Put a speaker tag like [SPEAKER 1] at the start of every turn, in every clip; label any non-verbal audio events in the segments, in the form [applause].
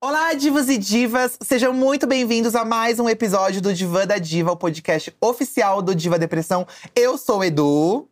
[SPEAKER 1] Olá, divas e divas! Sejam muito bem-vindos a mais um episódio do Divã da Diva, o podcast oficial do Diva Depressão. Eu sou o Edu. O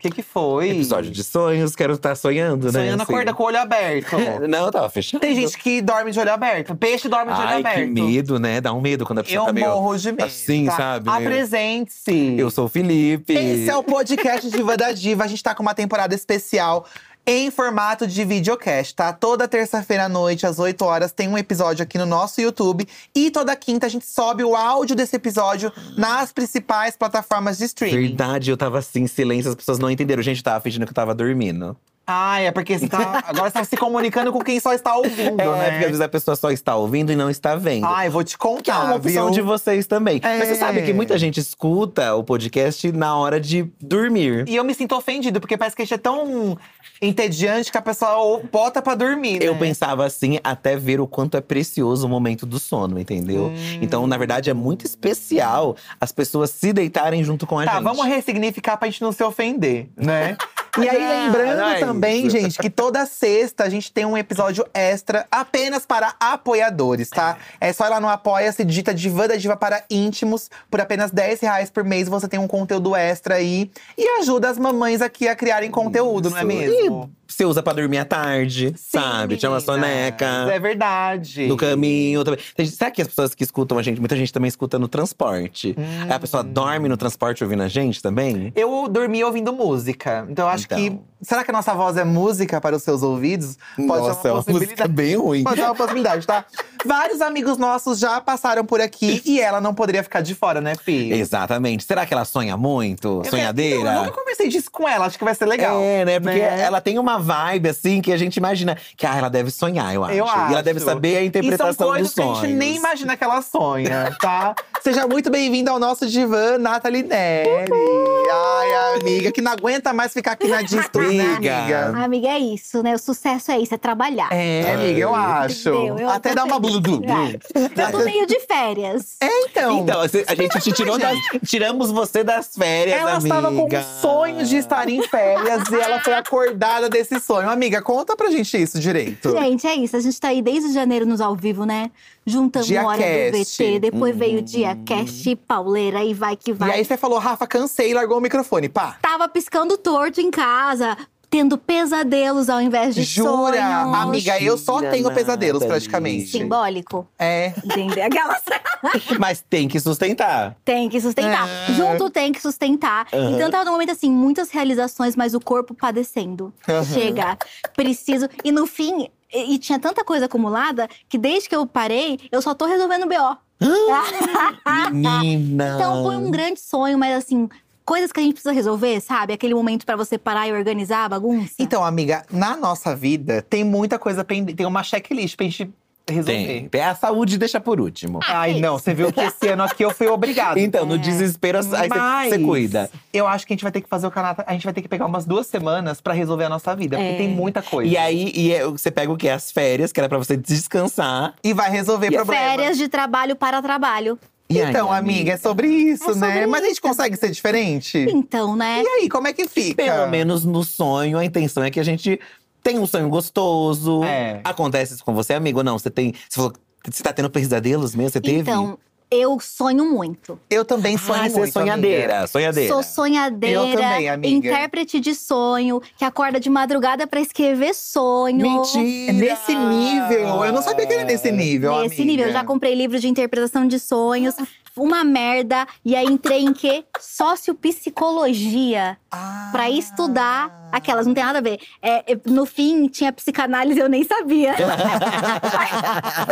[SPEAKER 1] que, que foi?
[SPEAKER 2] Episódio de sonhos, quero estar sonhando, né?
[SPEAKER 1] Sonhando
[SPEAKER 2] Assim.
[SPEAKER 1] acorda com o olho aberto.
[SPEAKER 2] Não, eu tava
[SPEAKER 1] [laughs]
[SPEAKER 2] fechando.
[SPEAKER 1] Tem gente que dorme de olho aberto. Peixe dorme de olho
[SPEAKER 2] Ai,
[SPEAKER 1] aberto.
[SPEAKER 2] que medo, né? Dá um medo quando a pessoa
[SPEAKER 1] Eu
[SPEAKER 2] tá meio…
[SPEAKER 1] morro de medo.
[SPEAKER 2] assim,
[SPEAKER 1] tá?
[SPEAKER 2] sabe?
[SPEAKER 1] Apresente-se.
[SPEAKER 2] Eu sou o Felipe.
[SPEAKER 1] Esse é o podcast Diva da Diva. A gente tá com uma temporada especial em formato de videocast, tá? Toda terça-feira à noite, às 8 horas, tem um episódio aqui no nosso YouTube. E toda quinta a gente sobe o áudio desse episódio nas principais plataformas de streaming.
[SPEAKER 2] Verdade, eu tava assim, em silêncio, as pessoas não entenderam. Gente, eu tava fingindo que eu tava dormindo.
[SPEAKER 1] Ah, é porque você tá, agora você tá se comunicando com quem só está ouvindo,
[SPEAKER 2] é, porque às
[SPEAKER 1] né?
[SPEAKER 2] vezes a pessoa só está ouvindo e não está vendo.
[SPEAKER 1] Ai, vou te
[SPEAKER 2] que é
[SPEAKER 1] contar,
[SPEAKER 2] uma opção
[SPEAKER 1] viu?
[SPEAKER 2] de vocês também.
[SPEAKER 1] É.
[SPEAKER 2] Mas você sabe que muita gente escuta o podcast na hora de dormir.
[SPEAKER 1] E eu me sinto ofendido, porque parece que a gente é tão entediante que a pessoa ou- bota pra dormir,
[SPEAKER 2] Eu
[SPEAKER 1] né?
[SPEAKER 2] pensava assim, até ver o quanto é precioso o momento do sono, entendeu? Então, na verdade, é muito especial as pessoas se deitarem junto com a
[SPEAKER 1] Tá,
[SPEAKER 2] gente.
[SPEAKER 1] vamos ressignificar pra gente não se ofender,
[SPEAKER 2] [laughs]
[SPEAKER 1] né? E aí,
[SPEAKER 2] Não,
[SPEAKER 1] lembrando
[SPEAKER 2] não é
[SPEAKER 1] também,
[SPEAKER 2] isso.
[SPEAKER 1] gente, que toda sexta a gente tem um episódio extra apenas para apoiadores, tá? É só ir lá no Apoia-se, digita Divã da Diva para íntimos. Por apenas 10 reais por mês você tem um conteúdo extra aí. E ajuda as mamães aqui a criarem conteúdo, não é mesmo?
[SPEAKER 2] Você usa pra dormir à tarde, sabe? Chama a
[SPEAKER 1] meninas, É
[SPEAKER 2] soneca.
[SPEAKER 1] verdade.
[SPEAKER 2] No caminho também. Tem gente- Será que as pessoas que escutam a gente, muita gente também escuta no transporte? Aí A pessoa
[SPEAKER 1] Hum.
[SPEAKER 2] dorme no transporte ouvindo a gente também?
[SPEAKER 1] Eu dormi ouvindo música. Então eu acho
[SPEAKER 2] Então.
[SPEAKER 1] que. Será que a nossa voz é música para os seus ouvidos? Pode
[SPEAKER 2] Nossa, é uma música bem ruim.
[SPEAKER 1] Pode ser uma possibilidade, tá? Vários amigos nossos já passaram por aqui e ela não poderia ficar de fora, né, Fih?
[SPEAKER 2] Exatamente. Será que ela sonha muito?
[SPEAKER 1] Eu-
[SPEAKER 2] Sonhadeira?
[SPEAKER 1] Eu nunca conversei disso com ela, acho que vai ser legal.
[SPEAKER 2] É, né? Porque
[SPEAKER 1] Né?
[SPEAKER 2] ela tem uma vibe, assim, que a gente imagina que ah, ela deve sonhar, eu acho.
[SPEAKER 1] Eu acho.
[SPEAKER 2] E ela deve saber a
[SPEAKER 1] e são
[SPEAKER 2] interpretação
[SPEAKER 1] coisas
[SPEAKER 2] dos sonhos.
[SPEAKER 1] que a gente nem imagina que ela sonha, tá? Seja muito bem-vinda ao nosso divã, Nathalie Neri. Ai, amiga, que não aguenta mais ficar aqui na distro, né,
[SPEAKER 2] Amiga.
[SPEAKER 1] amiga?
[SPEAKER 2] Ah,
[SPEAKER 3] Amiga, é isso, né? O sucesso é isso, é trabalhar.
[SPEAKER 1] É, amiga, eu acho.
[SPEAKER 3] Entendeu? Eu
[SPEAKER 1] Até
[SPEAKER 3] tô
[SPEAKER 1] dá uma blu
[SPEAKER 3] feliz.
[SPEAKER 1] blu blu.
[SPEAKER 3] Eu tô meio de férias.
[SPEAKER 1] É, então.
[SPEAKER 2] Então, você- a
[SPEAKER 1] [laughs]
[SPEAKER 2] gente te tirou das, tiramos você das férias,
[SPEAKER 1] Ela estava com
[SPEAKER 2] amiga.
[SPEAKER 1] um sonho de estar em férias e ela foi acordada desse sonho. Amiga, conta pra gente isso direito.
[SPEAKER 3] Gente, é isso. A gente tá aí desde janeiro nos ao vivo, né? Juntamos
[SPEAKER 1] Dia
[SPEAKER 3] hora do
[SPEAKER 1] cast.
[SPEAKER 3] VT, depois veio o dia cast, pauleira e vai que
[SPEAKER 1] Uhum. E
[SPEAKER 3] vai.
[SPEAKER 1] aí você falou, Rafa, cansei e largou o microfone. Pá!
[SPEAKER 3] Tava piscando torto em casa, tendo pesadelos ao invés de
[SPEAKER 1] Jura?
[SPEAKER 3] sonhos.
[SPEAKER 1] Amiga, eu só
[SPEAKER 2] Mentira,
[SPEAKER 1] tenho pesadelos
[SPEAKER 2] Nathalie.
[SPEAKER 1] praticamente.
[SPEAKER 3] Simbólico.
[SPEAKER 1] É.
[SPEAKER 3] Entendeu? Aquelas.
[SPEAKER 2] Mas tem que sustentar.
[SPEAKER 3] Tem que sustentar.
[SPEAKER 1] É.
[SPEAKER 3] Junto tem que sustentar.
[SPEAKER 2] Aham.
[SPEAKER 3] Então tava num momento assim, muitas realizações, mas o corpo padecendo.
[SPEAKER 1] Aham.
[SPEAKER 3] Chega, preciso. E no fim, e, e tinha tanta coisa acumulada que desde que eu parei, eu só tô resolvendo o BO.
[SPEAKER 2] Ah!
[SPEAKER 3] [laughs]
[SPEAKER 2] Menina.
[SPEAKER 3] Então foi um grande sonho, mas assim, coisas que a gente precisa resolver, sabe? Aquele momento pra você parar e organizar a bagunça.
[SPEAKER 1] Então, amiga, na nossa vida tem muita coisa pendente. Tem uma checklist pra gente resolver.
[SPEAKER 2] tem. tem a saúde deixa por último.
[SPEAKER 1] Ai, não, você viu que esse ano aqui eu fui obrigada.
[SPEAKER 2] Então, no desespero, aí você
[SPEAKER 1] é. Mas
[SPEAKER 2] cuida.
[SPEAKER 1] Eu acho que a gente vai ter que fazer o canal. A gente vai ter que pegar umas duas semanas pra resolver a nossa vida, porque
[SPEAKER 3] É.
[SPEAKER 1] tem muita coisa.
[SPEAKER 2] E aí, e é- você pega o quê? As férias, que era pra você descansar.
[SPEAKER 1] E vai resolver
[SPEAKER 2] E
[SPEAKER 1] problema.
[SPEAKER 3] Férias de trabalho para trabalho.
[SPEAKER 2] E aí,
[SPEAKER 1] Então, amiga, é sobre isso,
[SPEAKER 3] É sobre
[SPEAKER 1] né? Mas a gente
[SPEAKER 3] isso.
[SPEAKER 1] consegue ser diferente?
[SPEAKER 3] Então, né?
[SPEAKER 1] E aí, como é que fica?
[SPEAKER 2] Pelo menos no sonho, a intenção é que a gente tem um sonho gostoso.
[SPEAKER 1] É.
[SPEAKER 2] Acontece isso com você, amigo? Não, você tem. Você falou. que Você tá tendo pesadelos mesmo? Você teve?
[SPEAKER 3] Então, eu sonho muito.
[SPEAKER 1] Eu também
[SPEAKER 2] ah,
[SPEAKER 1] sonho
[SPEAKER 2] você é
[SPEAKER 1] muito,
[SPEAKER 2] sonhadeira.
[SPEAKER 1] amiga.
[SPEAKER 2] Sonhadeira.
[SPEAKER 3] Sou sonhadeira,
[SPEAKER 1] Eu também, amiga.
[SPEAKER 3] intérprete de sonho, que acorda de madrugada pra escrever sonho.
[SPEAKER 1] É
[SPEAKER 2] Mentira!
[SPEAKER 1] Nesse nível. Eu não sabia que era nesse nível,
[SPEAKER 3] Nesse
[SPEAKER 1] amiga.
[SPEAKER 3] nível, eu já comprei livro de interpretação de sonhos, uma merda. E aí entrei em quê? Sociopsicologia.
[SPEAKER 1] ah.
[SPEAKER 3] Pra estudar aquelas, não tem nada a ver. É, é, no fim, tinha psicanálise, eu
[SPEAKER 1] [laughs]
[SPEAKER 3] nem sabia.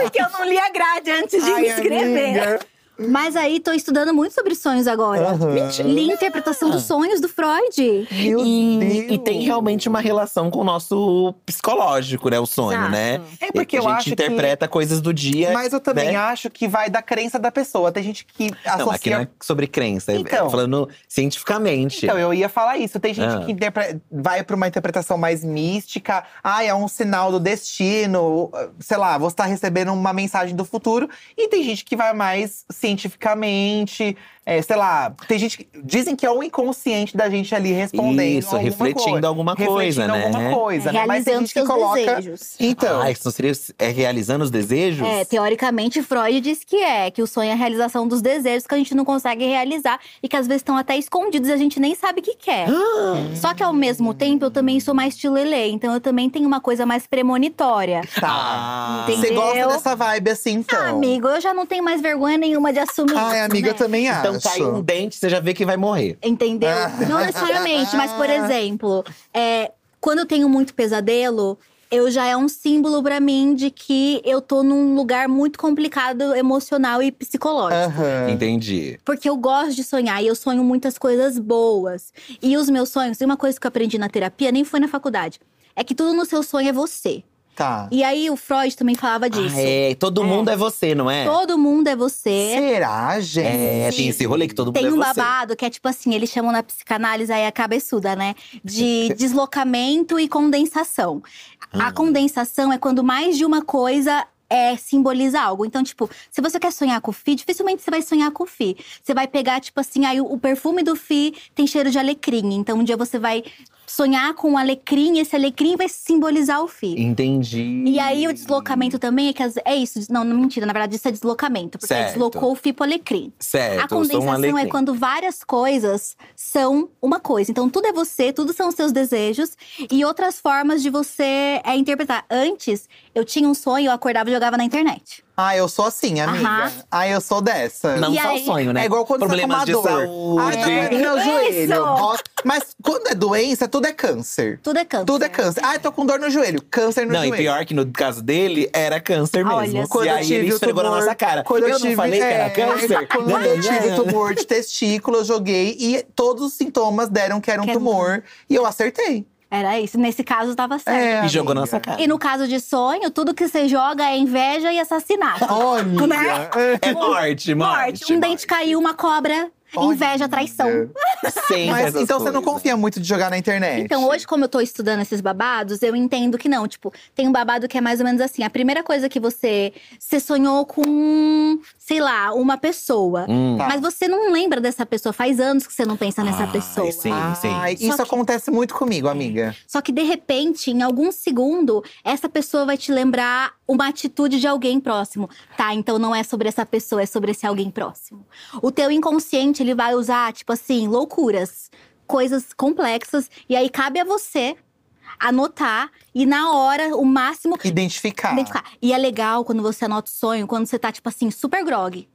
[SPEAKER 3] Porque eu não li a grade antes de
[SPEAKER 1] Ai,
[SPEAKER 3] me inscrever.
[SPEAKER 1] amiga.
[SPEAKER 3] Mas aí tô estudando muito sobre sonhos agora.
[SPEAKER 1] Aham.
[SPEAKER 3] Li a interpretação dos sonhos do Freud.
[SPEAKER 1] Meu
[SPEAKER 2] E,
[SPEAKER 1] Deus.
[SPEAKER 2] e tem realmente uma relação com o nosso psicológico, né? O sonho,
[SPEAKER 3] Exato.
[SPEAKER 2] né?
[SPEAKER 1] É porque
[SPEAKER 2] a
[SPEAKER 1] eu
[SPEAKER 2] gente
[SPEAKER 1] acho que-
[SPEAKER 2] interpreta coisas do dia.
[SPEAKER 1] Mas eu também
[SPEAKER 2] né?
[SPEAKER 1] acho que vai da crença da pessoa. Tem gente que
[SPEAKER 2] Não, aqui não
[SPEAKER 1] associa.
[SPEAKER 2] é sobre crença, então,
[SPEAKER 1] Então.
[SPEAKER 2] é falando cientificamente.
[SPEAKER 1] Então, eu ia falar isso. Tem gente
[SPEAKER 2] Ah.
[SPEAKER 1] que interpre- vai pra uma interpretação mais mística. Ah, é um sinal do destino. Sei lá, você tá recebendo uma mensagem do futuro. E tem gente que vai mais cientificamente. é, sei lá, tem gente que… Dizem que é o inconsciente da gente ali respondendo
[SPEAKER 2] Isso,
[SPEAKER 1] alguma
[SPEAKER 2] refletindo
[SPEAKER 1] coisa.
[SPEAKER 2] alguma coisa,
[SPEAKER 1] refletindo
[SPEAKER 2] né?
[SPEAKER 1] alguma coisa, né? Mas tem
[SPEAKER 3] realizando
[SPEAKER 1] gente que
[SPEAKER 3] seus
[SPEAKER 1] coloca…
[SPEAKER 3] desejos.
[SPEAKER 1] Então,
[SPEAKER 2] Ah, isso não seria é realizando os desejos?
[SPEAKER 3] É, teoricamente, Freud diz que é, que o sonho é a realização dos desejos que a gente não consegue realizar e que às vezes estão até escondidos e a gente nem sabe que quer.
[SPEAKER 2] Ah,
[SPEAKER 3] Só que ao mesmo tempo, eu também sou mais tilelê, então eu também tenho uma coisa mais premonitória.
[SPEAKER 2] ah,
[SPEAKER 1] tá.
[SPEAKER 3] Entendi.
[SPEAKER 1] Você gosta
[SPEAKER 3] Entendeu?
[SPEAKER 1] dessa vibe assim, então?
[SPEAKER 3] Ah, amigo, eu já não tenho mais vergonha nenhuma de assumir.
[SPEAKER 1] Ai,
[SPEAKER 3] isso,
[SPEAKER 1] amiga,
[SPEAKER 3] né?
[SPEAKER 1] eu também Ah.
[SPEAKER 2] Então
[SPEAKER 1] acho.
[SPEAKER 2] caiu um dente, você já vê que vai morrer.
[SPEAKER 3] Entendeu? Não necessariamente, mas por exemplo, é, quando eu tenho muito pesadelo, eu já é um símbolo pra mim de que eu tô num lugar muito complicado emocional e psicológico.
[SPEAKER 2] É.
[SPEAKER 1] Aham.
[SPEAKER 2] Entendi.
[SPEAKER 3] Porque eu gosto de sonhar e eu sonho muitas coisas boas. E os meus sonhos, e uma coisa que eu aprendi na terapia, nem foi na faculdade, é que tudo no seu sonho é você.
[SPEAKER 1] Tá.
[SPEAKER 3] E aí o Freud também falava disso.
[SPEAKER 2] Ah, é, todo mundo é você, não é?
[SPEAKER 3] Todo mundo é você.
[SPEAKER 1] Será, gente?
[SPEAKER 2] É, tem esse rolê que todo mundo
[SPEAKER 3] Tem
[SPEAKER 2] é
[SPEAKER 3] um
[SPEAKER 2] você.
[SPEAKER 3] babado que é tipo assim, eles chamam na psicanálise aí a cabeçuda, né?
[SPEAKER 2] [laughs]
[SPEAKER 3] De deslocamento e condensação.
[SPEAKER 2] Ah.
[SPEAKER 3] A condensação é quando mais de uma coisa é, simboliza algo. Então, tipo, se você quer sonhar com o Fi, dificilmente você vai sonhar com o Fi. Você vai pegar, tipo assim, aí o, o perfume do Fi tem cheiro de alecrim. Então, um dia você vai sonhar com um alecrim e esse alecrim vai simbolizar o Fi.
[SPEAKER 2] Entendi.
[SPEAKER 3] E aí o deslocamento também é que… As, é isso, não, não, mentira, na verdade isso é deslocamento. Porque aí
[SPEAKER 2] Certo.
[SPEAKER 3] deslocou o Fi pro alecrim.
[SPEAKER 2] Certo,
[SPEAKER 3] A
[SPEAKER 2] eu sou um
[SPEAKER 3] condensação é
[SPEAKER 2] alecrim.
[SPEAKER 3] quando várias coisas são uma coisa. Então, tudo é você, tudo são os seus desejos e outras formas de você é, interpretar. Antes, eu tinha um sonho, eu acordava e jogava na internet.
[SPEAKER 1] Ah, eu sou assim, amiga.
[SPEAKER 3] Aham.
[SPEAKER 1] Ah, eu sou dessa.
[SPEAKER 2] Não
[SPEAKER 3] E
[SPEAKER 2] só
[SPEAKER 3] aí-
[SPEAKER 2] sonho, né?
[SPEAKER 1] É igual quando
[SPEAKER 2] Problemas
[SPEAKER 1] você tá com uma dor. Ai,
[SPEAKER 2] de
[SPEAKER 1] tá
[SPEAKER 2] saúde.
[SPEAKER 1] doendo meu joelho.
[SPEAKER 3] Isso!
[SPEAKER 1] Nossa, Mas quando é doença, tudo é câncer.
[SPEAKER 3] Tudo é câncer.
[SPEAKER 1] Tudo é câncer. Ai, tô com dor no joelho. Câncer no
[SPEAKER 2] Não,
[SPEAKER 1] joelho.
[SPEAKER 2] e pior que no caso dele, era câncer
[SPEAKER 3] Olha
[SPEAKER 2] mesmo.
[SPEAKER 3] só.
[SPEAKER 2] e
[SPEAKER 1] eu
[SPEAKER 2] aí ele
[SPEAKER 1] tive o
[SPEAKER 2] esfregou na
[SPEAKER 1] tumor-
[SPEAKER 2] nossa cara.
[SPEAKER 1] Quando eu,
[SPEAKER 2] eu
[SPEAKER 1] tive,
[SPEAKER 2] não falei que
[SPEAKER 1] é,
[SPEAKER 2] era
[SPEAKER 1] [laughs]
[SPEAKER 2] câncer?
[SPEAKER 1] Quando
[SPEAKER 2] Não,
[SPEAKER 1] eu tive
[SPEAKER 2] não.
[SPEAKER 1] tumor de testículo, eu joguei e todos os sintomas deram que era um
[SPEAKER 3] Que era um
[SPEAKER 1] tumor. E eu acertei.
[SPEAKER 3] Era isso. Nesse caso, tava certo.
[SPEAKER 1] É,
[SPEAKER 2] E jogou na
[SPEAKER 1] amiga.
[SPEAKER 2] nossa cara.
[SPEAKER 3] E no caso de sonho, tudo que você joga é inveja e assassinato.
[SPEAKER 1] Olha! É
[SPEAKER 2] É morte, morte.
[SPEAKER 3] Morte. Um dente caiu, uma cobra.
[SPEAKER 1] Olha.
[SPEAKER 3] [laughs] Inveja, traição.
[SPEAKER 2] Sempre
[SPEAKER 1] Mas
[SPEAKER 2] essas
[SPEAKER 1] então você não
[SPEAKER 2] coisas.
[SPEAKER 1] confia muito de jogar na internet.
[SPEAKER 3] Então, hoje, como eu tô estudando esses babados, eu entendo que não. Tipo, tem um babado que é mais ou menos assim. A primeira coisa que você… Você sonhou com, sei lá, uma pessoa.
[SPEAKER 2] Hum.
[SPEAKER 1] Tá.
[SPEAKER 3] Mas você não lembra dessa pessoa. Faz anos que você não pensa nessa
[SPEAKER 2] Ah,
[SPEAKER 3] pessoa.
[SPEAKER 2] sim.
[SPEAKER 1] Ai,
[SPEAKER 3] sim.
[SPEAKER 1] isso
[SPEAKER 3] Só que-
[SPEAKER 1] acontece muito comigo, amiga.
[SPEAKER 3] Só que, de repente, em algum segundo, essa pessoa vai te lembrar uma atitude de alguém próximo. Tá, então não é sobre essa pessoa, é sobre esse alguém próximo. O teu inconsciente, ele vai usar, tipo assim, loucuras. Coisas complexas. E aí, cabe a você anotar. E na hora, o máximo…
[SPEAKER 1] Identificar.
[SPEAKER 3] Identificar. E é legal quando você anota o sonho, quando você tá, tipo assim, super grog.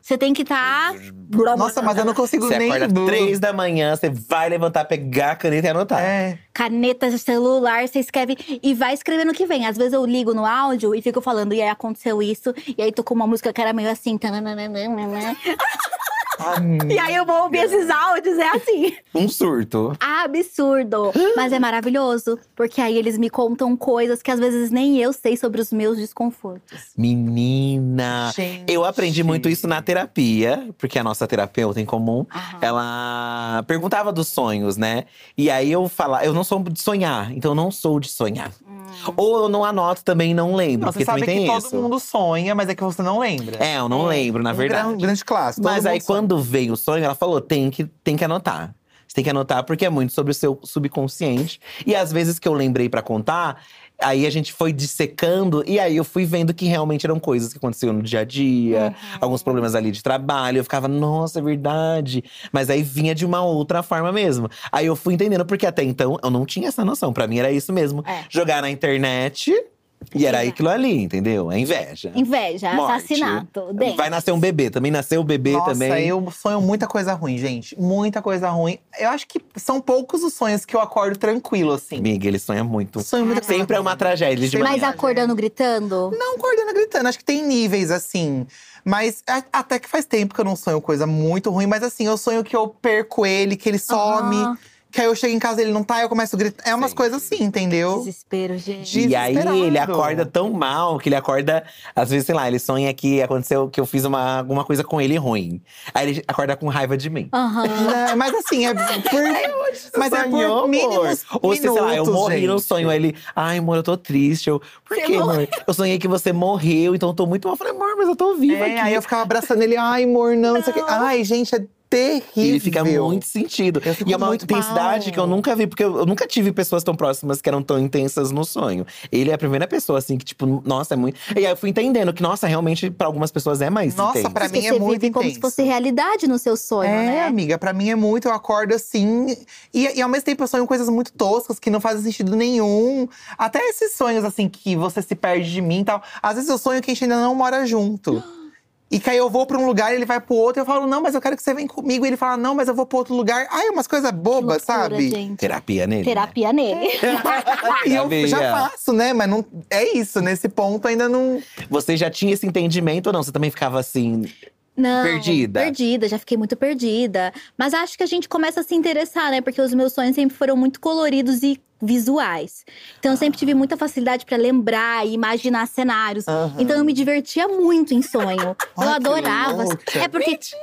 [SPEAKER 3] Você tem que tá…
[SPEAKER 1] Nossa, mas eu não consigo
[SPEAKER 2] Você
[SPEAKER 1] nem.
[SPEAKER 2] acorda três da manhã, você vai levantar, pegar a caneta e anotar.
[SPEAKER 1] É.
[SPEAKER 3] caneta, celular, você escreve e vai escrevendo o que vem. Às vezes eu ligo no áudio e fico falando, e aí aconteceu isso, e aí tô com uma música que era meio assim. tananana. [laughs] E aí eu vou ouvir esses áudios, é assim.
[SPEAKER 2] Um surto.
[SPEAKER 3] Absurdo! Mas é maravilhoso, porque aí eles me contam coisas que às vezes nem eu sei sobre os meus desconfortos.
[SPEAKER 2] Menina!
[SPEAKER 1] Gente.
[SPEAKER 2] Eu aprendi muito isso na terapia, porque a nossa terapeuta em comum,
[SPEAKER 3] Aham.
[SPEAKER 2] ela perguntava dos sonhos, né? E aí eu falava, eu não sou de sonhar, então eu não sou de sonhar. Ou eu não anoto também e não lembro,
[SPEAKER 1] Hum. Não,
[SPEAKER 2] porque
[SPEAKER 1] você sabe que
[SPEAKER 2] também tem
[SPEAKER 1] todo
[SPEAKER 2] isso.
[SPEAKER 1] mundo sonha, mas é que você não lembra.
[SPEAKER 2] É, eu não lembro, na
[SPEAKER 1] Um
[SPEAKER 2] verdade.
[SPEAKER 1] gran- grande clássico. todo
[SPEAKER 2] Mas aí,
[SPEAKER 1] mundo sonha.
[SPEAKER 2] quando veio o sonho, ela falou: tem que, tem que anotar. Você tem que anotar porque é muito sobre o seu subconsciente. E às vezes que eu lembrei pra contar, aí a gente foi dissecando e aí eu fui vendo que realmente eram coisas que aconteciam no dia a dia, alguns problemas ali de trabalho. Eu ficava, nossa, é verdade. Mas aí vinha de uma outra forma mesmo. Aí eu fui entendendo, porque até então eu não tinha essa noção. Pra mim era isso mesmo.
[SPEAKER 3] É.
[SPEAKER 2] Jogar na internet. E era aquilo ali, entendeu? É inveja.
[SPEAKER 3] Inveja,
[SPEAKER 2] Morte.
[SPEAKER 3] assassinato, dente.
[SPEAKER 2] Vai nascer um bebê. Também nasceu o bebê
[SPEAKER 1] Nossa,
[SPEAKER 2] também.
[SPEAKER 1] eu sonho muita coisa ruim, gente. Muita coisa ruim. Eu acho que são poucos os sonhos que eu acordo tranquilo, assim.
[SPEAKER 2] Amiga, ele sonha muito.
[SPEAKER 1] Sonho muita coisa
[SPEAKER 2] Sempre é
[SPEAKER 1] ruim.
[SPEAKER 2] uma tragédia de
[SPEAKER 1] Sempre.
[SPEAKER 3] Mas
[SPEAKER 2] manhã.
[SPEAKER 3] acordando gritando?
[SPEAKER 1] Não acordando gritando. Acho que tem níveis, assim. Mas a- até que faz tempo que eu não sonho coisa muito ruim. Mas assim, eu sonho que eu perco ele, que ele some.
[SPEAKER 3] Ah.
[SPEAKER 1] Que aí eu chego em casa, ele não tá, eu começo a gritar. É umas
[SPEAKER 2] Sim.
[SPEAKER 1] coisas assim, entendeu?
[SPEAKER 3] Desespero, gente.
[SPEAKER 2] E aí ele
[SPEAKER 1] Desesperado.
[SPEAKER 2] acorda tão mal que ele acorda, às vezes, sei lá, ele sonha que aconteceu que eu fiz uma, alguma coisa com ele ruim. Aí ele acorda com raiva de mim.
[SPEAKER 3] Aham.
[SPEAKER 1] Não, mas assim, é por. mas é
[SPEAKER 2] Sonhou,
[SPEAKER 1] por mínimos
[SPEAKER 2] amor? Ou se, sei lá, é um eu
[SPEAKER 1] minutos,
[SPEAKER 2] morri no
[SPEAKER 1] gente.
[SPEAKER 2] sonho. Aí ele, ai, amor, eu tô triste. Eu, por
[SPEAKER 3] Você
[SPEAKER 2] quê, amor?
[SPEAKER 3] morreu.
[SPEAKER 2] Eu sonhei que você morreu, então eu tô muito mal. Eu falei, amor, mas eu tô viva
[SPEAKER 1] É,
[SPEAKER 2] aqui.
[SPEAKER 1] aí eu ficava abraçando ele, ai, amor, não, isso aqui. Ai, gente, é terrível.
[SPEAKER 2] E ele fica muito sentido.
[SPEAKER 1] Eu fico
[SPEAKER 2] E é uma
[SPEAKER 1] muito
[SPEAKER 2] intensidade
[SPEAKER 1] mal.
[SPEAKER 2] que eu nunca vi, porque eu, eu nunca tive pessoas tão próximas que eram tão intensas no sonho. Ele é a primeira pessoa, assim, que, tipo, nossa, é muito. E aí eu fui entendendo que, nossa, realmente, pra algumas pessoas é mais
[SPEAKER 1] Nossa,
[SPEAKER 2] intenso.
[SPEAKER 1] pra mim
[SPEAKER 3] Porque
[SPEAKER 1] é
[SPEAKER 3] você
[SPEAKER 1] muito
[SPEAKER 3] vive como
[SPEAKER 1] intenso.
[SPEAKER 3] se fosse realidade no seu sonho,
[SPEAKER 1] é,
[SPEAKER 3] né?
[SPEAKER 1] amiga, pra mim é muito. Eu acordo assim. E, e ao mesmo tempo eu sonho coisas muito toscas que não fazem sentido nenhum. Até esses sonhos, assim, que você se perde de mim e tal. Às vezes eu sonho que a gente ainda não mora junto. E que aí eu vou pra um lugar, ele vai pro outro, eu falo, não, mas eu quero que você venha comigo. E ele fala, não, mas eu vou pro outro lugar. Ai, umas coisas
[SPEAKER 3] Que
[SPEAKER 1] bobas,
[SPEAKER 3] É loucura,
[SPEAKER 1] sabe?
[SPEAKER 3] gente.
[SPEAKER 2] Terapia
[SPEAKER 1] né?
[SPEAKER 2] nele. né?
[SPEAKER 3] Terapia nele.
[SPEAKER 1] É. E eu
[SPEAKER 2] Sabia.
[SPEAKER 1] já faço, né? Mas não, é isso, nesse ponto ainda não.
[SPEAKER 2] Né? Você já tinha esse entendimento ou não? Você também ficava assim.
[SPEAKER 3] [laughs] Não,
[SPEAKER 2] Perdida.
[SPEAKER 3] Perdida, já fiquei muito perdida. Mas acho que a gente começa a se interessar, né? Porque os meus sonhos sempre foram muito coloridos e visuais. Então eu sempre tive muita facilidade pra lembrar e imaginar cenários. Então eu me divertia muito
[SPEAKER 1] [laughs]
[SPEAKER 3] em sonho.
[SPEAKER 1] Ai,
[SPEAKER 3] eu
[SPEAKER 1] Ah, que
[SPEAKER 3] adorava.
[SPEAKER 1] louca.
[SPEAKER 3] É porque, gente,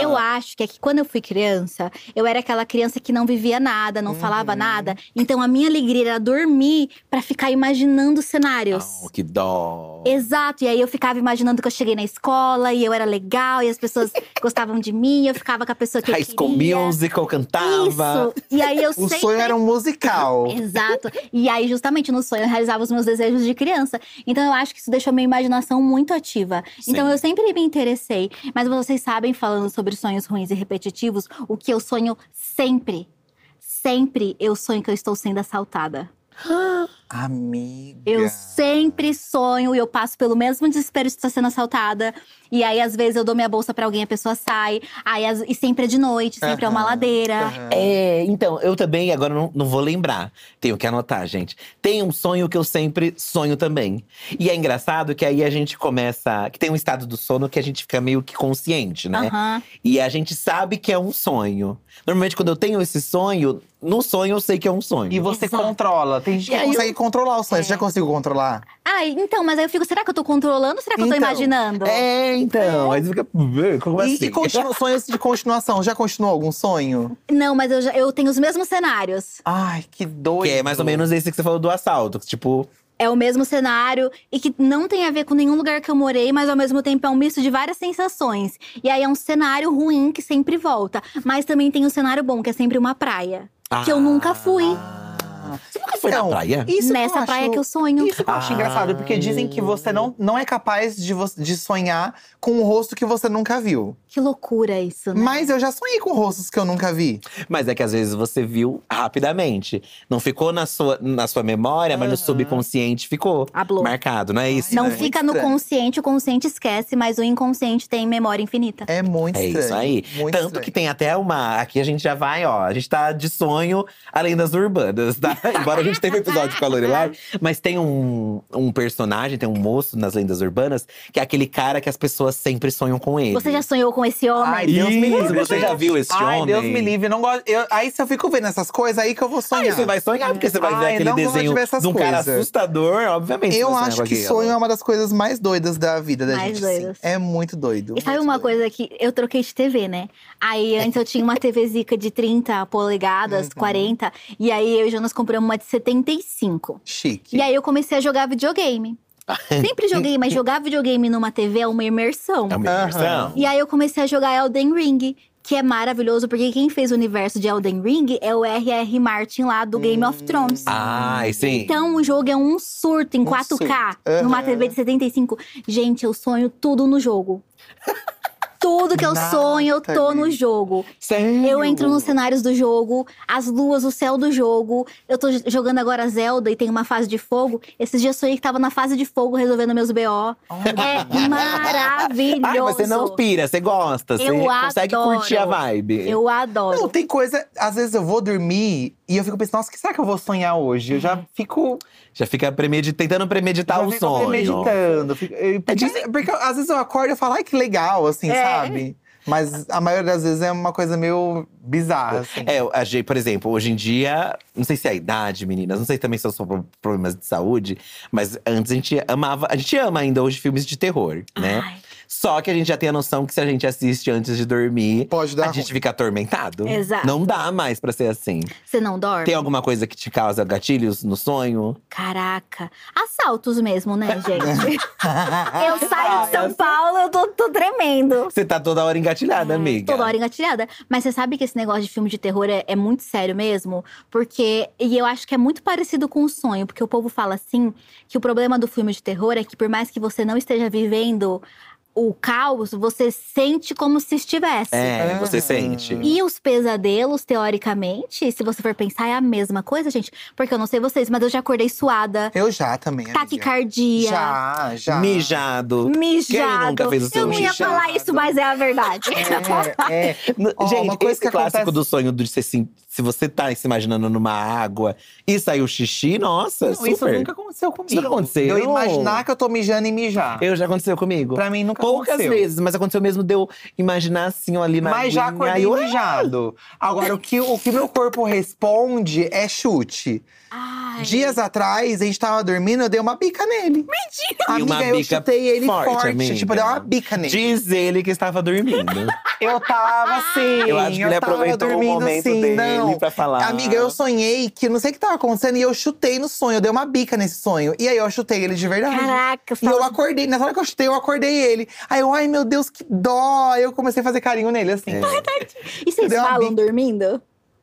[SPEAKER 3] eu acho que é que quando eu fui criança, eu era aquela criança que não vivia nada, não falava
[SPEAKER 1] Uhum.
[SPEAKER 3] nada. Então a minha alegria era dormir pra ficar imaginando cenários.
[SPEAKER 1] Ah,
[SPEAKER 2] Oh, que dó.
[SPEAKER 3] Exato, e aí eu ficava imaginando que eu cheguei na escola e eu era legal e
[SPEAKER 1] [laughs]
[SPEAKER 3] as pessoas gostavam de mim, eu ficava com a pessoa que eu
[SPEAKER 2] High School
[SPEAKER 3] queria.
[SPEAKER 2] Musical cantava.
[SPEAKER 3] Isso. E aí
[SPEAKER 1] [laughs]
[SPEAKER 3] eu
[SPEAKER 1] O
[SPEAKER 3] sempre
[SPEAKER 1] sonho era um musical.
[SPEAKER 3] Exato. E aí, justamente no sonho, eu realizava os meus desejos de criança. Então, eu acho que isso deixou minha imaginação muito ativa.
[SPEAKER 2] Sim.
[SPEAKER 3] Então, eu sempre me interessei. Mas vocês sabem, falando sobre sonhos ruins e repetitivos, o que eu sonho sempre. Sempre eu sonho que eu estou sendo assaltada.
[SPEAKER 1] Amiga.
[SPEAKER 3] Eu sempre sonho e eu passo pelo mesmo desespero de estar sendo assaltada. E aí, às vezes, eu dou minha bolsa pra alguém, a pessoa sai. Aí, as- e sempre é de noite, sempre é uma
[SPEAKER 1] Aham,
[SPEAKER 3] ladeira.
[SPEAKER 1] Aham.
[SPEAKER 2] É, então, eu também, agora não, não vou lembrar. Tenho que anotar, gente. Tem um sonho que eu sempre sonho também. E é engraçado que aí a gente começa. Que tem um estado do sono que a gente fica meio que consciente, né?
[SPEAKER 3] Aham.
[SPEAKER 2] E a gente sabe que é um sonho. Normalmente, quando eu tenho esse sonho, no sonho eu sei que é um sonho.
[SPEAKER 1] E você
[SPEAKER 3] Exato.
[SPEAKER 1] controla. Tem gente
[SPEAKER 2] E
[SPEAKER 1] que
[SPEAKER 2] aí eu-
[SPEAKER 1] consegue controlar o sonho.
[SPEAKER 3] É.
[SPEAKER 1] Você já conseguiu controlar?
[SPEAKER 3] Ah, então, mas aí eu fico, será que eu tô controlando ou será que eu tô
[SPEAKER 1] Então,
[SPEAKER 3] imaginando?
[SPEAKER 2] É, então. Aí você fica. Como
[SPEAKER 1] e
[SPEAKER 2] assim?
[SPEAKER 1] e continu- sonhos de continuação. Já continuou algum sonho?
[SPEAKER 3] Não, mas eu, já- eu tenho os mesmos cenários.
[SPEAKER 1] Ai, que doido.
[SPEAKER 2] Que é mais ou menos esse que você falou do assalto. que, Tipo,
[SPEAKER 3] É o mesmo cenário e que não tem a ver com nenhum lugar que eu morei, mas ao mesmo tempo é um misto de várias sensações. E aí é um cenário ruim que sempre volta. Mas também tem um cenário bom, que é sempre uma praia.
[SPEAKER 2] "Ah,
[SPEAKER 3] Que eu nunca fui.
[SPEAKER 2] Você nunca foi
[SPEAKER 1] Então,
[SPEAKER 2] na praia?
[SPEAKER 1] Ah, Isso que eu
[SPEAKER 3] Nessa praia
[SPEAKER 1] acho-
[SPEAKER 3] que eu sonho.
[SPEAKER 1] Isso que eu acho
[SPEAKER 2] Ah.
[SPEAKER 1] engraçado, porque dizem que você não, não é capaz de, vo- de sonhar com um rosto que você nunca viu.
[SPEAKER 3] Que loucura isso, né?
[SPEAKER 1] Mas eu já sonhei com rostos que eu nunca vi.
[SPEAKER 2] Mas é que às vezes você viu rapidamente. Não ficou na sua, na sua memória, mas no
[SPEAKER 1] Aham.
[SPEAKER 2] subconsciente ficou
[SPEAKER 3] Hablou.
[SPEAKER 2] marcado, não é isso?
[SPEAKER 3] Não
[SPEAKER 1] né?
[SPEAKER 3] fica no
[SPEAKER 1] Estranho.
[SPEAKER 3] consciente, o consciente esquece, mas o inconsciente tem memória infinita.
[SPEAKER 1] É muito
[SPEAKER 2] É
[SPEAKER 1] estranho.
[SPEAKER 2] isso aí.
[SPEAKER 1] Muito
[SPEAKER 2] Tanto
[SPEAKER 1] estranho.
[SPEAKER 2] que tem até uma. Aqui a gente já vai, ó. A gente tá de sonho além das urbanas, tá?
[SPEAKER 1] [laughs]
[SPEAKER 2] Embora a gente teve um episódio com a Lorelai, mas tem um, um personagem, tem um moço nas lendas urbanas, que é aquele cara que as pessoas sempre sonham com É, ele.
[SPEAKER 3] Você já sonhou com esse homem?
[SPEAKER 1] Ai, Deus me
[SPEAKER 2] Isso,
[SPEAKER 1] livre.
[SPEAKER 2] você já viu esse
[SPEAKER 1] Ai,
[SPEAKER 2] homem?
[SPEAKER 1] Deus me livre. Não gosto, eu- aí se eu fico vendo essas coisas, aí que eu vou sonhar.
[SPEAKER 2] Aí Ah, você vai sonhar, porque você vai
[SPEAKER 1] Ai,
[SPEAKER 2] ver aquele
[SPEAKER 1] não gosto de
[SPEAKER 2] desenho
[SPEAKER 1] ver essas
[SPEAKER 2] de um cara
[SPEAKER 1] coisas.
[SPEAKER 2] assustador, obviamente. você
[SPEAKER 1] Eu
[SPEAKER 2] vai sonhar
[SPEAKER 1] acho
[SPEAKER 2] com
[SPEAKER 1] que
[SPEAKER 2] aquilo.
[SPEAKER 1] sonho é uma das coisas mais doidas da vida da
[SPEAKER 3] Mais
[SPEAKER 1] gente. assim.
[SPEAKER 3] doidas.
[SPEAKER 1] É muito doido.
[SPEAKER 3] E sabe
[SPEAKER 1] muito
[SPEAKER 3] uma
[SPEAKER 1] doido.
[SPEAKER 3] coisa que eu troquei de TV, né? Aí
[SPEAKER 2] É.
[SPEAKER 3] antes eu tinha uma TV Zica de 30 polegadas,
[SPEAKER 1] Uhum.
[SPEAKER 3] 40, e aí eu e o Jonas compramos uma de 75.
[SPEAKER 1] Chique.
[SPEAKER 3] E aí eu comecei a jogar videogame.
[SPEAKER 2] [laughs]
[SPEAKER 3] Sempre joguei, mas jogar videogame numa TV é uma imersão.
[SPEAKER 2] É uma
[SPEAKER 1] um Aham.
[SPEAKER 2] imersão.
[SPEAKER 3] E aí eu comecei a jogar Elden Ring, que é maravilhoso, porque quem fez o universo de Elden Ring é o R.R. Martin lá do Game of Thrones.
[SPEAKER 2] Ai, sim.
[SPEAKER 3] Então o jogo é um surto em
[SPEAKER 1] Um
[SPEAKER 3] 4K,
[SPEAKER 1] surto. Aham.
[SPEAKER 3] numa TV de 75. Gente, eu sonho tudo no jogo. Tudo que eu sonho, eu tô no
[SPEAKER 1] Nathalie.
[SPEAKER 3] jogo.
[SPEAKER 2] Sério?
[SPEAKER 3] Eu entro nos cenários do jogo, as luas, o céu do jogo. Eu tô j- jogando agora Zelda e tem uma fase de fogo. Esses dias eu sonhei que tava na fase de fogo resolvendo meus BO. É maravilhoso.
[SPEAKER 2] Ai, mas você não pira, você gosta, você
[SPEAKER 3] Eu
[SPEAKER 2] consegue
[SPEAKER 3] adoro.
[SPEAKER 2] curtir a vibe.
[SPEAKER 3] Eu adoro.
[SPEAKER 1] Não, tem coisa. Às vezes eu vou dormir E eu fico pensando, nossa, o que será que eu vou sonhar hoje? Eu já fico
[SPEAKER 2] Já fica premedi- tentando premeditar
[SPEAKER 1] já
[SPEAKER 2] o
[SPEAKER 1] fico
[SPEAKER 2] sonho.
[SPEAKER 1] meditando. Fico- eu- Porque, É, porque às vezes eu acordo e falo, ai, que legal, assim,
[SPEAKER 3] É.
[SPEAKER 1] sabe? Mas a maioria das vezes é uma coisa meio bizarra, assim.
[SPEAKER 2] É, a gente, por exemplo, hoje em dia, não sei se é a idade, meninas, não sei também se são só pro- problemas de saúde, mas antes a gente amava, a gente ama ainda hoje filmes de terror, né?
[SPEAKER 3] Ai.
[SPEAKER 2] Só que a gente já tem a noção que se a gente assiste antes de dormir,
[SPEAKER 1] Pode dar
[SPEAKER 2] a gente fica atormentado.
[SPEAKER 3] Exato.
[SPEAKER 2] Não dá mais pra ser assim.
[SPEAKER 3] Você não dorme?
[SPEAKER 2] Tem alguma coisa que te causa gatilhos no sonho?
[SPEAKER 3] Caraca. Assaltos mesmo,
[SPEAKER 2] [laughs]
[SPEAKER 3] né, gente? eu saio de
[SPEAKER 2] Ah,
[SPEAKER 3] São
[SPEAKER 2] eu
[SPEAKER 3] Paulo, eu tô, tô tremendo.
[SPEAKER 2] Você tá toda hora engatilhada, amiga.
[SPEAKER 3] É, Toda hora engatilhada. Mas você sabe que esse negócio de filme de terror é, é muito sério mesmo? Porque. E eu acho que é muito parecido com o sonho, porque o povo fala assim que o problema do filme de terror é que, por mais que você não esteja vivendo o caos, você sente como se estivesse.
[SPEAKER 2] É,
[SPEAKER 1] Ah.
[SPEAKER 2] você sente.
[SPEAKER 3] E os pesadelos, teoricamente, se você for pensar, é a mesma coisa, gente. Porque eu não sei vocês, mas eu já acordei suada,
[SPEAKER 1] Eu já também.
[SPEAKER 2] É,
[SPEAKER 1] amiga.
[SPEAKER 3] taquicardia.
[SPEAKER 1] Já, já.
[SPEAKER 2] Mijado.
[SPEAKER 3] Mijado.
[SPEAKER 2] Quem nunca fez o seu
[SPEAKER 3] eu não ia
[SPEAKER 2] mijado?
[SPEAKER 3] falar isso, mas é
[SPEAKER 2] [laughs]
[SPEAKER 3] a verdade.
[SPEAKER 1] É, é.
[SPEAKER 2] No-
[SPEAKER 1] Ó,
[SPEAKER 2] Gente,
[SPEAKER 1] uma coisa
[SPEAKER 2] esse
[SPEAKER 1] que
[SPEAKER 2] clássico
[SPEAKER 1] acontece-
[SPEAKER 2] do sonho de ser assim, se você tá se imaginando numa água e saiu xixi, nossa,
[SPEAKER 1] Não,
[SPEAKER 2] super.
[SPEAKER 1] isso nunca aconteceu comigo.
[SPEAKER 2] nunca aconteceu.
[SPEAKER 1] Eu imaginar que eu tô mijando e mijar.
[SPEAKER 2] Eu já aconteceu comigo.
[SPEAKER 1] Pra mim, nunca
[SPEAKER 2] Poucas
[SPEAKER 1] aconteceu.
[SPEAKER 2] vezes, mas aconteceu mesmo de eu imaginar assim, eu ali na
[SPEAKER 1] Mas já
[SPEAKER 2] aguinha,
[SPEAKER 1] acordei
[SPEAKER 2] eu-
[SPEAKER 1] mijado. Agora, o que, o que meu corpo responde é chute.
[SPEAKER 3] Ai.
[SPEAKER 1] Dias atrás, a gente tava dormindo, eu dei uma bica nele. Mentira!
[SPEAKER 2] E uma
[SPEAKER 1] Amiga, eu
[SPEAKER 2] bica
[SPEAKER 1] chutei ele
[SPEAKER 2] forte,
[SPEAKER 1] forte.
[SPEAKER 2] amiga.
[SPEAKER 1] Tipo, eu dei uma bica nele.
[SPEAKER 2] Diz ele que estava dormindo.
[SPEAKER 1] [laughs] Eu tava assim.
[SPEAKER 2] eu acho que ele
[SPEAKER 1] tava
[SPEAKER 2] aproveitou o
[SPEAKER 1] dormindo,
[SPEAKER 2] momento
[SPEAKER 1] assim,
[SPEAKER 2] dele
[SPEAKER 1] não.
[SPEAKER 2] pra falar.
[SPEAKER 1] Amiga, eu sonhei que não sei o que tava acontecendo e eu chutei no sonho, eu dei uma bica nesse sonho. E aí eu chutei ele de verdade.
[SPEAKER 3] Caraca,
[SPEAKER 1] E eu
[SPEAKER 3] fala-
[SPEAKER 1] acordei, nessa hora que eu chutei, eu acordei ele. Aí eu, ai meu Deus, que dó! Aí Eu comecei a fazer carinho nele, assim.
[SPEAKER 2] É.
[SPEAKER 3] E vocês
[SPEAKER 1] dei uma
[SPEAKER 3] falam
[SPEAKER 1] bica.
[SPEAKER 3] dormindo?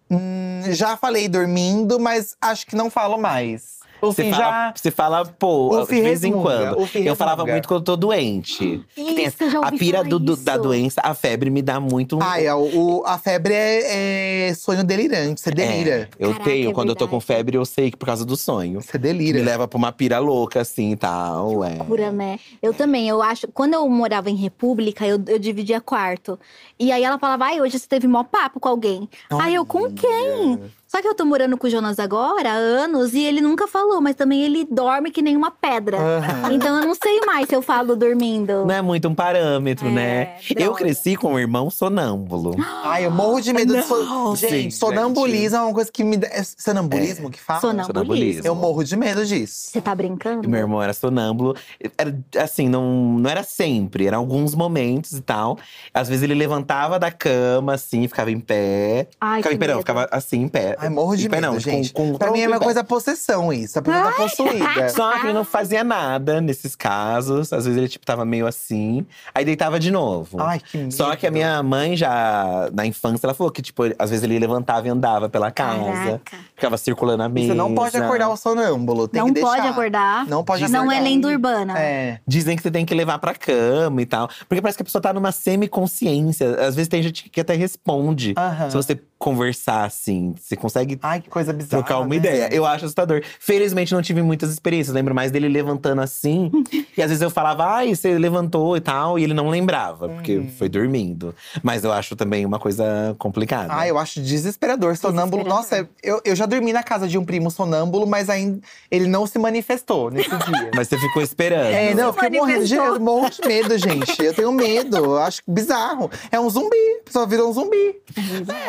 [SPEAKER 1] Hum, já falei dormindo, mas acho que não falo mais. Ou
[SPEAKER 2] Você
[SPEAKER 1] se
[SPEAKER 2] fala,
[SPEAKER 1] Assim, já.
[SPEAKER 2] você fala,
[SPEAKER 1] O
[SPEAKER 2] pô, de vez em
[SPEAKER 1] Firresmunga,
[SPEAKER 2] quando.
[SPEAKER 1] o Firresmunga.
[SPEAKER 2] Eu falava muito quando eu tô doente. Que tem
[SPEAKER 3] Isso, eu já
[SPEAKER 2] a
[SPEAKER 3] ouvi
[SPEAKER 2] pira
[SPEAKER 3] falar
[SPEAKER 2] do- do-
[SPEAKER 3] isso.
[SPEAKER 2] da doença, a febre me dá muito um
[SPEAKER 1] Ai, ó, o- a febre é, é sonho delirante, você delira.
[SPEAKER 2] É, eu
[SPEAKER 3] Caraca,
[SPEAKER 2] tenho.
[SPEAKER 3] é
[SPEAKER 2] Quando eu tô com
[SPEAKER 3] verdade.
[SPEAKER 2] febre, eu sei que por causa do sonho.
[SPEAKER 1] Você
[SPEAKER 2] Que
[SPEAKER 1] delira.
[SPEAKER 2] me leva pra uma pira louca, assim e tal. É.
[SPEAKER 3] Cura, né? Eu também, eu acho. Quando eu morava em República, eu, eu dividia quarto. E aí ela falava, ai, hoje você teve mó papo com alguém. Aí eu, com quem? Só que eu tô morando com o Jonas agora há anos e ele nunca falou, mas também ele dorme que nem uma pedra.
[SPEAKER 1] Aham.
[SPEAKER 3] Então eu não sei mais se eu falo dormindo.
[SPEAKER 2] Não é muito um parâmetro,
[SPEAKER 3] É,
[SPEAKER 2] né?
[SPEAKER 3] droga.
[SPEAKER 2] Eu cresci com um irmão sonâmbulo.
[SPEAKER 3] [gasps]
[SPEAKER 1] Ai, eu morro de medo de
[SPEAKER 2] Não,
[SPEAKER 1] son... Gente,
[SPEAKER 2] gente.
[SPEAKER 1] sonambulismo é uma coisa que me dá. É sonambulismo que fala?
[SPEAKER 3] Sonambulismo.
[SPEAKER 1] Eu morro de medo disso.
[SPEAKER 3] Você tá brincando?
[SPEAKER 2] E Meu irmão era sonâmbulo. Era, assim, não, não era sempre, eram alguns momentos e tal. Às vezes ele levantava da cama, assim, ficava em pé. ficava
[SPEAKER 3] Ai, que
[SPEAKER 2] em pé, não,
[SPEAKER 3] medo.
[SPEAKER 2] ficava assim, em pé.
[SPEAKER 1] Ai, morro de
[SPEAKER 2] Em pé,
[SPEAKER 1] medo,
[SPEAKER 2] não,
[SPEAKER 1] gente.
[SPEAKER 2] Com, com,
[SPEAKER 1] pra mim é uma
[SPEAKER 2] em pé.
[SPEAKER 1] coisa possessão isso. A pessoa tá possuída.
[SPEAKER 2] [laughs] Só que ele não fazia nada nesses casos. Às vezes ele, tipo, tava meio assim. Aí deitava de novo.
[SPEAKER 1] Ai, que medo.
[SPEAKER 2] Só que a minha mãe já, na infância, ela falou que, tipo, às vezes ele levantava e andava pela casa.
[SPEAKER 3] Caraca.
[SPEAKER 2] Ficava circulando a mesa.
[SPEAKER 1] Você não pode acordar o sonâmbulo, tem
[SPEAKER 3] não
[SPEAKER 1] que deixar.
[SPEAKER 3] pode acordar.
[SPEAKER 1] Não pode
[SPEAKER 3] Não
[SPEAKER 1] acordar.
[SPEAKER 3] é lenda urbana.
[SPEAKER 1] É.
[SPEAKER 2] Dizem que você tem que levar pra cama e tal. Porque parece que a pessoa tá numa semiconsciência. Às vezes tem gente que até responde.
[SPEAKER 1] Aham.
[SPEAKER 2] Se você conversar assim, você consegue
[SPEAKER 1] Ai, que coisa bizarra.
[SPEAKER 2] trocar uma
[SPEAKER 1] né?
[SPEAKER 2] ideia. Eu acho assustador. Felizmente não tive muitas experiências. Lembro mais dele levantando
[SPEAKER 1] [laughs]
[SPEAKER 2] assim. e às vezes eu falava, ai, você levantou e tal. E ele não lembrava, porque
[SPEAKER 1] Hum.
[SPEAKER 2] foi dormindo. Mas eu acho também uma coisa complicada.
[SPEAKER 1] Ah, eu acho desesperador. Sonâmbulo. Nossa, eu, eu já dormi na casa de um primo sonâmbulo, mas ainda ele não se manifestou nesse [laughs] dia.
[SPEAKER 2] Mas você ficou esperando.
[SPEAKER 1] É, não, eu
[SPEAKER 3] Se
[SPEAKER 1] fiquei morrendo de
[SPEAKER 3] manifestou.
[SPEAKER 1] um monte de medo, gente. Eu tenho medo, eu acho bizarro. É um zumbi, a pessoa vira um zumbi.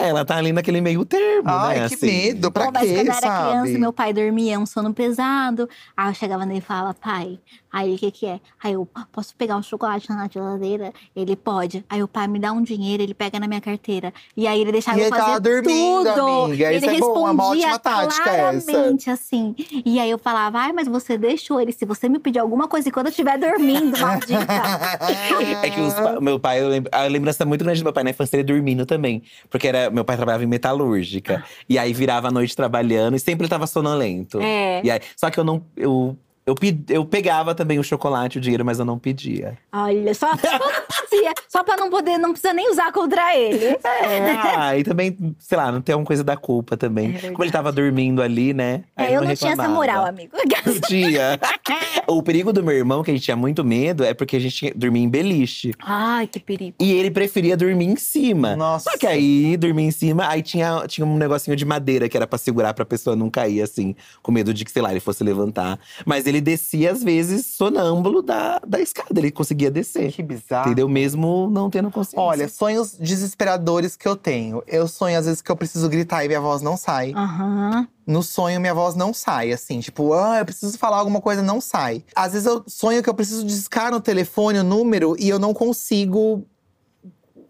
[SPEAKER 2] É, ela tá ali naquele meio termo,
[SPEAKER 1] Ai,
[SPEAKER 2] né?
[SPEAKER 1] que
[SPEAKER 2] assim.
[SPEAKER 1] medo, pra
[SPEAKER 3] Pô, mas
[SPEAKER 1] quê,
[SPEAKER 3] quando eu era
[SPEAKER 1] sabe?
[SPEAKER 3] criança, meu pai dormia um sono pesado. Aí eu chegava nele e falava, pai, aí o que que é? Aí eu, posso pegar um chocolate na geladeira? Ele pode. Aí o pai me dá um dinheiro, ele pega na minha carteira. E aí ele deixava
[SPEAKER 1] E
[SPEAKER 3] eu
[SPEAKER 1] ele
[SPEAKER 3] fazer
[SPEAKER 1] tava dormindo,
[SPEAKER 3] tudo.
[SPEAKER 1] amiga.
[SPEAKER 3] Ele
[SPEAKER 1] Isso é bom, é uma
[SPEAKER 3] respondia
[SPEAKER 1] ótima tática essa.
[SPEAKER 3] claramente, assim. E aí eu falava, ai, mas você deixou ele. Se você me pedir alguma coisa quando eu estiver dormindo, maldita.
[SPEAKER 1] [laughs]
[SPEAKER 2] É que os pa- meu pai, eu lembro- a lembrança muito grande do meu pai na infância, ele dormindo também. Porque era, meu pai trabalhava em metalúrgica.
[SPEAKER 3] Ah.
[SPEAKER 2] E aí virava a noite trabalhando e sempre ele tava sonolento.
[SPEAKER 3] É.
[SPEAKER 2] E aí, só que eu não. Eu, eu, pe- eu pegava também o chocolate, o dinheiro, mas eu não pedia.
[SPEAKER 3] Olha, só, só associa. Só pra não poder, não precisa nem usar contra ele.
[SPEAKER 2] É, ah, e também, sei lá, não tem alguma coisa da culpa também.
[SPEAKER 3] É
[SPEAKER 2] Como ele tava dormindo ali, né? Aí
[SPEAKER 3] É, eu não tinha essa
[SPEAKER 2] reclamava.
[SPEAKER 3] moral, amigo. [laughs]
[SPEAKER 2] Não tinha. o perigo do meu irmão, que a gente tinha muito medo, é porque a gente tinha- dormia em beliche.
[SPEAKER 3] Ai, que perigo.
[SPEAKER 2] E ele preferia dormir em cima.
[SPEAKER 1] Nossa.
[SPEAKER 2] Só que aí, dormir em cima, aí tinha, tinha um negocinho de madeira que era pra segurar pra pessoa não cair, assim, com medo de que, sei lá, ele fosse levantar. Mas ele descia, às vezes, sonâmbulo da, da escada. Ele conseguia descer.
[SPEAKER 1] Que bizarro.
[SPEAKER 2] Entendeu? Mesmo não tendo consciência.
[SPEAKER 1] Olha, sonhos desesperadores que eu tenho. Eu sonho, às vezes, que eu preciso gritar e minha voz não sai.
[SPEAKER 3] Aham.
[SPEAKER 1] No sonho, minha voz não sai, assim. Tipo, ah, eu preciso falar alguma coisa, não sai. Às vezes, eu sonho que eu preciso discar no telefone o número e eu não consigo…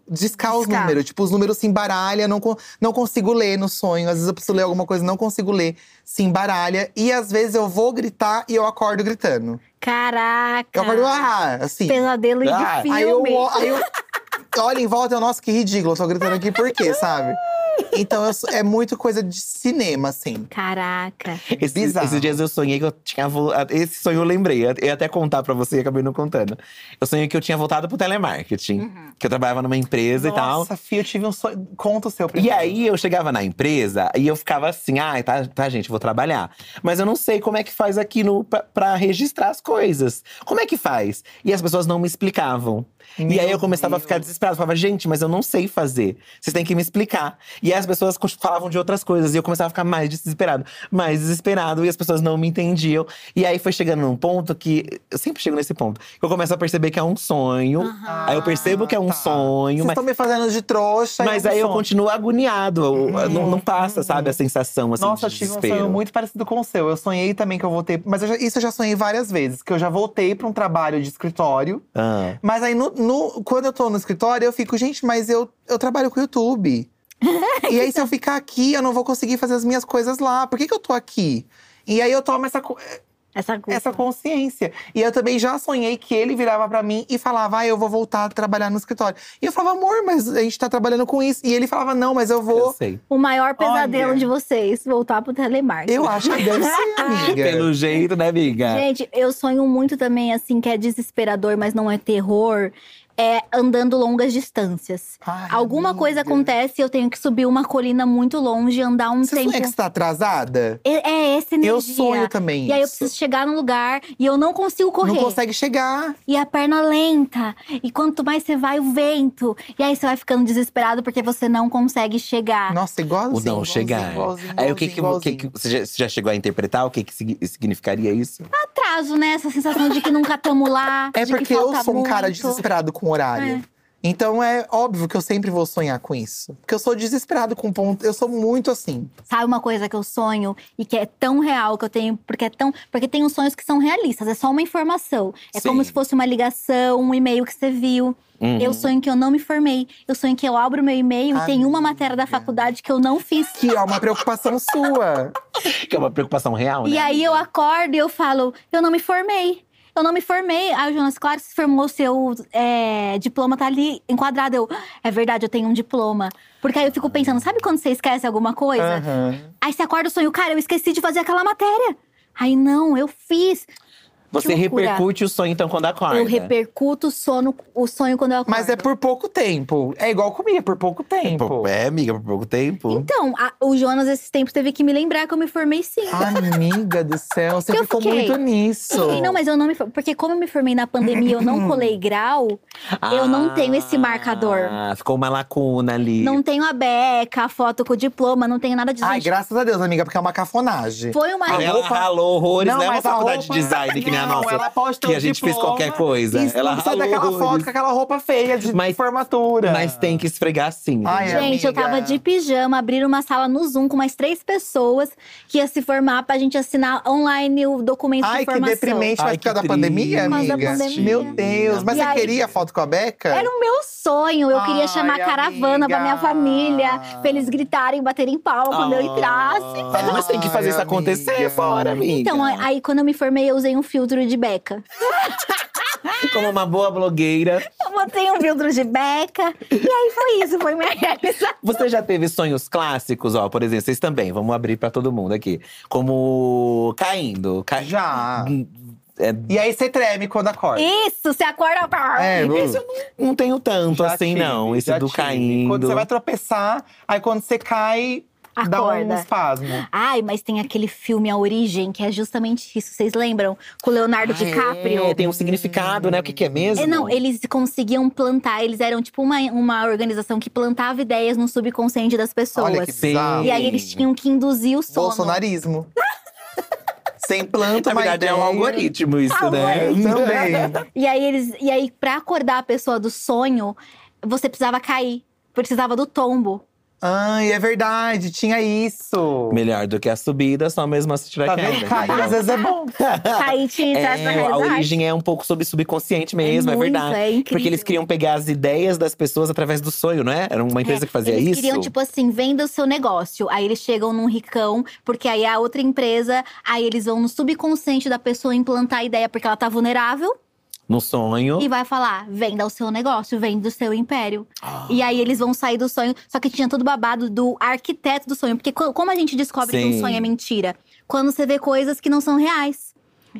[SPEAKER 1] Discar, os
[SPEAKER 3] Discar.
[SPEAKER 1] números. Tipo, os números se embaralham, não, con- não consigo ler no sonho. Às vezes, eu preciso ler alguma coisa, não consigo ler. Se embaralha. E às vezes, eu vou gritar e eu acordo gritando.
[SPEAKER 3] Caraca.
[SPEAKER 1] Eu acordo, ah, assim.
[SPEAKER 3] Pesadelo de
[SPEAKER 2] Ah,
[SPEAKER 3] filme.
[SPEAKER 1] Aí eu, aí eu olho em volta e eu, nossa, que ridículo, eu tô gritando aqui por quê, sabe? Então eu sou- é muito coisa de cinema, assim.
[SPEAKER 3] Caraca.
[SPEAKER 2] Esses,
[SPEAKER 1] Bizarro.
[SPEAKER 2] esses dias eu sonhei que eu tinha. vo- ah, Esse sonho eu lembrei. Eu ia até contar pra você e acabei não contando. Eu sonhei que eu tinha voltado pro telemarketing. Que eu trabalhava numa empresa e tal.
[SPEAKER 1] Uhum. Nossa, Fih, eu tive um sonho. Conta o seu
[SPEAKER 2] E
[SPEAKER 1] primeiro.
[SPEAKER 2] aí eu chegava na empresa e eu ficava assim, ai, tá, tá, gente, vou trabalhar. Mas eu não sei como é que faz aqui no, pra, pra registrar as coisas. Como é que faz? E as pessoas não me explicavam. e
[SPEAKER 1] Meu
[SPEAKER 2] aí eu começava
[SPEAKER 1] Deus.
[SPEAKER 2] a ficar desesperado. Falava, gente, mas eu não sei fazer. Vocês têm que me explicar. E aí as pessoas cos- falavam de outras coisas. E eu começava a ficar mais desesperado, mais desesperado. E as pessoas não me entendiam. E aí foi chegando num ponto que… Eu sempre chego nesse ponto. Que eu começo a perceber que é um sonho.
[SPEAKER 3] Aham.
[SPEAKER 2] Aí eu percebo que é um
[SPEAKER 1] tá.
[SPEAKER 2] sonho,
[SPEAKER 1] Vocês
[SPEAKER 2] mas
[SPEAKER 1] estão me fazendo de trouxa. e
[SPEAKER 2] mas aí eu
[SPEAKER 1] sonho.
[SPEAKER 2] continuo agoniado. eu- não, não passa, sabe, a sensação assim,
[SPEAKER 1] Nossa, eu
[SPEAKER 2] de
[SPEAKER 1] tive um
[SPEAKER 2] desespero.
[SPEAKER 1] sonho muito parecido com o seu. Eu sonhei também que eu voltei. Mas eu já- isso eu já sonhei várias vezes. Que eu já voltei pra um trabalho de escritório.
[SPEAKER 2] Ah.
[SPEAKER 1] Mas aí, no, no- quando eu tô no escritório, eu fico, gente, mas eu, eu trabalho com o YouTube. e aí, se eu ficar aqui, eu não vou conseguir fazer as minhas coisas lá. Por que, que eu tô aqui? E aí eu tomo essa, co-
[SPEAKER 3] Essa culpa.
[SPEAKER 1] essa consciência. E eu também já sonhei que ele virava pra mim e falava: Ah, eu vou voltar a trabalhar no escritório. E eu falava, amor, mas a gente tá trabalhando com isso. E ele falava, não, mas eu
[SPEAKER 2] Eu
[SPEAKER 1] vou.
[SPEAKER 2] sei.
[SPEAKER 3] O maior pesadelo
[SPEAKER 1] Olha.
[SPEAKER 3] de vocês, voltar pro telemarketing.
[SPEAKER 1] Eu acho que deve ser,
[SPEAKER 3] [laughs]
[SPEAKER 1] amiga.
[SPEAKER 2] Pelo jeito, né, amiga?
[SPEAKER 3] Gente, eu sonho muito também, assim, que é desesperador, mas não é terror. É andando longas distâncias.
[SPEAKER 1] Ai,
[SPEAKER 3] Alguma
[SPEAKER 1] amiga.
[SPEAKER 3] coisa acontece, eu tenho que subir uma colina muito longe, andar um
[SPEAKER 1] Você
[SPEAKER 3] tempo.
[SPEAKER 1] sonha que você tá atrasada?
[SPEAKER 3] É, é essa energia.
[SPEAKER 1] Eu sonho também.
[SPEAKER 3] E aí eu
[SPEAKER 1] isso.
[SPEAKER 3] preciso chegar no lugar e eu não consigo correr.
[SPEAKER 1] Não consegue chegar.
[SPEAKER 3] E a perna lenta. E quanto mais você vai, o vento. E aí você vai ficando desesperado porque você não consegue chegar.
[SPEAKER 1] Nossa, igual
[SPEAKER 2] O não chegar. aí o que que, o que que- você, já, você já chegou a interpretar o que que signi- significaria isso?
[SPEAKER 3] Atraso, né? Essa sensação de que nunca estamos lá.
[SPEAKER 1] [laughs] É
[SPEAKER 3] de que
[SPEAKER 1] porque eu
[SPEAKER 3] falta
[SPEAKER 1] sou um cara
[SPEAKER 3] muito.
[SPEAKER 1] desesperado com horário.
[SPEAKER 3] É.
[SPEAKER 1] Então é óbvio que eu sempre vou sonhar com isso. Porque eu sou desesperado com ponto. Eu sou muito assim.
[SPEAKER 3] Sabe uma coisa que eu sonho e que é tão real que eu tenho, porque é tão. Porque tem uns sonhos que são realistas, é só uma informação. É
[SPEAKER 2] Sim.
[SPEAKER 3] como se fosse uma ligação, um e-mail que você viu.
[SPEAKER 2] Uhum.
[SPEAKER 3] Eu sonho que eu não me formei. Eu sonho que eu abro meu e-mail e tem uma matéria da
[SPEAKER 1] Amiga.
[SPEAKER 3] faculdade que eu não fiz.
[SPEAKER 1] Que é uma preocupação sua.
[SPEAKER 2] Que é uma preocupação real,
[SPEAKER 3] E
[SPEAKER 2] né?
[SPEAKER 3] aí eu acordo e eu falo, eu não me formei. Eu não me formei. Aí o Jonas, claro, se formou, seu é, diploma tá ali enquadrado. Eu, é verdade, eu tenho um diploma. Porque aí eu fico pensando, sabe quando você esquece alguma coisa?
[SPEAKER 1] Aham.
[SPEAKER 3] Aí você acorda o sonho, cara, eu esqueci de fazer aquela matéria. Aí não, eu fiz.
[SPEAKER 2] Você
[SPEAKER 3] que loucura.
[SPEAKER 2] repercute o sonho, então, quando acorda.
[SPEAKER 3] Eu repercuto o sono, o sonho quando eu acordo.
[SPEAKER 1] Mas é por pouco tempo. É igual comigo, é por pouco tempo.
[SPEAKER 2] Pô, É, amiga, por pouco tempo.
[SPEAKER 3] Então, a- o Jonas, esses tempos, teve que me lembrar que eu me formei sim.
[SPEAKER 1] Ah, Amiga do céu, você
[SPEAKER 3] Eu
[SPEAKER 1] ficou
[SPEAKER 3] fiquei.
[SPEAKER 1] muito nisso.
[SPEAKER 3] Sim, não, mas eu não me formei. Porque como eu me formei na pandemia,
[SPEAKER 1] [laughs]
[SPEAKER 3] eu não colei grau, Então, eu não tenho esse marcador.
[SPEAKER 2] Ah, ficou uma lacuna ali.
[SPEAKER 3] Não tenho a beca, a foto com o diploma, não tenho nada disso.
[SPEAKER 1] Ai,
[SPEAKER 3] Gente,
[SPEAKER 1] graças a Deus, amiga, porque é uma cafonagem.
[SPEAKER 3] Foi uma.
[SPEAKER 2] Aí Ah, ela
[SPEAKER 1] roupa-
[SPEAKER 2] ralou horrores,
[SPEAKER 1] Não,
[SPEAKER 2] não é uma
[SPEAKER 1] mas a
[SPEAKER 2] faculdade
[SPEAKER 1] roupa-
[SPEAKER 2] de design que nem
[SPEAKER 1] [laughs]
[SPEAKER 2] a
[SPEAKER 1] Não,
[SPEAKER 2] nossa.
[SPEAKER 1] ela pode ter
[SPEAKER 2] que
[SPEAKER 1] um
[SPEAKER 2] a gente fez
[SPEAKER 1] diploma
[SPEAKER 2] qualquer coisa.
[SPEAKER 1] E
[SPEAKER 2] ela
[SPEAKER 1] sai
[SPEAKER 2] ralou
[SPEAKER 1] daquela foto
[SPEAKER 2] horrores.
[SPEAKER 1] com aquela roupa feia de
[SPEAKER 2] Mas-
[SPEAKER 1] formatura.
[SPEAKER 2] Mas tem que esfregar sim.
[SPEAKER 1] Ai,
[SPEAKER 2] entendeu?
[SPEAKER 1] é.
[SPEAKER 3] Gente, eu tava
[SPEAKER 1] amiga.
[SPEAKER 3] de pijama, abriram uma sala no Zoom com umas três pessoas que ia se formar pra gente assinar online o documento
[SPEAKER 1] Ai,
[SPEAKER 3] de
[SPEAKER 1] que
[SPEAKER 3] formação.
[SPEAKER 1] deprimente, mas
[SPEAKER 2] Ai,
[SPEAKER 1] por causa
[SPEAKER 2] que
[SPEAKER 1] da pandemia,
[SPEAKER 2] triste.
[SPEAKER 3] Por causa da
[SPEAKER 1] amiga.
[SPEAKER 3] pandemia.
[SPEAKER 1] Meu Deus, mas
[SPEAKER 3] E
[SPEAKER 1] você
[SPEAKER 3] aí-
[SPEAKER 1] queria foto com a Beca?
[SPEAKER 3] Era o meu sonho. Eu queria
[SPEAKER 1] Ai,
[SPEAKER 3] chamar a caravana pra minha
[SPEAKER 1] amiga.
[SPEAKER 3] família, pra eles gritarem, baterem palma quando eu entrasse.
[SPEAKER 2] Ah, Mas tem que fazer isso
[SPEAKER 1] Ai,
[SPEAKER 2] acontecer
[SPEAKER 1] amiga.
[SPEAKER 2] fora, amiga.
[SPEAKER 3] Então, aí quando eu me formei, eu usei um filtro de beca.
[SPEAKER 2] Como uma boa blogueira.
[SPEAKER 3] Eu botei um filtro de beca. E aí foi isso, foi minha realização.
[SPEAKER 2] Você já teve sonhos clássicos, ó, por exemplo, vocês também, vamos abrir pra todo mundo aqui. Como caindo. ca-
[SPEAKER 1] Ah, Já.
[SPEAKER 2] é,
[SPEAKER 1] E aí você treme quando acorda.
[SPEAKER 3] Isso, você acorda.
[SPEAKER 1] É,
[SPEAKER 2] esse eu não, não tenho tanto
[SPEAKER 1] Já
[SPEAKER 2] assim,
[SPEAKER 1] tive,
[SPEAKER 2] não. Esse
[SPEAKER 1] já
[SPEAKER 2] do
[SPEAKER 1] tive.
[SPEAKER 2] caindo.
[SPEAKER 1] Quando você vai tropeçar, aí quando você cai, dá um
[SPEAKER 3] Acorda.
[SPEAKER 1] espasmo.
[SPEAKER 3] Ai, mas tem aquele filme A Origem, que é justamente isso. Vocês lembram? Com o Leonardo
[SPEAKER 2] Ah,
[SPEAKER 3] DiCaprio.
[SPEAKER 2] é, tem um significado, né? O que, que é mesmo?
[SPEAKER 3] É, não, eles conseguiam plantar, eles eram tipo uma, uma organização que plantava ideias no subconsciente das pessoas.
[SPEAKER 1] Olha que
[SPEAKER 2] Sim.
[SPEAKER 1] bizarro.
[SPEAKER 3] E aí eles tinham que induzir o sono.
[SPEAKER 1] Bolsonarismo. Sem planta,
[SPEAKER 2] Na
[SPEAKER 1] mas
[SPEAKER 2] verdade, é um algoritmo isso,
[SPEAKER 3] Ah,
[SPEAKER 2] né?
[SPEAKER 1] [laughs]
[SPEAKER 3] Algoritmo.
[SPEAKER 1] Também.
[SPEAKER 3] E aí eles, e aí para acordar a pessoa do sonho, você precisava cair, precisava do tombo.
[SPEAKER 2] [laughs]
[SPEAKER 1] Ai, é verdade, tinha isso.
[SPEAKER 2] [laughs] Melhor do que a subida, só mesmo assim assistir a
[SPEAKER 1] Tá
[SPEAKER 2] queda.
[SPEAKER 1] vendo? Cair às vezes é
[SPEAKER 2] [laughs]
[SPEAKER 1] bom.
[SPEAKER 3] Cair te traz pra
[SPEAKER 2] É, a
[SPEAKER 3] realidade.
[SPEAKER 2] origem é um pouco sobre subconsciente mesmo, é,
[SPEAKER 3] muito,
[SPEAKER 2] verdade.
[SPEAKER 3] é incrível.
[SPEAKER 2] Porque eles queriam pegar as ideias das pessoas através do sonho, não é? Era uma empresa que fazia
[SPEAKER 3] eles
[SPEAKER 2] isso.
[SPEAKER 3] queriam, tipo assim, venda o seu negócio. Aí eles chegam num ricão, porque aí é a outra empresa, aí eles vão no subconsciente da pessoa implantar a ideia porque ela tá vulnerável
[SPEAKER 2] No sonho.
[SPEAKER 3] e vai falar: venda o seu negócio, venda o seu império.
[SPEAKER 2] Ah.
[SPEAKER 3] E aí eles vão sair do sonho. Só que tinha todo babado do arquiteto do sonho. Porque co- como a gente descobre que
[SPEAKER 2] Sim.
[SPEAKER 3] um sonho é mentira? Quando você vê coisas que não são reais.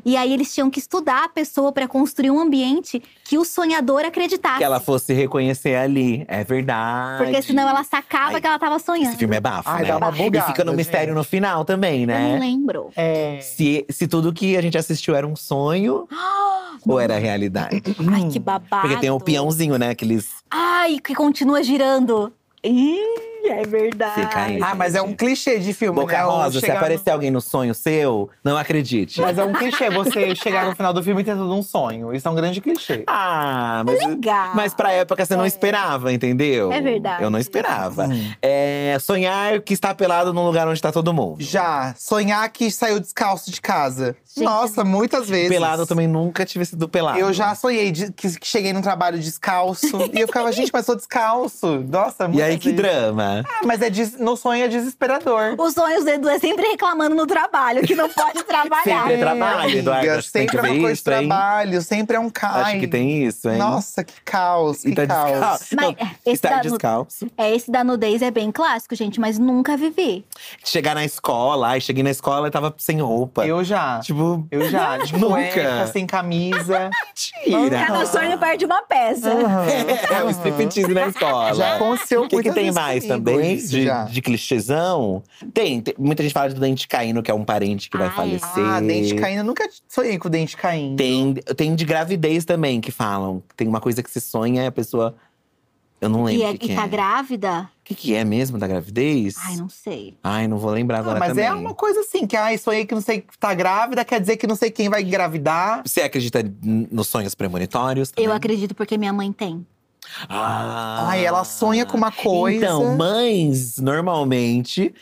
[SPEAKER 3] E aí eles tinham que estudar a pessoa pra construir um ambiente que o sonhador acreditasse.
[SPEAKER 2] Que ela fosse reconhecer ali. É verdade.
[SPEAKER 3] Porque senão ela sacava
[SPEAKER 2] Ai,
[SPEAKER 3] que ela tava sonhando.
[SPEAKER 2] Esse filme é bafo,
[SPEAKER 1] Ai,
[SPEAKER 2] né?
[SPEAKER 1] dá uma
[SPEAKER 2] e
[SPEAKER 1] bugada,
[SPEAKER 2] fica no mistério
[SPEAKER 1] gente.
[SPEAKER 2] no final também,
[SPEAKER 3] Eu não
[SPEAKER 2] né?
[SPEAKER 3] lembro.
[SPEAKER 1] É.
[SPEAKER 2] Se, se tudo que a gente assistiu era um
[SPEAKER 3] [gasps]
[SPEAKER 2] sonho ou era realidade.
[SPEAKER 3] Ai, que babado.
[SPEAKER 2] Hum, Porque tem o peãozinho, né? Aqueles.
[SPEAKER 3] Ai, que continua girando. Ih, é verdade.
[SPEAKER 2] Fica aí.
[SPEAKER 1] Ah, mas é um clichê de filme,
[SPEAKER 2] Boca
[SPEAKER 1] né? O
[SPEAKER 2] rosa, se
[SPEAKER 1] chegar no-
[SPEAKER 2] aparecer alguém no sonho seu, não acredite.
[SPEAKER 1] Mas é um clichê você chegar no final do filme e ter tudo um sonho. Isso é um grande clichê.
[SPEAKER 2] Ah, mas.
[SPEAKER 3] Legal.
[SPEAKER 2] Mas pra época você não
[SPEAKER 3] É.
[SPEAKER 2] esperava, entendeu?
[SPEAKER 3] É verdade.
[SPEAKER 2] Eu não esperava. É, sonhar que está pelado num lugar onde está todo mundo.
[SPEAKER 1] Já, sonhar que saiu descalço de casa.
[SPEAKER 3] Gente,
[SPEAKER 1] Nossa, muitas vezes.
[SPEAKER 2] Pelado eu também nunca tive sido pelado.
[SPEAKER 1] Eu já sonhei de- que, que cheguei num trabalho descalço. e eu ficava, [laughs] gente, mas sou descalço. Nossa,
[SPEAKER 2] E
[SPEAKER 1] muitas
[SPEAKER 2] aí, que
[SPEAKER 1] vezes.
[SPEAKER 2] drama.
[SPEAKER 1] Ah, mas é des- no sonho é desesperador.
[SPEAKER 3] Os sonhos do Edu é sempre reclamando no trabalho, que não pode trabalhar.
[SPEAKER 2] Sempre é trabalho, Eduardo.
[SPEAKER 1] Amiga,
[SPEAKER 2] Acho que tem
[SPEAKER 1] sempre
[SPEAKER 2] que
[SPEAKER 1] é uma
[SPEAKER 2] ver
[SPEAKER 1] coisa de
[SPEAKER 2] isso, hein?
[SPEAKER 1] trabalho, sempre é um caos.
[SPEAKER 2] Acho que tem isso, hein?
[SPEAKER 1] Nossa, que caos, que
[SPEAKER 2] E tá
[SPEAKER 1] caos.
[SPEAKER 2] descalço.
[SPEAKER 3] Mas,
[SPEAKER 2] Não,
[SPEAKER 3] é, esse
[SPEAKER 2] estar
[SPEAKER 3] da-
[SPEAKER 2] descalço.
[SPEAKER 3] É, esse da nudez é bem clássico, gente, mas nunca vivi.
[SPEAKER 2] Chegar na escola, ai, cheguei na escola e tava sem roupa.
[SPEAKER 1] Eu já.
[SPEAKER 2] Tipo,
[SPEAKER 1] Eu
[SPEAKER 2] [laughs]
[SPEAKER 1] já, de
[SPEAKER 2] Nunca.
[SPEAKER 1] cueca, sem camisa.
[SPEAKER 2] tira.
[SPEAKER 3] Cada sonho perde uma peça.
[SPEAKER 2] [laughs] É o striptease na escola.
[SPEAKER 1] Já aconteceu
[SPEAKER 2] O que, que
[SPEAKER 1] muitas
[SPEAKER 2] tem
[SPEAKER 1] vezes
[SPEAKER 2] mais
[SPEAKER 1] comigo
[SPEAKER 2] também
[SPEAKER 1] isso
[SPEAKER 2] de,
[SPEAKER 1] já.
[SPEAKER 2] de clichêzão? Tem, tem- muita gente fala do dente caindo, que é um parente que vai
[SPEAKER 3] Ai.
[SPEAKER 2] falecer.
[SPEAKER 1] Ah, dente caindo. Eu nunca sonhei com dente caindo.
[SPEAKER 2] Tem, tem de gravidez também que falam. Tem uma coisa que se sonha e a pessoa. Eu não
[SPEAKER 3] E,
[SPEAKER 2] lembro
[SPEAKER 3] é,
[SPEAKER 2] o que, que
[SPEAKER 3] e tá
[SPEAKER 2] é.
[SPEAKER 3] grávida?
[SPEAKER 2] O que, que é mesmo da gravidez?
[SPEAKER 3] Ai, não sei.
[SPEAKER 2] Ai, não vou lembrar
[SPEAKER 1] Ah,
[SPEAKER 2] agora
[SPEAKER 1] mas
[SPEAKER 2] também.
[SPEAKER 1] é uma coisa assim, que ai, sonhei que não sei que tá grávida, quer dizer que não sei quem vai engravidar.
[SPEAKER 2] Você acredita n- nos sonhos premonitórios? Também?
[SPEAKER 3] Eu acredito porque minha mãe tem.
[SPEAKER 2] Ah.
[SPEAKER 1] Ai, ela sonha com uma coisa.
[SPEAKER 2] Então, mães, normalmente.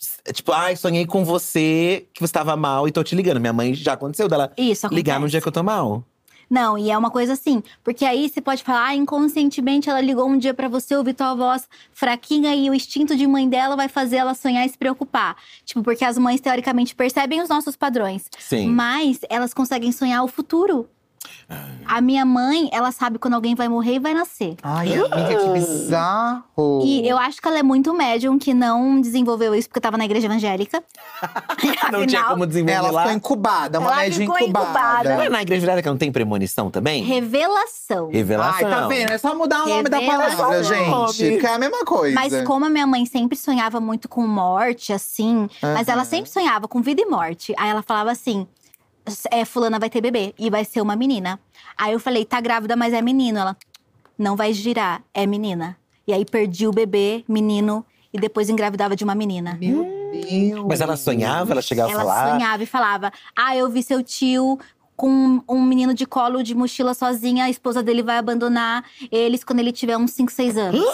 [SPEAKER 2] s- Tipo, ai, sonhei com você que você tava mal e tô te ligando. Minha mãe já aconteceu dela
[SPEAKER 3] Isso, acontece.
[SPEAKER 2] ligar no dia que eu tô mal.
[SPEAKER 3] Não, e é uma coisa assim, porque aí você pode falar, ah, inconscientemente ela ligou um dia pra você ouvir tua voz fraquinha e o instinto de mãe dela vai fazer ela sonhar e se preocupar. Tipo, porque as mães teoricamente percebem os nossos padrões,
[SPEAKER 2] Sim.
[SPEAKER 3] mas elas conseguem sonhar o futuro.
[SPEAKER 2] Ah.
[SPEAKER 3] A minha mãe, ela sabe quando alguém vai morrer e vai nascer.
[SPEAKER 1] Ai, amiga,
[SPEAKER 2] [gasps]
[SPEAKER 1] que bizarro.
[SPEAKER 2] Oh.
[SPEAKER 3] E eu acho que ela é muito médium que não desenvolveu isso porque tava na igreja evangélica.
[SPEAKER 2] [laughs] não tinha
[SPEAKER 3] Afinal,
[SPEAKER 2] como desenvolver
[SPEAKER 1] Ela
[SPEAKER 2] lá.
[SPEAKER 1] ficou incubada, uma
[SPEAKER 3] Ela
[SPEAKER 1] média
[SPEAKER 3] ficou
[SPEAKER 1] incubada.
[SPEAKER 3] incubada.
[SPEAKER 2] Mas na igreja evangélica não tem premonição também?
[SPEAKER 3] Revelação.
[SPEAKER 1] Ai,
[SPEAKER 2] Revelação.
[SPEAKER 1] tá vendo? É só mudar o nome da
[SPEAKER 3] Revelação.
[SPEAKER 1] palavra, gente.
[SPEAKER 2] Nome.
[SPEAKER 1] Porque é a mesma coisa.
[SPEAKER 3] Mas como a minha mãe sempre sonhava muito com morte, assim, mas ela sempre sonhava com vida e morte. Aí ela falava assim: é, fulana vai ter bebê e vai ser uma menina. Aí eu falei, tá grávida, mas é menino. Ela não vai girar, é menina. E aí perdi o bebê, menino, e depois engravidava de uma menina.
[SPEAKER 1] Meu Deus.
[SPEAKER 2] Mas ela sonhava, ela chegava
[SPEAKER 3] Ela
[SPEAKER 2] a falar.
[SPEAKER 3] sonhava e falava: Ah, eu vi seu tio com um menino de colo de mochila sozinha, a esposa dele vai abandonar eles quando ele tiver uns 5, 6 anos.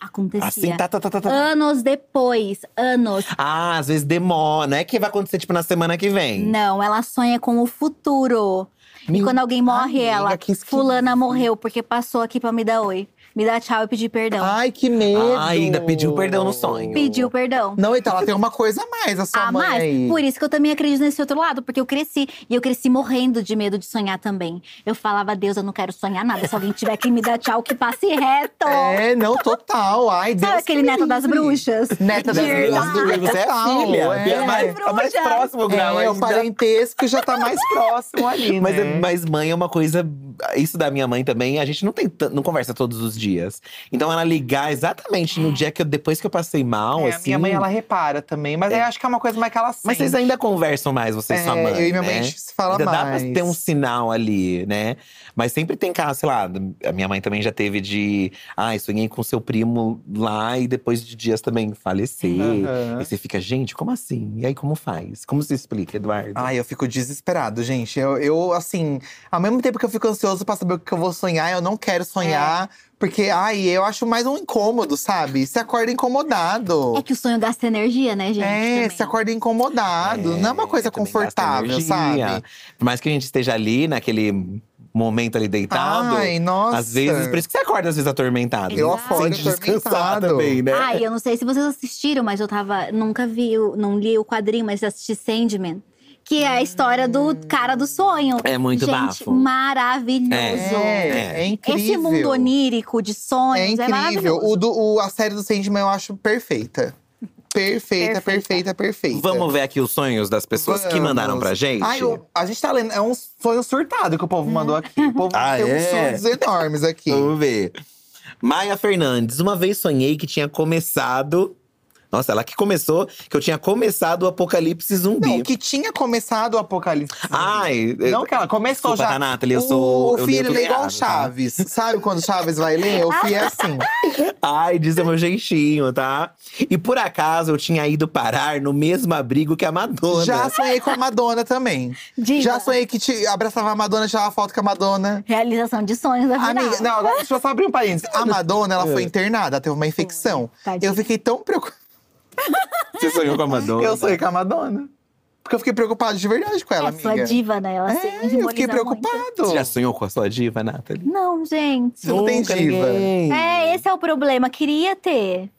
[SPEAKER 3] Acontecia.
[SPEAKER 2] Assim, tá, tá, tá, tá. tá.
[SPEAKER 3] Anos depois, anos.
[SPEAKER 2] Ah, às vezes demora. Não é que vai acontecer, tipo, na semana que vem.
[SPEAKER 3] Não, ela sonha com o futuro. E
[SPEAKER 2] Me-
[SPEAKER 3] quando alguém morre,
[SPEAKER 1] Amiga,
[SPEAKER 3] ela.
[SPEAKER 1] que esquisito.
[SPEAKER 3] Fulana morreu porque passou aqui pra me dar oi. me dar tchau e pedir perdão.
[SPEAKER 1] Ai, que medo.
[SPEAKER 2] Ah, ainda pediu perdão no sonho.
[SPEAKER 3] Pediu perdão.
[SPEAKER 1] Não, então ela tem uma coisa a mais, a sua
[SPEAKER 3] Ah,
[SPEAKER 1] mãe.
[SPEAKER 3] mas
[SPEAKER 1] aí.
[SPEAKER 3] por isso que eu também acredito nesse outro lado, porque eu cresci. E eu cresci morrendo de medo de sonhar também. Eu falava, Deus, eu não quero sonhar nada. Se alguém tiver que me dar tchau, que passe reto.
[SPEAKER 1] É, não, total. Ai, Deus.
[SPEAKER 3] Sabe aquele
[SPEAKER 1] me
[SPEAKER 3] neto das
[SPEAKER 1] livre.
[SPEAKER 3] bruxas?
[SPEAKER 1] Neta das
[SPEAKER 3] De
[SPEAKER 1] bruxas.
[SPEAKER 3] irmã.
[SPEAKER 2] do Você é a
[SPEAKER 1] Total,
[SPEAKER 2] filha.
[SPEAKER 1] é.
[SPEAKER 2] É. Mais, tá mais
[SPEAKER 3] Bruxa.
[SPEAKER 2] próximo dela.
[SPEAKER 1] É, o
[SPEAKER 2] ainda.
[SPEAKER 1] parentesco já tá
[SPEAKER 2] [laughs]
[SPEAKER 1] mais próximo ali,
[SPEAKER 2] Mas,
[SPEAKER 1] né?
[SPEAKER 2] é- mas mãe é uma coisa. Isso da minha mãe também, a gente não tem tan- não conversa todos os dias. Então ela ligar exatamente no dia que eu, depois que eu passei mal,
[SPEAKER 1] É, a
[SPEAKER 2] assim.
[SPEAKER 1] minha mãe, ela repara também. Mas eu acho que é uma coisa mais que ela sente.
[SPEAKER 2] Mas vocês ainda conversam mais, você e sua
[SPEAKER 1] É,
[SPEAKER 2] mãe.
[SPEAKER 1] eu e minha mãe,
[SPEAKER 2] né?
[SPEAKER 1] a gente se fala
[SPEAKER 2] Ainda dá pra
[SPEAKER 1] mais.
[SPEAKER 2] ter um sinal ali, né? Mas sempre tem caso, sei lá, a minha mãe também já teve de. Ai, sonhei com seu primo lá e depois de dias também falecer.
[SPEAKER 1] Aham.
[SPEAKER 2] E você fica, gente, como assim? E aí, como faz? Como se explica, Eduardo?
[SPEAKER 1] Ai, eu fico desesperado, gente. Eu, eu, assim, ao mesmo tempo que eu fico ansioso pra saber o que eu vou sonhar, eu não
[SPEAKER 3] É.
[SPEAKER 1] quero sonhar. Porque, ai, eu acho mais um incômodo, sabe? Você acorda incomodado.
[SPEAKER 3] É que o sonho gasta energia, né, gente?
[SPEAKER 1] É,
[SPEAKER 3] também.
[SPEAKER 1] você acorda incomodado.
[SPEAKER 2] É,
[SPEAKER 1] não é uma coisa
[SPEAKER 2] também gasta
[SPEAKER 1] confortável,
[SPEAKER 2] energia.
[SPEAKER 1] sabe?
[SPEAKER 2] Por mais que a gente esteja ali, naquele momento ali deitado.
[SPEAKER 1] Ai, nossa.
[SPEAKER 2] Às vezes, por isso que você acorda às vezes atormentado.
[SPEAKER 3] Eu
[SPEAKER 2] Sem
[SPEAKER 1] acordo
[SPEAKER 2] descansar
[SPEAKER 1] atormentado.
[SPEAKER 2] também, né?
[SPEAKER 3] Ai, Ah, eu não sei se vocês assistiram, mas eu tava. Nunca vi, o- não li o quadrinho, mas assisti Sandman. Que é a história do cara do sonho.
[SPEAKER 2] Hum. É muito
[SPEAKER 3] Gente,
[SPEAKER 2] bafo.
[SPEAKER 3] maravilhoso.
[SPEAKER 1] É, é incrível.
[SPEAKER 3] Esse mundo onírico de sonhos
[SPEAKER 1] É
[SPEAKER 3] é,
[SPEAKER 1] incrível.
[SPEAKER 3] maravilhoso.
[SPEAKER 1] o do, o- a série do Sandman eu acho perfeita. Perfeita, perfeita,
[SPEAKER 3] Perfeita.
[SPEAKER 1] perfeita.
[SPEAKER 2] Vamos ver aqui os sonhos das pessoas que mandaram
[SPEAKER 1] É. Vamos.
[SPEAKER 2] pra gente.
[SPEAKER 1] Ai, eu- a gente tá lendo. É um sonho surtado que o povo mandou aqui. O povo
[SPEAKER 2] [laughs] Ah,
[SPEAKER 1] tem uns
[SPEAKER 2] é?
[SPEAKER 1] sonhos enormes aqui.
[SPEAKER 2] Vamos ver. Maia Fernandes, uma vez sonhei que tinha começado. Nossa, ela que começou, que eu tinha começado o apocalipse zumbi.
[SPEAKER 1] Não, que tinha começado o apocalipse.
[SPEAKER 2] Ai,
[SPEAKER 1] não que ela começou
[SPEAKER 2] desculpa,
[SPEAKER 1] já.
[SPEAKER 2] tá, Nathalie, eu sou-
[SPEAKER 1] O,
[SPEAKER 2] eu
[SPEAKER 1] o filho
[SPEAKER 2] leio tudo
[SPEAKER 1] ele é igual
[SPEAKER 2] errado,
[SPEAKER 1] o
[SPEAKER 2] tá?
[SPEAKER 1] Chaves. Sabe quando o Chaves vai ler? O filho é
[SPEAKER 2] [laughs]
[SPEAKER 1] assim.
[SPEAKER 2] Ai, diz o meu jeitinho, tá? E por acaso eu tinha ido parar no mesmo abrigo que a Madonna.
[SPEAKER 1] Já sonhei com a Madonna também.
[SPEAKER 3] Diva.
[SPEAKER 1] Já sonhei que te abraçava a Madonna, tirava foto com a Madonna.
[SPEAKER 3] Realização de sonhos da vida.
[SPEAKER 1] Amiga, não, agora deixa eu só abrir um parênteses. A Madonna, ela foi
[SPEAKER 2] É.
[SPEAKER 1] internada, ela teve uma infecção.
[SPEAKER 3] Tadinha.
[SPEAKER 1] Eu fiquei tão preocupada.
[SPEAKER 2] Você sonhou com a Madonna?
[SPEAKER 1] Eu sonhei com a Madonna. Porque eu fiquei preocupada de verdade com ela,
[SPEAKER 3] é sua
[SPEAKER 1] amiga.
[SPEAKER 3] diva, né? Ela se
[SPEAKER 1] É, eu
[SPEAKER 3] simboliza
[SPEAKER 1] fiquei
[SPEAKER 3] muito.
[SPEAKER 1] preocupado.
[SPEAKER 2] Você já sonhou com a sua diva, Nathalie?
[SPEAKER 3] Não, gente.
[SPEAKER 1] Não tem
[SPEAKER 2] Nunca
[SPEAKER 1] diva.
[SPEAKER 2] ninguém.
[SPEAKER 3] É, esse é o problema. Queria ter.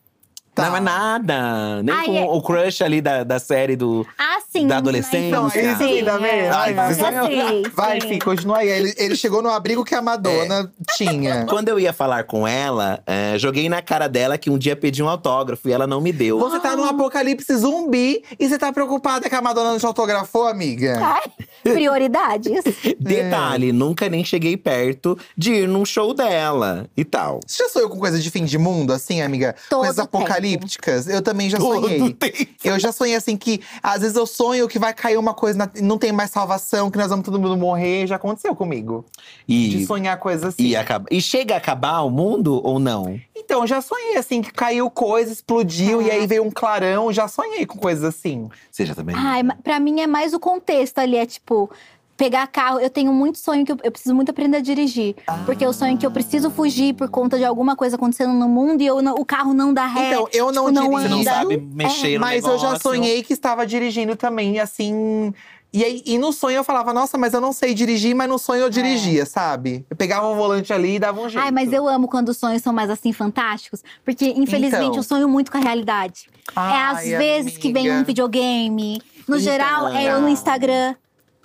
[SPEAKER 1] Tá.
[SPEAKER 2] Não é nada. Nem
[SPEAKER 3] Ai,
[SPEAKER 2] com
[SPEAKER 3] é-
[SPEAKER 2] o crush ali da, da série do.
[SPEAKER 3] Ah, sim.
[SPEAKER 2] Da
[SPEAKER 3] na
[SPEAKER 2] adolescência.
[SPEAKER 3] infância,
[SPEAKER 1] Então, isso,
[SPEAKER 3] sim,
[SPEAKER 1] tá vendo?
[SPEAKER 3] é.
[SPEAKER 1] Ai,
[SPEAKER 3] Já
[SPEAKER 1] você sonhou.
[SPEAKER 3] sei,
[SPEAKER 1] Vai,
[SPEAKER 3] sim.
[SPEAKER 1] Fih, continua aí. Ele, ele chegou no abrigo que a Madonna
[SPEAKER 2] É.
[SPEAKER 1] tinha.
[SPEAKER 2] Quando eu ia falar com ela, é, joguei na cara dela que um dia pedi um autógrafo e ela não me deu.
[SPEAKER 1] Você
[SPEAKER 3] [gasps]
[SPEAKER 1] tá num apocalipse zumbi e você tá preocupada que a Madonna não te autografou, amiga?
[SPEAKER 3] Ai, [laughs] prioridades.
[SPEAKER 1] é.
[SPEAKER 2] Detalhe, nunca nem cheguei perto de ir num show dela e tal.
[SPEAKER 1] Você já sonhou com coisa de fim de mundo, assim, amiga?
[SPEAKER 3] Todo
[SPEAKER 1] Coisas
[SPEAKER 3] tempo.
[SPEAKER 1] apocalípticas? Eu também já sonhei.
[SPEAKER 2] tempo.
[SPEAKER 1] Eu já sonhei assim que às vezes eu sonho que vai cair uma coisa, na- não tem mais salvação, que nós vamos todo mundo morrer. Já aconteceu comigo. De
[SPEAKER 2] E,
[SPEAKER 1] sonhar coisas assim.
[SPEAKER 2] e, acaba, e chega a acabar o mundo ou não?
[SPEAKER 1] Então, já sonhei assim que caiu coisa, explodiu
[SPEAKER 3] Tá.
[SPEAKER 1] e aí veio um clarão. Já sonhei com coisas assim.
[SPEAKER 2] Você já tá também.
[SPEAKER 3] Ai, ma- pra mim é mais o contexto ali, é tipo… Pegar carro, eu tenho muito sonho que eu, eu preciso muito aprender a dirigir. Porque eu sonho que eu preciso fugir por conta de alguma coisa acontecendo no mundo e eu não- o carro não dá ré.
[SPEAKER 1] Então, eu não
[SPEAKER 3] tipo, não
[SPEAKER 2] Você
[SPEAKER 1] dirijo.
[SPEAKER 2] não
[SPEAKER 3] anda. É.
[SPEAKER 2] sabe mexer no
[SPEAKER 1] Mas eu já
[SPEAKER 2] negócio.
[SPEAKER 1] sonhei que estava dirigindo também, assim. E, aí, e no sonho eu falava, nossa, mas eu não sei dirigir, mas no sonho eu dirigia, sabe? Eu pegava o volante ali e dava um jeito.
[SPEAKER 3] É. Ai, mas eu amo quando os sonhos são mais assim fantásticos, porque infelizmente
[SPEAKER 1] Então.
[SPEAKER 3] eu sonho muito com a realidade. é às
[SPEAKER 1] Ai,
[SPEAKER 3] vezes que vem um
[SPEAKER 1] amiga.
[SPEAKER 3] videogame. No
[SPEAKER 2] Então.
[SPEAKER 3] geral, é eu no Instagram.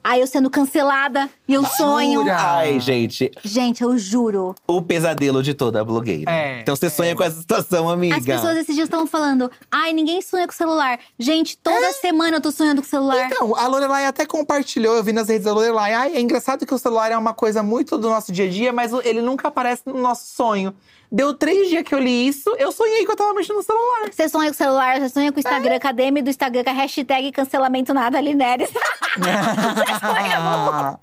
[SPEAKER 3] Aí eu sendo cancelada e eu sonho.
[SPEAKER 1] Jura?
[SPEAKER 2] Ai, gente,
[SPEAKER 3] Gente, eu juro.
[SPEAKER 2] o pesadelo de toda blogueira.
[SPEAKER 1] É,
[SPEAKER 2] então você
[SPEAKER 1] é.
[SPEAKER 2] sonha com essa situação, amiga.
[SPEAKER 3] As pessoas assim, esses dias estão falando, ai, ninguém sonha com celular. Gente, toda semana eu tô sonhando com celular.
[SPEAKER 1] Então, a Lorelai até compartilhou, eu vi nas redes da Lorelai. Ai, é engraçado que o celular é uma coisa muito do nosso dia a dia, mas o- ele nunca aparece no nosso sonho. Deu três dias que eu li isso, eu sonhei que eu tava mexendo no celular.
[SPEAKER 3] Você sonha com celular, você sonha com o Instagram, cadê a M do Instagram com a hashtag cancelamento nada né? Lineres. [laughs]
[SPEAKER 2] [laughs] Ah,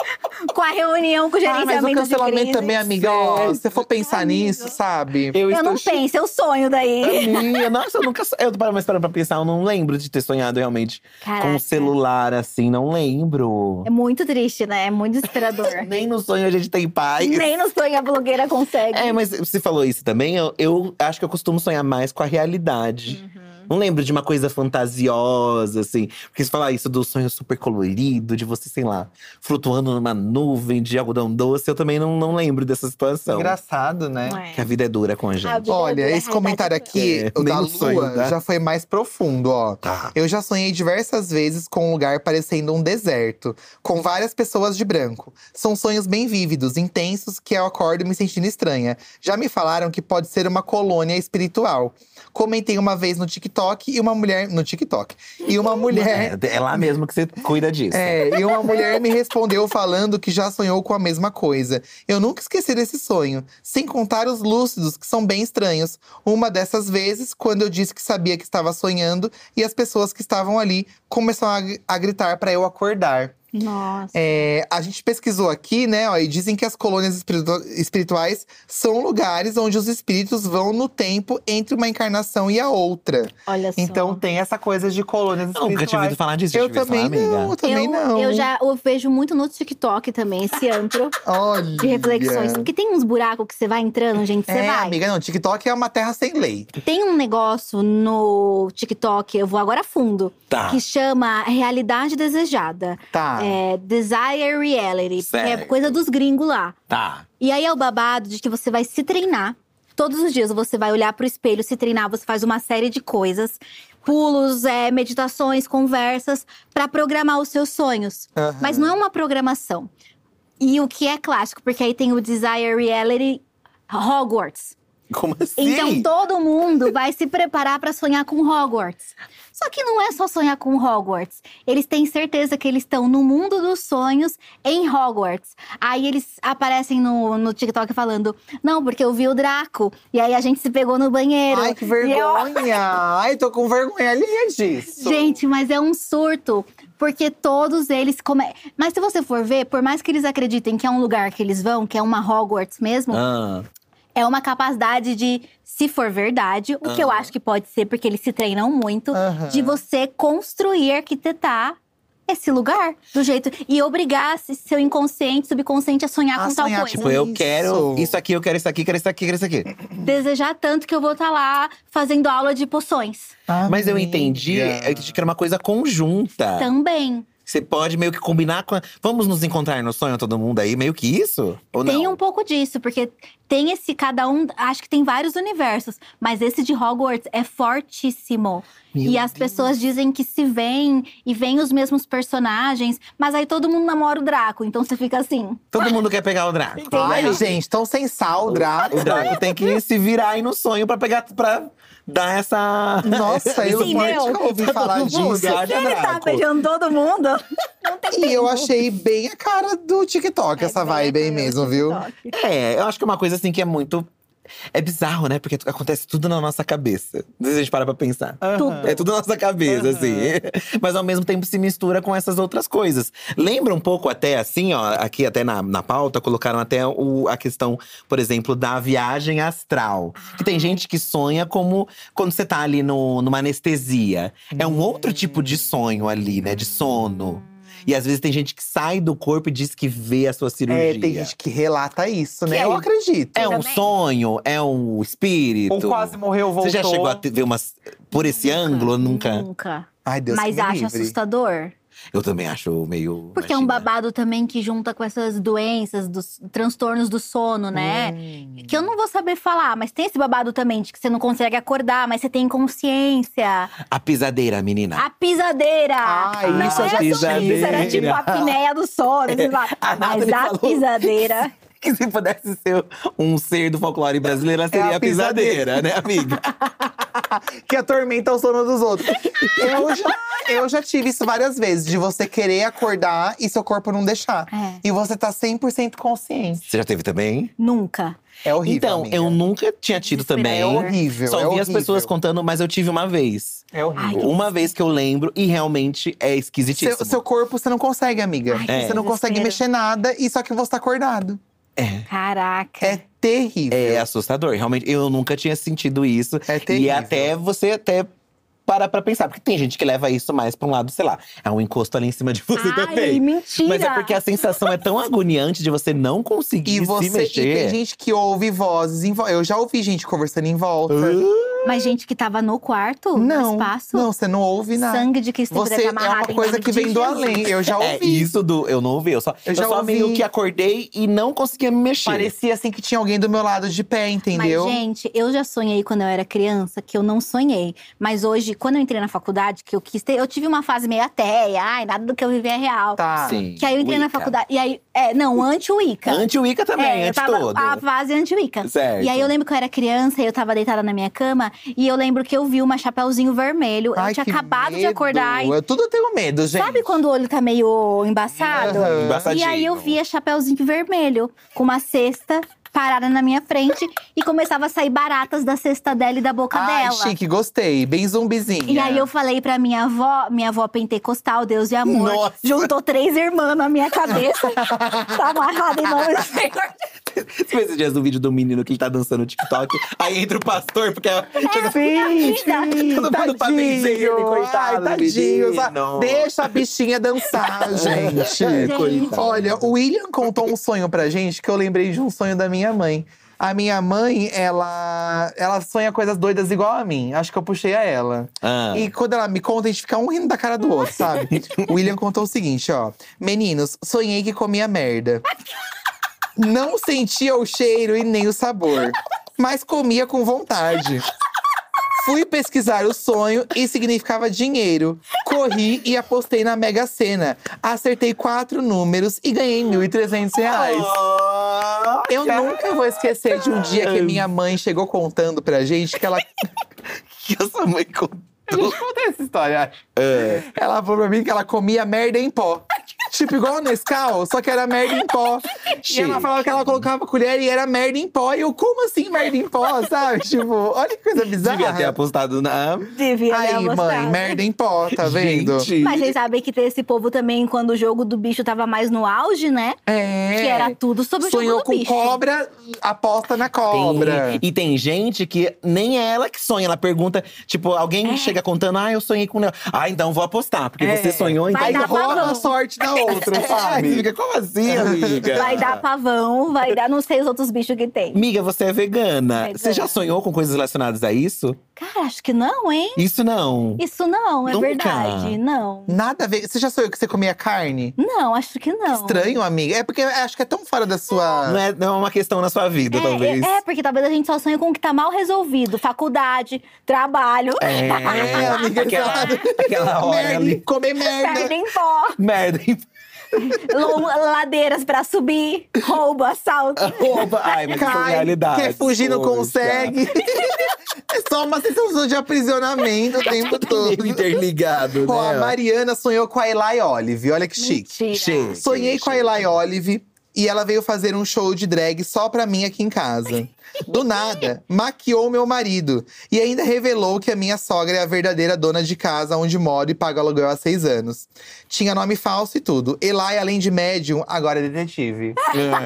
[SPEAKER 3] com a reunião com o
[SPEAKER 1] Ah, mas o
[SPEAKER 3] gerenciamento de
[SPEAKER 1] cancelamento
[SPEAKER 3] crise.
[SPEAKER 1] também, amiga, ó, se você for pensar nisso, sabe?
[SPEAKER 2] eu
[SPEAKER 3] Eu
[SPEAKER 2] estou
[SPEAKER 3] não penso, eu sonho daí.
[SPEAKER 2] Minha, nossa, eu nunca. so- Eu tô parando- mas parando pra pensar, eu não lembro de ter sonhado realmente com
[SPEAKER 3] Caraca.
[SPEAKER 2] um celular assim, não lembro.
[SPEAKER 3] É muito triste, né? É muito
[SPEAKER 1] [laughs]
[SPEAKER 3] desesperador.
[SPEAKER 2] Nem no sonho a gente tem paz.
[SPEAKER 3] Nem no sonho a blogueira consegue.
[SPEAKER 1] Uhum.
[SPEAKER 2] É, mas você falou isso também. Eu, eu acho que eu costumo sonhar mais com a realidade. Não lembro de uma coisa fantasiosa, assim. Porque se falar isso do sonho super colorido, de você, sei lá, flutuando numa nuvem de algodão doce, eu também não, não lembro dessa situação.
[SPEAKER 1] Engraçado, né?
[SPEAKER 2] Que a vida é dura com a gente.
[SPEAKER 4] Ah, vida
[SPEAKER 1] Olha,
[SPEAKER 4] dura, a
[SPEAKER 1] esse comentário
[SPEAKER 4] realidade
[SPEAKER 1] aqui,
[SPEAKER 2] É,
[SPEAKER 1] o
[SPEAKER 2] nem
[SPEAKER 1] da
[SPEAKER 2] o sonho
[SPEAKER 1] Lua,
[SPEAKER 2] dá.
[SPEAKER 1] já foi mais profundo, ó.
[SPEAKER 2] Tá.
[SPEAKER 1] Eu já sonhei diversas vezes com um lugar parecendo um deserto, com várias pessoas de branco. São sonhos bem vívidos, intensos, que eu acordo me sentindo estranha. Já me falaram que pode ser uma colônia espiritual. Comentei uma vez no TikTok e uma mulher. No TikTok. E uma mulher.
[SPEAKER 2] É, é lá mesmo que você cuida disso.
[SPEAKER 1] É, e uma mulher me respondeu falando que já sonhou com a mesma coisa. Eu nunca esqueci desse sonho, sem contar os lúcidos, que são bem estranhos. Uma dessas vezes, quando eu disse que sabia que estava sonhando, e as pessoas que estavam ali começaram a, gr- a gritar para eu acordar.
[SPEAKER 3] Nossa.
[SPEAKER 1] É, a gente pesquisou aqui, né? Ó, e dizem que as colônias espiritu- espirituais são lugares onde os espíritos vão no tempo entre uma encarnação e a outra.
[SPEAKER 4] Olha só.
[SPEAKER 1] Então tem essa coisa de colônias
[SPEAKER 2] Eu nunca
[SPEAKER 1] espirituais.
[SPEAKER 2] tinha ouvido falar disso. já
[SPEAKER 1] eu
[SPEAKER 2] tinha ouvido
[SPEAKER 1] também
[SPEAKER 2] falar, amiga?
[SPEAKER 1] não, eu também
[SPEAKER 3] eu,
[SPEAKER 1] não.
[SPEAKER 3] eu já o vejo muito no TikTok também, esse antro
[SPEAKER 1] Olha.
[SPEAKER 3] de reflexões. Porque tem uns buracos que você vai entrando, gente, você
[SPEAKER 1] é,
[SPEAKER 3] vai.
[SPEAKER 1] amiga, não, TikTok é uma terra sem lei.
[SPEAKER 3] Tem um negócio no TikTok, eu vou agora a fundo,
[SPEAKER 2] Tá.
[SPEAKER 3] que chama Realidade Desejada.
[SPEAKER 1] Tá.
[SPEAKER 3] É, Desire Reality, que é
[SPEAKER 2] Certo.
[SPEAKER 3] coisa dos gringos lá.
[SPEAKER 2] Tá.
[SPEAKER 3] E aí é o babado de que você vai se treinar. Todos os dias você vai olhar pro espelho, se treinar, você faz uma série de coisas, pulos, é, meditações, conversas, pra programar os seus sonhos.
[SPEAKER 1] Aham.
[SPEAKER 3] Mas não é uma programação. E o que é clássico, porque aí tem o Desire Reality Hogwarts.
[SPEAKER 2] Como assim?
[SPEAKER 3] Então todo mundo vai se preparar pra sonhar com Hogwarts. Só que não é só sonhar com Hogwarts. Eles têm certeza que eles estão no mundo dos sonhos em Hogwarts. Aí eles aparecem no, no TikTok falando: Não, porque eu vi o Draco. E aí a gente se pegou no banheiro.
[SPEAKER 1] Ai, que
[SPEAKER 3] E é eu- [laughs]
[SPEAKER 1] vergonha! Ai, tô com vergonha alheia disso.
[SPEAKER 3] Gente, mas é um surto. Porque todos eles. Come... Mas se você for ver, por mais que eles acreditem que é um lugar que eles vão, que é uma Hogwarts mesmo,
[SPEAKER 2] Ah,
[SPEAKER 3] é uma capacidade de, se for verdade, o que eu acho que pode ser, porque eles se treinam muito,
[SPEAKER 1] Aham.
[SPEAKER 3] de você construir, arquitetar esse lugar do jeito. E obrigar se- seu inconsciente, subconsciente a sonhar
[SPEAKER 1] A
[SPEAKER 3] com
[SPEAKER 1] sonhar,
[SPEAKER 3] tal coisa.
[SPEAKER 2] tipo, eu
[SPEAKER 1] Isso.
[SPEAKER 2] quero isso aqui, eu quero isso aqui, quero isso aqui, quero isso aqui.
[SPEAKER 3] Desejar tanto que eu vou estar lá fazendo aula de poções.
[SPEAKER 2] Mas eu entendi
[SPEAKER 1] Ah, Amiga.
[SPEAKER 2] é, que era uma coisa
[SPEAKER 1] É.
[SPEAKER 2] conjunta.
[SPEAKER 3] Também.
[SPEAKER 2] Você pode meio que combinar com. a- Vamos nos encontrar no sonho todo mundo aí, meio que isso? Ou não?
[SPEAKER 3] Tem um pouco disso, porque tem esse cada um, acho que tem vários universos, mas esse de Hogwarts é fortíssimo.
[SPEAKER 2] Meu
[SPEAKER 3] e as pessoas dizem que se veem e veem os mesmos personagens, mas aí todo mundo namora o Draco, então você fica assim.
[SPEAKER 2] Todo mundo quer pegar o Draco.
[SPEAKER 1] Ai, gente, tão sem sal, Draco.
[SPEAKER 2] O Draco tem que se virar aí no sonho pra pegar. pra dar essa.
[SPEAKER 1] Nossa, eu
[SPEAKER 3] Sim, meu.
[SPEAKER 1] nunca ouvi falar
[SPEAKER 2] Tá Todo mundo
[SPEAKER 1] disso.
[SPEAKER 2] acha
[SPEAKER 3] tá
[SPEAKER 2] Draco.
[SPEAKER 3] todo mundo? Tá
[SPEAKER 1] E eu achei bem a cara do TikTok
[SPEAKER 3] É
[SPEAKER 1] essa vibe aí mesmo, viu?
[SPEAKER 2] É, eu acho que é uma coisa assim que é muito. É bizarro, né? Porque acontece tudo na nossa cabeça. Se a gente para pra pensar.
[SPEAKER 3] Tudo.
[SPEAKER 2] É tudo na nossa cabeça,
[SPEAKER 1] Aham.
[SPEAKER 2] assim. Mas ao mesmo tempo se mistura com essas outras coisas. Lembra um pouco até assim, ó, aqui até na, na pauta, colocaram até o- a questão, por exemplo, da viagem astral. Que
[SPEAKER 1] Uhum.
[SPEAKER 2] tem gente que sonha como quando você tá ali no, numa anestesia. É um outro tipo
[SPEAKER 1] Hum.
[SPEAKER 2] de sonho ali, né? De sono. E às vezes tem gente que sai do corpo e diz que vê a sua
[SPEAKER 1] É,
[SPEAKER 2] cirurgia.
[SPEAKER 1] tem gente que relata isso, né?
[SPEAKER 2] Que
[SPEAKER 1] eu
[SPEAKER 2] aí-
[SPEAKER 1] acredito.
[SPEAKER 2] É um
[SPEAKER 4] Também.
[SPEAKER 2] sonho, é um espírito.
[SPEAKER 1] Ou quase morreu, voltou.
[SPEAKER 2] Você já chegou a te- ver umas por esse ângulo? Nunca.
[SPEAKER 3] Nunca.
[SPEAKER 1] Ai, Deus
[SPEAKER 3] mas
[SPEAKER 1] que me
[SPEAKER 3] acho
[SPEAKER 1] livre.
[SPEAKER 3] assustador.
[SPEAKER 2] Eu também acho meio.
[SPEAKER 3] Porque é um
[SPEAKER 2] imagina.
[SPEAKER 3] babado também que junta com essas doenças, dos transtornos do sono, né?
[SPEAKER 1] Hum.
[SPEAKER 3] Que eu não vou saber falar, mas tem esse babado também de que você não consegue acordar, mas você tem consciência.
[SPEAKER 2] A pisadeira, menina.
[SPEAKER 3] A pisadeira!
[SPEAKER 1] Ai,
[SPEAKER 3] não
[SPEAKER 1] Ah, isso eu
[SPEAKER 3] é
[SPEAKER 1] já
[SPEAKER 3] a
[SPEAKER 2] tive.
[SPEAKER 3] pisadeira, era tipo a pinéia do sono.
[SPEAKER 1] [laughs]
[SPEAKER 3] sei lá.
[SPEAKER 2] A
[SPEAKER 3] mas
[SPEAKER 2] Nathalie
[SPEAKER 3] a
[SPEAKER 2] falou.
[SPEAKER 3] pisadeira.
[SPEAKER 2] Que [laughs] se pudesse ser um ser do folclore brasileiro, ela seria
[SPEAKER 1] É a
[SPEAKER 2] a pisadeira,
[SPEAKER 1] [laughs]
[SPEAKER 2] né, amiga?
[SPEAKER 1] que atormenta o sono dos
[SPEAKER 3] [laughs]
[SPEAKER 1] outros. eu, já, eu já tive isso várias vezes, de você querer acordar e seu corpo não deixar.
[SPEAKER 3] É.
[SPEAKER 1] E você tá 100% consciente.
[SPEAKER 2] Você já teve também?
[SPEAKER 3] Nunca.
[SPEAKER 1] É horrível,
[SPEAKER 2] então,
[SPEAKER 1] amiga.
[SPEAKER 2] eu nunca tinha tido também.
[SPEAKER 1] É horrível,
[SPEAKER 2] Só
[SPEAKER 1] é
[SPEAKER 2] vi as
[SPEAKER 1] horrível.
[SPEAKER 2] pessoas contando, mas eu tive uma vez.
[SPEAKER 1] É horrível.
[SPEAKER 2] uma vez que eu lembro, e realmente é esquisitíssimo.
[SPEAKER 1] Seu, seu corpo, você não consegue, amiga.
[SPEAKER 3] Ai,
[SPEAKER 2] que
[SPEAKER 1] Você não
[SPEAKER 3] desespero.
[SPEAKER 1] consegue mexer nada, e só que você tá acordado.
[SPEAKER 3] Caraca.
[SPEAKER 1] É terrível.
[SPEAKER 2] É assustador, realmente. Eu nunca tinha sentido isso.
[SPEAKER 1] É terrível.
[SPEAKER 2] E até você até parar pra pensar. Porque tem gente que leva isso mais pra um lado, sei lá. É um encosto ali em cima de você
[SPEAKER 3] Ai,
[SPEAKER 2] também.
[SPEAKER 3] mentira!
[SPEAKER 2] Mas é porque a sensação é tão agoniante de você não conseguir
[SPEAKER 1] E
[SPEAKER 2] se
[SPEAKER 1] você e
[SPEAKER 2] mexer.
[SPEAKER 1] tem gente que ouve vozes em volta. Eu já ouvi gente conversando em volta.
[SPEAKER 3] Mas gente que tava no quarto, no
[SPEAKER 1] Não,
[SPEAKER 3] espaço,
[SPEAKER 1] não, você não ouve nada.
[SPEAKER 3] sangue de Cristo
[SPEAKER 1] Você é uma coisa que vem do além. Eu já
[SPEAKER 2] É
[SPEAKER 1] ouvi.
[SPEAKER 2] isso do. Eu não ouvi, eu só, eu
[SPEAKER 1] Eu já
[SPEAKER 2] só meio
[SPEAKER 1] ouvi.
[SPEAKER 2] que acordei e não conseguia me mexer.
[SPEAKER 1] Parecia assim que tinha alguém do meu lado de pé, entendeu?
[SPEAKER 3] Mas, gente, eu já sonhei quando eu era criança, que eu não sonhei. Mas hoje, quando eu entrei na faculdade, que eu quis ter. Eu tive uma fase meio ateia, ai, nada do que eu vivi é real.
[SPEAKER 1] tá.
[SPEAKER 2] Sim.
[SPEAKER 3] Que aí eu entrei na
[SPEAKER 2] Wicca.
[SPEAKER 3] faculdade. E aí, é, não, anti-Wicca.
[SPEAKER 2] Anti-Wicca também,
[SPEAKER 3] é, eu
[SPEAKER 2] anti
[SPEAKER 3] tava
[SPEAKER 2] todo.
[SPEAKER 3] A fase anti-Wicca.
[SPEAKER 2] Certo.
[SPEAKER 3] E aí eu lembro que eu era criança e eu tava deitada na minha cama e eu lembro que eu vi uma chapeuzinho vermelho.
[SPEAKER 1] Ai,
[SPEAKER 3] eu tinha
[SPEAKER 1] que
[SPEAKER 3] acabado de
[SPEAKER 1] medo.
[SPEAKER 3] acordar. e-
[SPEAKER 1] Eu tudo tenho medo, gente.
[SPEAKER 3] Sabe quando o olho tá meio embaçado?
[SPEAKER 1] Aham.
[SPEAKER 3] E aí eu via Chapeuzinho Vermelho com uma cesta parada na minha frente e começava a sair baratas da cesta dela e da boca
[SPEAKER 1] Ai,
[SPEAKER 3] dela.
[SPEAKER 1] chique, gostei. Bem zumbizinha.
[SPEAKER 3] E aí eu falei pra minha avó, minha avó pentecostal, Deus e amor,
[SPEAKER 2] Nossa.
[SPEAKER 3] juntou três irmãs na
[SPEAKER 1] [laughs]
[SPEAKER 3] minha cabeça. tá amarrada em nome do Senhor.
[SPEAKER 2] Você esses dias do vídeo do menino que ele tá dançando no TikTok? aí entra o pastor, porque. assim,
[SPEAKER 3] É,
[SPEAKER 1] Sim, sim.
[SPEAKER 2] Todo mundo pra benzer ele, coitado do
[SPEAKER 1] Ai, tadinho.
[SPEAKER 2] menino.
[SPEAKER 1] sabe? Deixa a bichinha dançar,
[SPEAKER 2] [laughs]
[SPEAKER 1] gente.
[SPEAKER 2] coitado.
[SPEAKER 1] Olha, o William contou um sonho pra gente que eu lembrei de um sonho da minha mãe. A minha mãe, ela, ela sonha coisas doidas igual a mim. Acho que eu puxei a ela.
[SPEAKER 2] Ah.
[SPEAKER 1] E quando ela me conta, a gente fica um rindo da cara do outro, sabe? o William contou o seguinte, ó. Meninos, sonhei que comia merda. Não sentia o cheiro e nem o sabor, mas comia com vontade. Fui pesquisar o sonho e significava dinheiro. Corri e apostei na Mega Sena. Acertei quatro números e ganhei 1.300 reais. Eu nunca vou esquecer de um dia que minha mãe chegou contando pra gente que ela.
[SPEAKER 2] que essa mãe
[SPEAKER 1] [laughs]
[SPEAKER 2] contou.
[SPEAKER 1] Deixa eu contar essa história. acho.
[SPEAKER 2] É.
[SPEAKER 1] Ela falou pra mim que ela comia merda em pó.
[SPEAKER 2] [laughs]
[SPEAKER 1] Tipo, igual o Nescau, só que era merda em pó. E ela falava que ela colocava a colher e era merda em pó. E eu, como assim merda em pó, [laughs] sabe? Tipo, olha que coisa bizarra.
[SPEAKER 2] Devia ter apostado na.
[SPEAKER 3] Devia ter
[SPEAKER 1] Aí, mãe,
[SPEAKER 3] mostrado.
[SPEAKER 1] merda em pó, tá vendo?
[SPEAKER 2] Gente.
[SPEAKER 3] Mas vocês sabem que tem esse povo também, quando o jogo do bicho tava mais no auge, né?
[SPEAKER 1] É.
[SPEAKER 3] Que era tudo sobre o
[SPEAKER 1] Sonhou
[SPEAKER 3] jogo do
[SPEAKER 1] com
[SPEAKER 3] bicho.
[SPEAKER 1] cobra, aposta na
[SPEAKER 2] Tem-
[SPEAKER 1] cobra.
[SPEAKER 2] E tem gente que nem é ela que sonha, ela pergunta, tipo, alguém chega contando, ah, eu sonhei com o Neo. Ah, então vou apostar, porque
[SPEAKER 1] É.
[SPEAKER 2] você sonhou, então.
[SPEAKER 3] Vai
[SPEAKER 1] Aí
[SPEAKER 3] dar
[SPEAKER 1] rouba
[SPEAKER 3] balão.
[SPEAKER 1] a sorte da
[SPEAKER 3] [laughs]
[SPEAKER 1] outra,
[SPEAKER 2] É, você
[SPEAKER 1] sabe?
[SPEAKER 2] fica, como assim, amiga?
[SPEAKER 3] Vai dar pavão, vai dar não sei os outros bichos que tem.
[SPEAKER 2] Amiga, você é vegana.
[SPEAKER 3] Vegana.
[SPEAKER 2] Você já sonhou com coisas relacionadas a isso?
[SPEAKER 3] Cara, acho que não, hein?
[SPEAKER 2] Isso não.
[SPEAKER 3] Isso não, é
[SPEAKER 2] Nunca.
[SPEAKER 3] verdade. Não.
[SPEAKER 1] Nada a ver. Você já sonhou que você comia carne?
[SPEAKER 3] Não, acho que não.
[SPEAKER 1] Estranho, amiga. É porque eu acho que é tão fora da sua.
[SPEAKER 2] Não é, não é uma questão na sua vida,
[SPEAKER 3] É,
[SPEAKER 2] talvez.
[SPEAKER 3] É, é, porque talvez a gente só sonhe com o que tá mal resolvido. Faculdade, trabalho,
[SPEAKER 1] É,
[SPEAKER 3] [laughs]
[SPEAKER 1] amiga,
[SPEAKER 2] aquela,
[SPEAKER 1] sabe?
[SPEAKER 2] aquela hora
[SPEAKER 1] merda,
[SPEAKER 2] ali.
[SPEAKER 1] comer merda.
[SPEAKER 3] perna em pó,
[SPEAKER 2] Merda, hein?
[SPEAKER 3] lo- ladeiras pra subir, roubo, assalto.
[SPEAKER 2] Ah, Opa, ai, mas são
[SPEAKER 1] Cai,
[SPEAKER 2] realidades.
[SPEAKER 1] quer fugir, não
[SPEAKER 2] poxa.
[SPEAKER 1] consegue. [laughs] é só uma sensação de aprisionamento o
[SPEAKER 2] Tá
[SPEAKER 1] tempo
[SPEAKER 2] Meio
[SPEAKER 1] todo.
[SPEAKER 2] interligado, né?
[SPEAKER 1] Ó, a Mariana sonhou com a Eli Olive. Olha que chique.
[SPEAKER 3] Mentira.
[SPEAKER 2] Chique.
[SPEAKER 1] Sonhei com a Eli Olive e ela veio fazer um show de drag só pra mim aqui em casa. Do nada, maquiou meu marido e ainda revelou que a minha sogra é a verdadeira dona de casa onde moro e paga aluguel há seis anos. Tinha nome falso e tudo. Eli, além de médium, agora é detetive.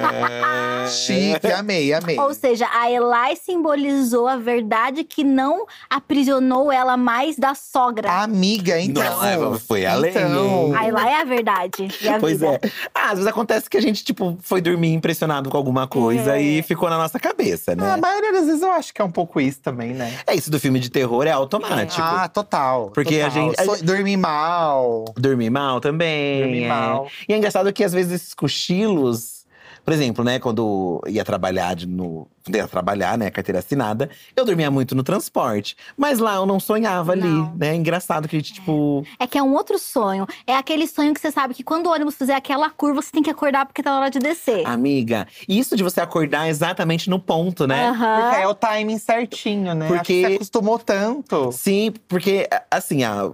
[SPEAKER 2] É.
[SPEAKER 1] Chique, amei, amei.
[SPEAKER 3] Ou seja, a Eli simbolizou a verdade que não aprisionou ela mais da sogra.
[SPEAKER 1] Amiga, então.
[SPEAKER 2] Nossa, é, foi além,
[SPEAKER 1] Então.
[SPEAKER 3] A Eli é a verdade. E a
[SPEAKER 2] Pois
[SPEAKER 3] vida.
[SPEAKER 2] é. Ah, às vezes acontece que a gente, tipo, foi dormir impressionado com alguma coisa
[SPEAKER 3] É.
[SPEAKER 2] e ficou na nossa cabeça,
[SPEAKER 1] Ah, A
[SPEAKER 2] né?
[SPEAKER 1] maioria das vezes eu acho que é um pouco isso também, né?
[SPEAKER 2] É isso do filme de terror, é automático.
[SPEAKER 1] ah, total.
[SPEAKER 2] Porque a
[SPEAKER 1] total.
[SPEAKER 2] gente- a
[SPEAKER 1] Sonho- Dormir mal.
[SPEAKER 2] Dormir mal também.
[SPEAKER 1] Dormir
[SPEAKER 2] é.
[SPEAKER 1] mal.
[SPEAKER 2] E é engraçado que às vezes esses cochilos. Por exemplo, né, quando eu ia trabalhar de no. quando eu ia trabalhar, né? Carteira assinada, eu dormia muito no transporte. Mas lá eu não sonhava
[SPEAKER 3] Não.
[SPEAKER 2] ali, né? Engraçado que a gente, tipo.
[SPEAKER 3] É que é um outro sonho. É aquele sonho que você sabe que quando o ônibus fizer aquela curva, você tem que acordar porque tá na hora de descer.
[SPEAKER 2] Amiga, e isso de você acordar exatamente no ponto, né?
[SPEAKER 3] Aham.
[SPEAKER 1] Porque é o timing certinho, né?
[SPEAKER 2] Porque-
[SPEAKER 1] Acho que Você acostumou tanto.
[SPEAKER 2] Sim, porque a- assim, a,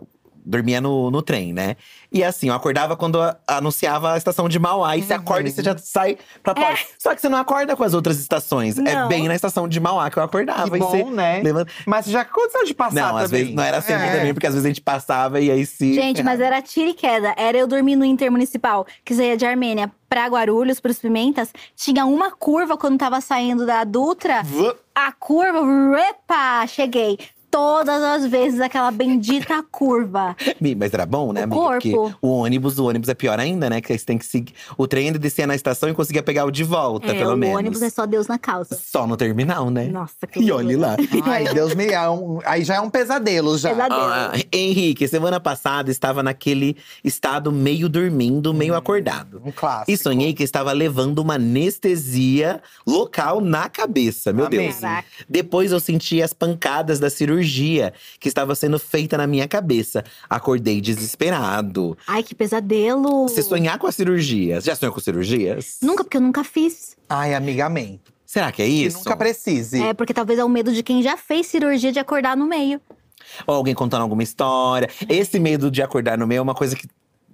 [SPEAKER 2] dormia no, no trem, né? E assim, eu acordava quando a- anunciava a estação de Mauá. E
[SPEAKER 3] Uhum.
[SPEAKER 2] você acorda e você já sai pra porta. Só que você não acorda com as outras estações. É
[SPEAKER 3] É. Não.
[SPEAKER 2] bem na estação de Mauá que eu acordava.
[SPEAKER 1] Que
[SPEAKER 2] e você
[SPEAKER 1] bom, né?
[SPEAKER 2] levanta-
[SPEAKER 1] Mas já aconteceu de passar
[SPEAKER 2] Não,
[SPEAKER 1] também.
[SPEAKER 2] às vezes não era sempre
[SPEAKER 1] É.
[SPEAKER 2] também, porque às vezes a gente passava e aí se.
[SPEAKER 3] Gente, mas era tiro e queda. Era eu dormir no Intermunicipal, que saía de Armênia pra Guarulhos, pros Pimentas. Tinha uma curva quando tava saindo da Dutra.
[SPEAKER 2] Vu-
[SPEAKER 3] A curva, epa, cheguei. todas as vezes aquela bendita [laughs] curva.
[SPEAKER 2] Mi, Mas era bom, né,
[SPEAKER 3] é O
[SPEAKER 2] amiga?
[SPEAKER 3] corpo.
[SPEAKER 2] Porque o ônibus, o ônibus é pior ainda, né? Que você tem que seguir. O trem ainda descia na estação e conseguia pegar o de volta,
[SPEAKER 3] é,
[SPEAKER 2] pelo
[SPEAKER 3] o
[SPEAKER 2] menos.
[SPEAKER 3] ônibus é só Deus na causa.
[SPEAKER 2] Só no terminal, né?
[SPEAKER 3] Nossa, que
[SPEAKER 2] E olhe
[SPEAKER 3] [laughs]
[SPEAKER 2] lá.
[SPEAKER 1] Ai, Deus me é um- Aí já é um pesadelo, já.
[SPEAKER 3] Pesadelo.
[SPEAKER 2] Ah, Henrique, semana passada estava naquele estado meio dormindo, meio acordado.
[SPEAKER 1] Um clássico.
[SPEAKER 2] E sonhei que estava levando uma anestesia local na cabeça, meu
[SPEAKER 1] Amém.
[SPEAKER 2] Deus.
[SPEAKER 3] Caraca.
[SPEAKER 2] Depois eu senti as pancadas da cirurgia que estava sendo feita na minha cabeça. Acordei desesperado.
[SPEAKER 3] Ai, que pesadelo.
[SPEAKER 2] Se sonhar com a cirurgia, já sonhou com cirurgias?
[SPEAKER 3] Hum. Nunca, porque eu nunca fiz.
[SPEAKER 1] Ai, amiga, amém.
[SPEAKER 2] Será que é
[SPEAKER 1] Que
[SPEAKER 2] isso?
[SPEAKER 1] nunca precise.
[SPEAKER 3] É, porque talvez é o medo de quem já fez cirurgia de acordar no meio.
[SPEAKER 2] Ou alguém contando alguma história.
[SPEAKER 1] Uhum.
[SPEAKER 2] Esse medo de acordar no meio é uma coisa que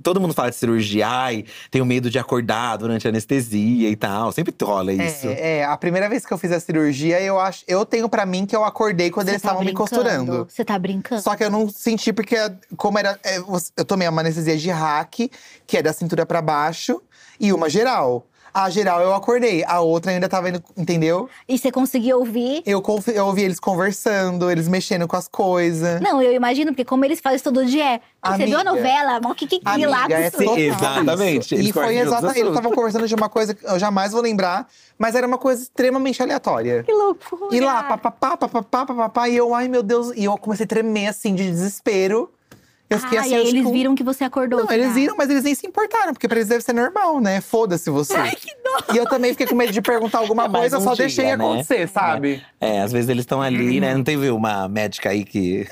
[SPEAKER 2] todo mundo fala de cirurgia. Ai, tenho medo de acordar durante a anestesia e tal. Sempre rola isso.
[SPEAKER 1] É, é, a primeira vez que eu fiz a cirurgia, eu acho, eu tenho pra mim que eu acordei quando
[SPEAKER 3] Você
[SPEAKER 1] eles
[SPEAKER 3] tá
[SPEAKER 1] estavam me
[SPEAKER 3] brincando?
[SPEAKER 1] costurando.
[SPEAKER 3] Você tá brincando?
[SPEAKER 1] Só que eu não senti porque, como era. é, você- Eu tomei uma anestesia de hack, que é da cintura pra baixo, e uma geral. A geral eu acordei, a outra ainda tava indo, entendeu?
[SPEAKER 3] E você conseguiu ouvir?
[SPEAKER 1] Eu, conf- eu ouvi eles conversando, eles mexendo com as coisas.
[SPEAKER 3] Não, eu imagino, porque como eles fazem isso todo dia. é, Você viu a
[SPEAKER 1] Amiga.
[SPEAKER 3] novela? Mó que que que lá
[SPEAKER 1] Amiga, é
[SPEAKER 3] com isso.
[SPEAKER 1] total
[SPEAKER 2] Exatamente, eles
[SPEAKER 1] E foi
[SPEAKER 2] cortam os
[SPEAKER 1] exatamente. Eles
[SPEAKER 2] assuntos.
[SPEAKER 1] estavam conversando de uma coisa que eu jamais vou lembrar, mas era uma coisa extremamente aleatória.
[SPEAKER 3] Que loucura.
[SPEAKER 1] E lá, papapá, papapá, papapá. E eu, ai meu Deus. E eu comecei a tremer, assim, de desespero. Eu fiquei
[SPEAKER 3] ah,
[SPEAKER 1] assim,
[SPEAKER 3] e aí
[SPEAKER 1] eu,
[SPEAKER 3] eles
[SPEAKER 1] tipo,
[SPEAKER 3] viram que você acordou.
[SPEAKER 1] Não, eles
[SPEAKER 3] tá?
[SPEAKER 1] viram, mas eles nem se importaram. Porque pra eles deve ser normal, né? Foda-se você. Ai, que dó. E eu também fiquei com medo de perguntar alguma
[SPEAKER 2] É mais
[SPEAKER 1] coisa.
[SPEAKER 2] um
[SPEAKER 1] só
[SPEAKER 2] dia,
[SPEAKER 1] deixei
[SPEAKER 2] né?
[SPEAKER 1] acontecer, sabe?
[SPEAKER 2] É, às vezes eles estão ali,
[SPEAKER 1] Uhum.
[SPEAKER 2] né? Não teve uma médica aí que,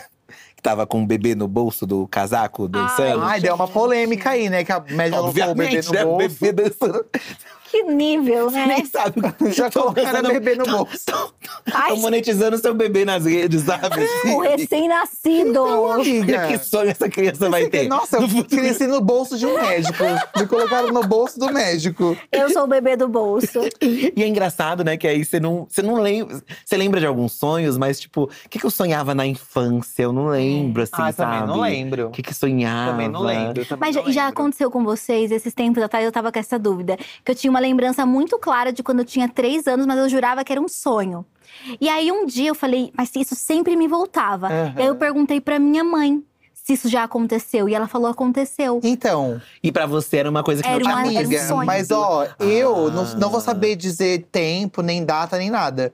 [SPEAKER 2] que tava com um bebê no bolso do casaco dançando?
[SPEAKER 1] Ai, deu uma polêmica aí, né? Que a média colocou o bebê
[SPEAKER 2] É. Obviamente,
[SPEAKER 1] no
[SPEAKER 2] né? O
[SPEAKER 1] bolso. É.
[SPEAKER 2] bebê dançando.
[SPEAKER 3] Que nível, né?
[SPEAKER 2] Nem sabe o que tá
[SPEAKER 1] Já
[SPEAKER 2] tão
[SPEAKER 1] colocaram
[SPEAKER 2] dançando.
[SPEAKER 1] o bebê no
[SPEAKER 2] Tão-
[SPEAKER 1] bolso.
[SPEAKER 2] tão-
[SPEAKER 3] Ai,
[SPEAKER 2] Tão tá, monetizando seu bebê nas
[SPEAKER 1] [laughs]
[SPEAKER 2] redes, sabe?
[SPEAKER 3] O recém-nascido.
[SPEAKER 1] Então, Amiga.
[SPEAKER 2] Que sonho essa criança vai ter?
[SPEAKER 1] Nossa, eu
[SPEAKER 2] No futuro.
[SPEAKER 1] cresci no bolso de um médico. Me colocaram no bolso do médico.
[SPEAKER 3] Eu sou o bebê do bolso.
[SPEAKER 2] [laughs] E é engraçado, né? Que aí você não, você não lembra. Você lembra de alguns sonhos, mas tipo, o que, que eu sonhava na infância? Eu não lembro, assim,
[SPEAKER 1] Ah,
[SPEAKER 2] sabe?
[SPEAKER 1] também não lembro.
[SPEAKER 2] O que, que eu sonhava?
[SPEAKER 1] Também não lembro. também
[SPEAKER 3] Mas já,
[SPEAKER 1] não
[SPEAKER 3] já
[SPEAKER 1] lembro.
[SPEAKER 3] aconteceu com vocês, esses tempos atrás eu tava com essa dúvida. Que eu tinha uma lembrança muito clara de quando eu tinha três anos, mas eu jurava que era um sonho. E aí um dia eu falei, mas isso sempre me voltava.
[SPEAKER 1] Aham.
[SPEAKER 3] E aí eu perguntei pra minha mãe se isso já aconteceu. E ela falou: aconteceu.
[SPEAKER 1] Então,
[SPEAKER 2] E pra você era uma coisa que
[SPEAKER 3] Era
[SPEAKER 2] não
[SPEAKER 3] uma-
[SPEAKER 2] tinha
[SPEAKER 3] era um
[SPEAKER 1] amiga,
[SPEAKER 3] sonho.
[SPEAKER 1] mas ó, eu não,
[SPEAKER 2] Ah.
[SPEAKER 1] não vou saber dizer tempo, nem data, nem nada.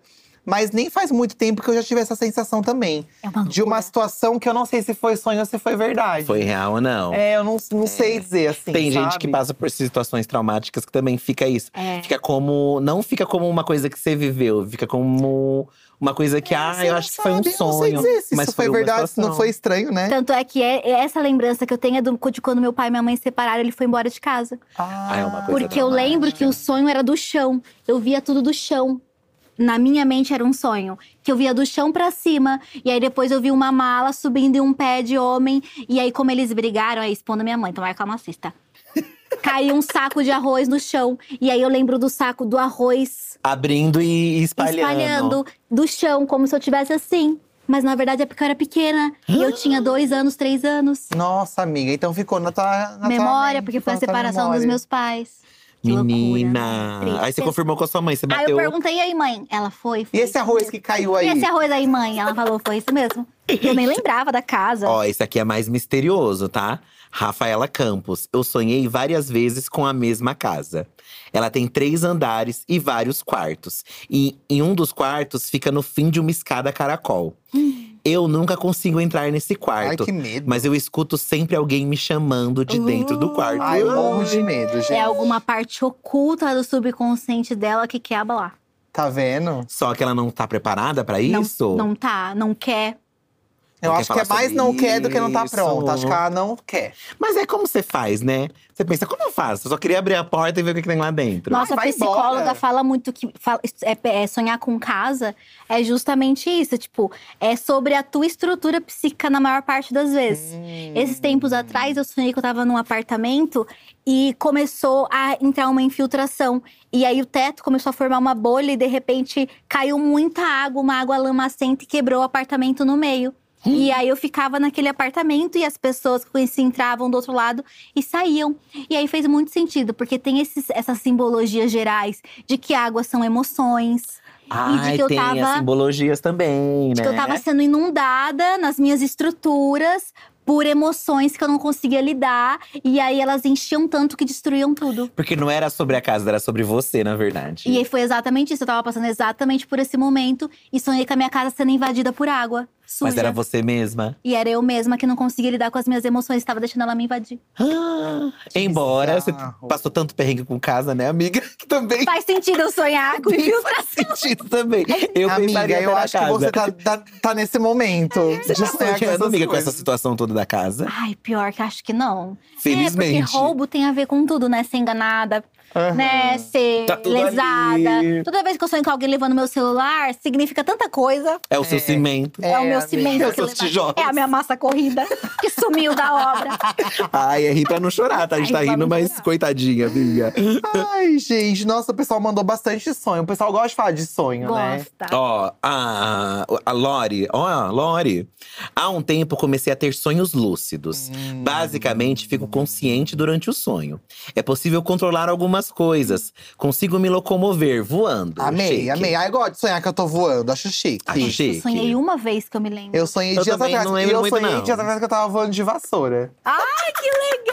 [SPEAKER 1] Mas nem faz muito tempo que eu já tive essa sensação também.
[SPEAKER 3] É uma
[SPEAKER 1] De uma
[SPEAKER 3] loucura.
[SPEAKER 1] situação que eu não sei se foi sonho ou se foi verdade.
[SPEAKER 2] Foi real ou não?
[SPEAKER 1] É, eu não, não sei dizer assim.
[SPEAKER 2] Tem gente
[SPEAKER 1] sabe?
[SPEAKER 2] que passa por situações traumáticas que também fica isso.
[SPEAKER 3] É.
[SPEAKER 2] Fica como. Não fica como uma coisa que você viveu, fica como uma coisa que,
[SPEAKER 1] É,
[SPEAKER 2] ah,
[SPEAKER 1] Você
[SPEAKER 2] eu
[SPEAKER 1] não
[SPEAKER 2] acho que foi um
[SPEAKER 1] sabe, Eu não sei
[SPEAKER 2] sonho.
[SPEAKER 1] dizer se
[SPEAKER 2] mas
[SPEAKER 1] isso foi
[SPEAKER 2] uma
[SPEAKER 1] verdade, se não
[SPEAKER 2] situação.
[SPEAKER 1] foi estranho, né?
[SPEAKER 3] Tanto é que é, é essa lembrança que eu tenho é do, de quando meu pai e minha mãe se separaram, ele foi embora de casa.
[SPEAKER 2] Ah, é uma coisa
[SPEAKER 3] Porque eu
[SPEAKER 2] dramática.
[SPEAKER 3] lembro que o sonho era do chão. Eu via tudo do chão. Na minha mente era um sonho. Que eu via do chão pra cima. E aí depois eu vi uma mala subindo e um pé de homem. E aí, como eles brigaram, aí expondo a minha mãe, então vai
[SPEAKER 2] [laughs]
[SPEAKER 3] calma, assista. Caiu um saco de arroz no chão. E aí eu lembro do saco do arroz
[SPEAKER 2] Abrindo e espalhando.
[SPEAKER 3] espalhando do chão, como se eu tivesse assim. Mas na verdade é porque eu era pequena.
[SPEAKER 2] [gasps]
[SPEAKER 3] E eu tinha dois anos, três anos.
[SPEAKER 1] Nossa, amiga, então ficou na tua. Na tua
[SPEAKER 3] memória,
[SPEAKER 1] mente,
[SPEAKER 3] porque foi a
[SPEAKER 1] na tua
[SPEAKER 3] separação dos
[SPEAKER 1] memória.
[SPEAKER 3] meus pais. Que loucura,
[SPEAKER 2] Menina. aí
[SPEAKER 3] né?
[SPEAKER 2] você
[SPEAKER 3] Tristeza.
[SPEAKER 2] confirmou com a sua mãe,
[SPEAKER 1] Ah,
[SPEAKER 2] você
[SPEAKER 3] Aí eu
[SPEAKER 2] bateu.
[SPEAKER 3] perguntei, e aí, mãe? Ela foi.
[SPEAKER 1] E
[SPEAKER 3] foi
[SPEAKER 1] esse
[SPEAKER 3] isso
[SPEAKER 1] arroz
[SPEAKER 3] mesmo.
[SPEAKER 1] que caiu aí?
[SPEAKER 3] E esse arroz aí, mãe? Ela falou, foi isso mesmo. Eu nem lembrava da casa.
[SPEAKER 2] Ó, esse aqui é mais misterioso, tá? Rafaela Campos. Eu sonhei várias vezes com a mesma casa. Ela tem três andares e vários quartos. E em um dos quartos fica no fim de uma escada caracol. Eu nunca consigo entrar nesse
[SPEAKER 1] Ai,
[SPEAKER 2] quarto.
[SPEAKER 1] que medo.
[SPEAKER 2] Mas eu escuto sempre alguém me chamando de dentro do quarto.
[SPEAKER 1] Ai, eu morro de medo, gente.
[SPEAKER 3] é alguma parte oculta do subconsciente dela que quer abalar.
[SPEAKER 1] Tá vendo?
[SPEAKER 2] Só que ela não tá preparada pra isso?
[SPEAKER 3] Não, não tá, não quer.
[SPEAKER 1] Eu
[SPEAKER 2] quer
[SPEAKER 1] acho que é
[SPEAKER 2] falar
[SPEAKER 1] mais
[SPEAKER 2] sobre
[SPEAKER 1] não quer do que não tá
[SPEAKER 2] isso.
[SPEAKER 1] pronta. Acho que ela não quer.
[SPEAKER 2] Mas é como você faz, né? Você pensa, como eu faço? Eu só queria abrir a porta e ver o que que tem lá dentro.
[SPEAKER 3] Nossa, a
[SPEAKER 1] vai
[SPEAKER 3] psicóloga
[SPEAKER 1] embora.
[SPEAKER 3] fala muito que fala- é- é sonhar com casa é justamente isso. Tipo, é sobre a tua estrutura psíquica na maior parte das vezes.
[SPEAKER 1] Hum.
[SPEAKER 3] Esses tempos atrás, eu sonhei que eu tava num apartamento e começou a entrar uma infiltração. E aí o teto começou a formar uma bolha e de repente caiu muita água, uma água lamacenta e quebrou o apartamento no meio. E aí eu ficava naquele apartamento e as pessoas que eu conhecia entravam do outro lado e saíam. E aí fez muito sentido, porque tem esses- essas simbologias gerais de que águas são emoções.
[SPEAKER 2] Ai,
[SPEAKER 3] e de que eu
[SPEAKER 2] tem
[SPEAKER 3] tava.
[SPEAKER 2] as simbologias também,
[SPEAKER 3] de
[SPEAKER 2] né?
[SPEAKER 3] que eu tava sendo inundada nas minhas estruturas por emoções que eu não conseguia lidar. E aí elas enchiam tanto que destruíam tudo.
[SPEAKER 2] Porque não era sobre a casa, era sobre você, na verdade.
[SPEAKER 3] E aí foi exatamente isso. Eu tava passando exatamente por esse momento e sonhei com a minha casa sendo invadida por água. Suja.
[SPEAKER 2] Mas era você mesma.
[SPEAKER 3] E era eu mesma que não conseguia lidar com as minhas emoções, estava deixando ela me invadir.
[SPEAKER 2] Ah, embora você
[SPEAKER 1] bizarro.
[SPEAKER 2] passou tanto perrengue com casa, né, amiga? [laughs] Que também
[SPEAKER 3] Faz sentido eu sonhar com infiltração.
[SPEAKER 2] faz sentido também. Eu
[SPEAKER 1] é Amiga,
[SPEAKER 2] pensaria até
[SPEAKER 1] eu
[SPEAKER 2] na
[SPEAKER 1] acho que
[SPEAKER 2] casa.
[SPEAKER 1] você tá, tá, tá nesse momento.
[SPEAKER 2] Você já
[SPEAKER 1] sonhar
[SPEAKER 2] sonhou com essa
[SPEAKER 1] essas
[SPEAKER 2] amiga com essa
[SPEAKER 1] coisas.
[SPEAKER 2] situação toda da casa?
[SPEAKER 3] Ai, pior que acho que não.
[SPEAKER 2] Felizmente.
[SPEAKER 3] É, porque roubo tem a ver com tudo, né? Ser enganada,
[SPEAKER 1] Aham.
[SPEAKER 3] né? Ser
[SPEAKER 2] Tá tudo
[SPEAKER 3] lesada.
[SPEAKER 2] ali.
[SPEAKER 3] Toda vez que eu sonho com alguém levando meu celular, significa tanta coisa.
[SPEAKER 2] É o seu
[SPEAKER 1] É.
[SPEAKER 2] cimento.
[SPEAKER 3] É, o meu
[SPEAKER 1] amiga.
[SPEAKER 3] cimento.
[SPEAKER 2] Seus
[SPEAKER 3] que levar-
[SPEAKER 2] tijolos.
[SPEAKER 3] É a minha massa corrida que sumiu da obra.
[SPEAKER 2] Ai, [laughs] é rir pra não chorar, tá? A gente tá
[SPEAKER 3] Ai, pra
[SPEAKER 2] rindo,
[SPEAKER 3] não
[SPEAKER 2] mas
[SPEAKER 3] chorar.
[SPEAKER 2] coitadinha, amiga.
[SPEAKER 1] [laughs] Ai, gente, nossa, o pessoal mandou bastante sonho. O pessoal gosta de falar de sonho, né?
[SPEAKER 3] Gosta.
[SPEAKER 2] Ó, a, a Lori, ó, a Lori. Há um tempo comecei a ter sonhos lúcidos.
[SPEAKER 1] Hum.
[SPEAKER 2] Basicamente, fico consciente durante o sonho. É possível controlar algumas coisas. Consigo me locomover voando.
[SPEAKER 1] Amei,
[SPEAKER 2] Chique.
[SPEAKER 1] amei. Ai, gosto de sonhar que eu tô voando, acho chique.
[SPEAKER 2] Acho
[SPEAKER 3] Eu
[SPEAKER 2] chique.
[SPEAKER 3] sonhei uma vez que eu me lembro.
[SPEAKER 1] Eu sonhei
[SPEAKER 2] Eu
[SPEAKER 1] dias
[SPEAKER 2] também
[SPEAKER 1] atrás.
[SPEAKER 2] não
[SPEAKER 1] e
[SPEAKER 2] lembro
[SPEAKER 1] eu
[SPEAKER 2] muito,
[SPEAKER 1] sonhei
[SPEAKER 2] não.
[SPEAKER 1] dias atrás que eu tava voando de vassoura.
[SPEAKER 3] Ai, que legal!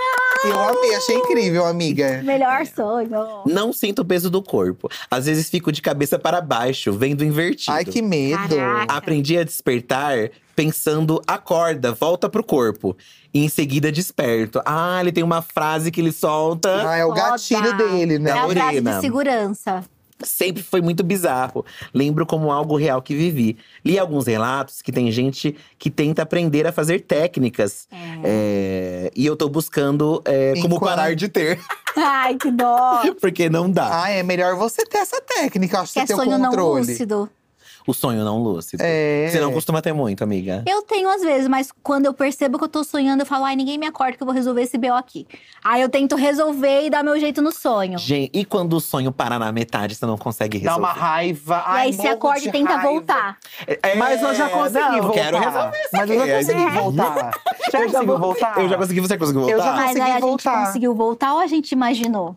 [SPEAKER 1] Eu amei, achei incrível, amiga.
[SPEAKER 3] Melhor sonho.
[SPEAKER 2] Não sinto o peso do corpo. Às vezes fico de cabeça para baixo, vendo invertido.
[SPEAKER 1] Ai, que medo.
[SPEAKER 3] Caraca.
[SPEAKER 2] Aprendi a despertar pensando, acorda, volta pro corpo. E em seguida desperto. Ah, ele tem uma frase que ele solta.
[SPEAKER 1] Ah, é o
[SPEAKER 3] Foda.
[SPEAKER 1] gatilho dele, né?
[SPEAKER 3] É a frase
[SPEAKER 2] Lorena.
[SPEAKER 3] de segurança.
[SPEAKER 2] Sempre foi muito bizarro. Lembro como algo real que vivi. Li alguns relatos que tem gente que tenta aprender a fazer técnicas. É, e eu tô buscando é, como
[SPEAKER 1] Enquanto-
[SPEAKER 2] parar de ter.
[SPEAKER 3] Ai, que dó.
[SPEAKER 2] [laughs] Porque não dá.
[SPEAKER 1] Ah, é melhor você ter essa técnica, eu acho que
[SPEAKER 3] Quer
[SPEAKER 1] você tem o
[SPEAKER 3] é sonho não
[SPEAKER 1] controle.
[SPEAKER 3] lúcido?
[SPEAKER 2] O sonho não lúcido.
[SPEAKER 1] É.
[SPEAKER 2] Você não costuma ter muito, amiga.
[SPEAKER 3] Eu tenho às vezes, mas quando eu percebo que eu tô sonhando, eu falo, ai, ninguém me acorda que eu vou resolver esse BO aqui. Aí eu tento resolver e dar meu jeito no sonho.
[SPEAKER 2] Gente, e quando o sonho parar na metade, você não consegue
[SPEAKER 1] Dá
[SPEAKER 2] resolver?
[SPEAKER 1] uma raiva.
[SPEAKER 3] e
[SPEAKER 1] Ai,
[SPEAKER 3] aí você
[SPEAKER 1] morro
[SPEAKER 3] acorda
[SPEAKER 1] de
[SPEAKER 3] e tenta
[SPEAKER 1] raiva.
[SPEAKER 3] voltar.
[SPEAKER 2] É,
[SPEAKER 1] Mas eu já consegui
[SPEAKER 2] não,
[SPEAKER 1] voltar.
[SPEAKER 2] Quero resolver isso
[SPEAKER 1] Mas eu
[SPEAKER 2] aqui.
[SPEAKER 1] já consegui
[SPEAKER 2] Aí-
[SPEAKER 1] voltar. Já
[SPEAKER 2] Eu já
[SPEAKER 1] consegui
[SPEAKER 2] vou-
[SPEAKER 1] voltar?
[SPEAKER 2] Eu já consegui, você conseguiu
[SPEAKER 1] Eu já
[SPEAKER 2] voltar?
[SPEAKER 3] Mas aí
[SPEAKER 1] consegui
[SPEAKER 3] a
[SPEAKER 1] voltar.
[SPEAKER 3] gente conseguiu voltar ou a gente imaginou?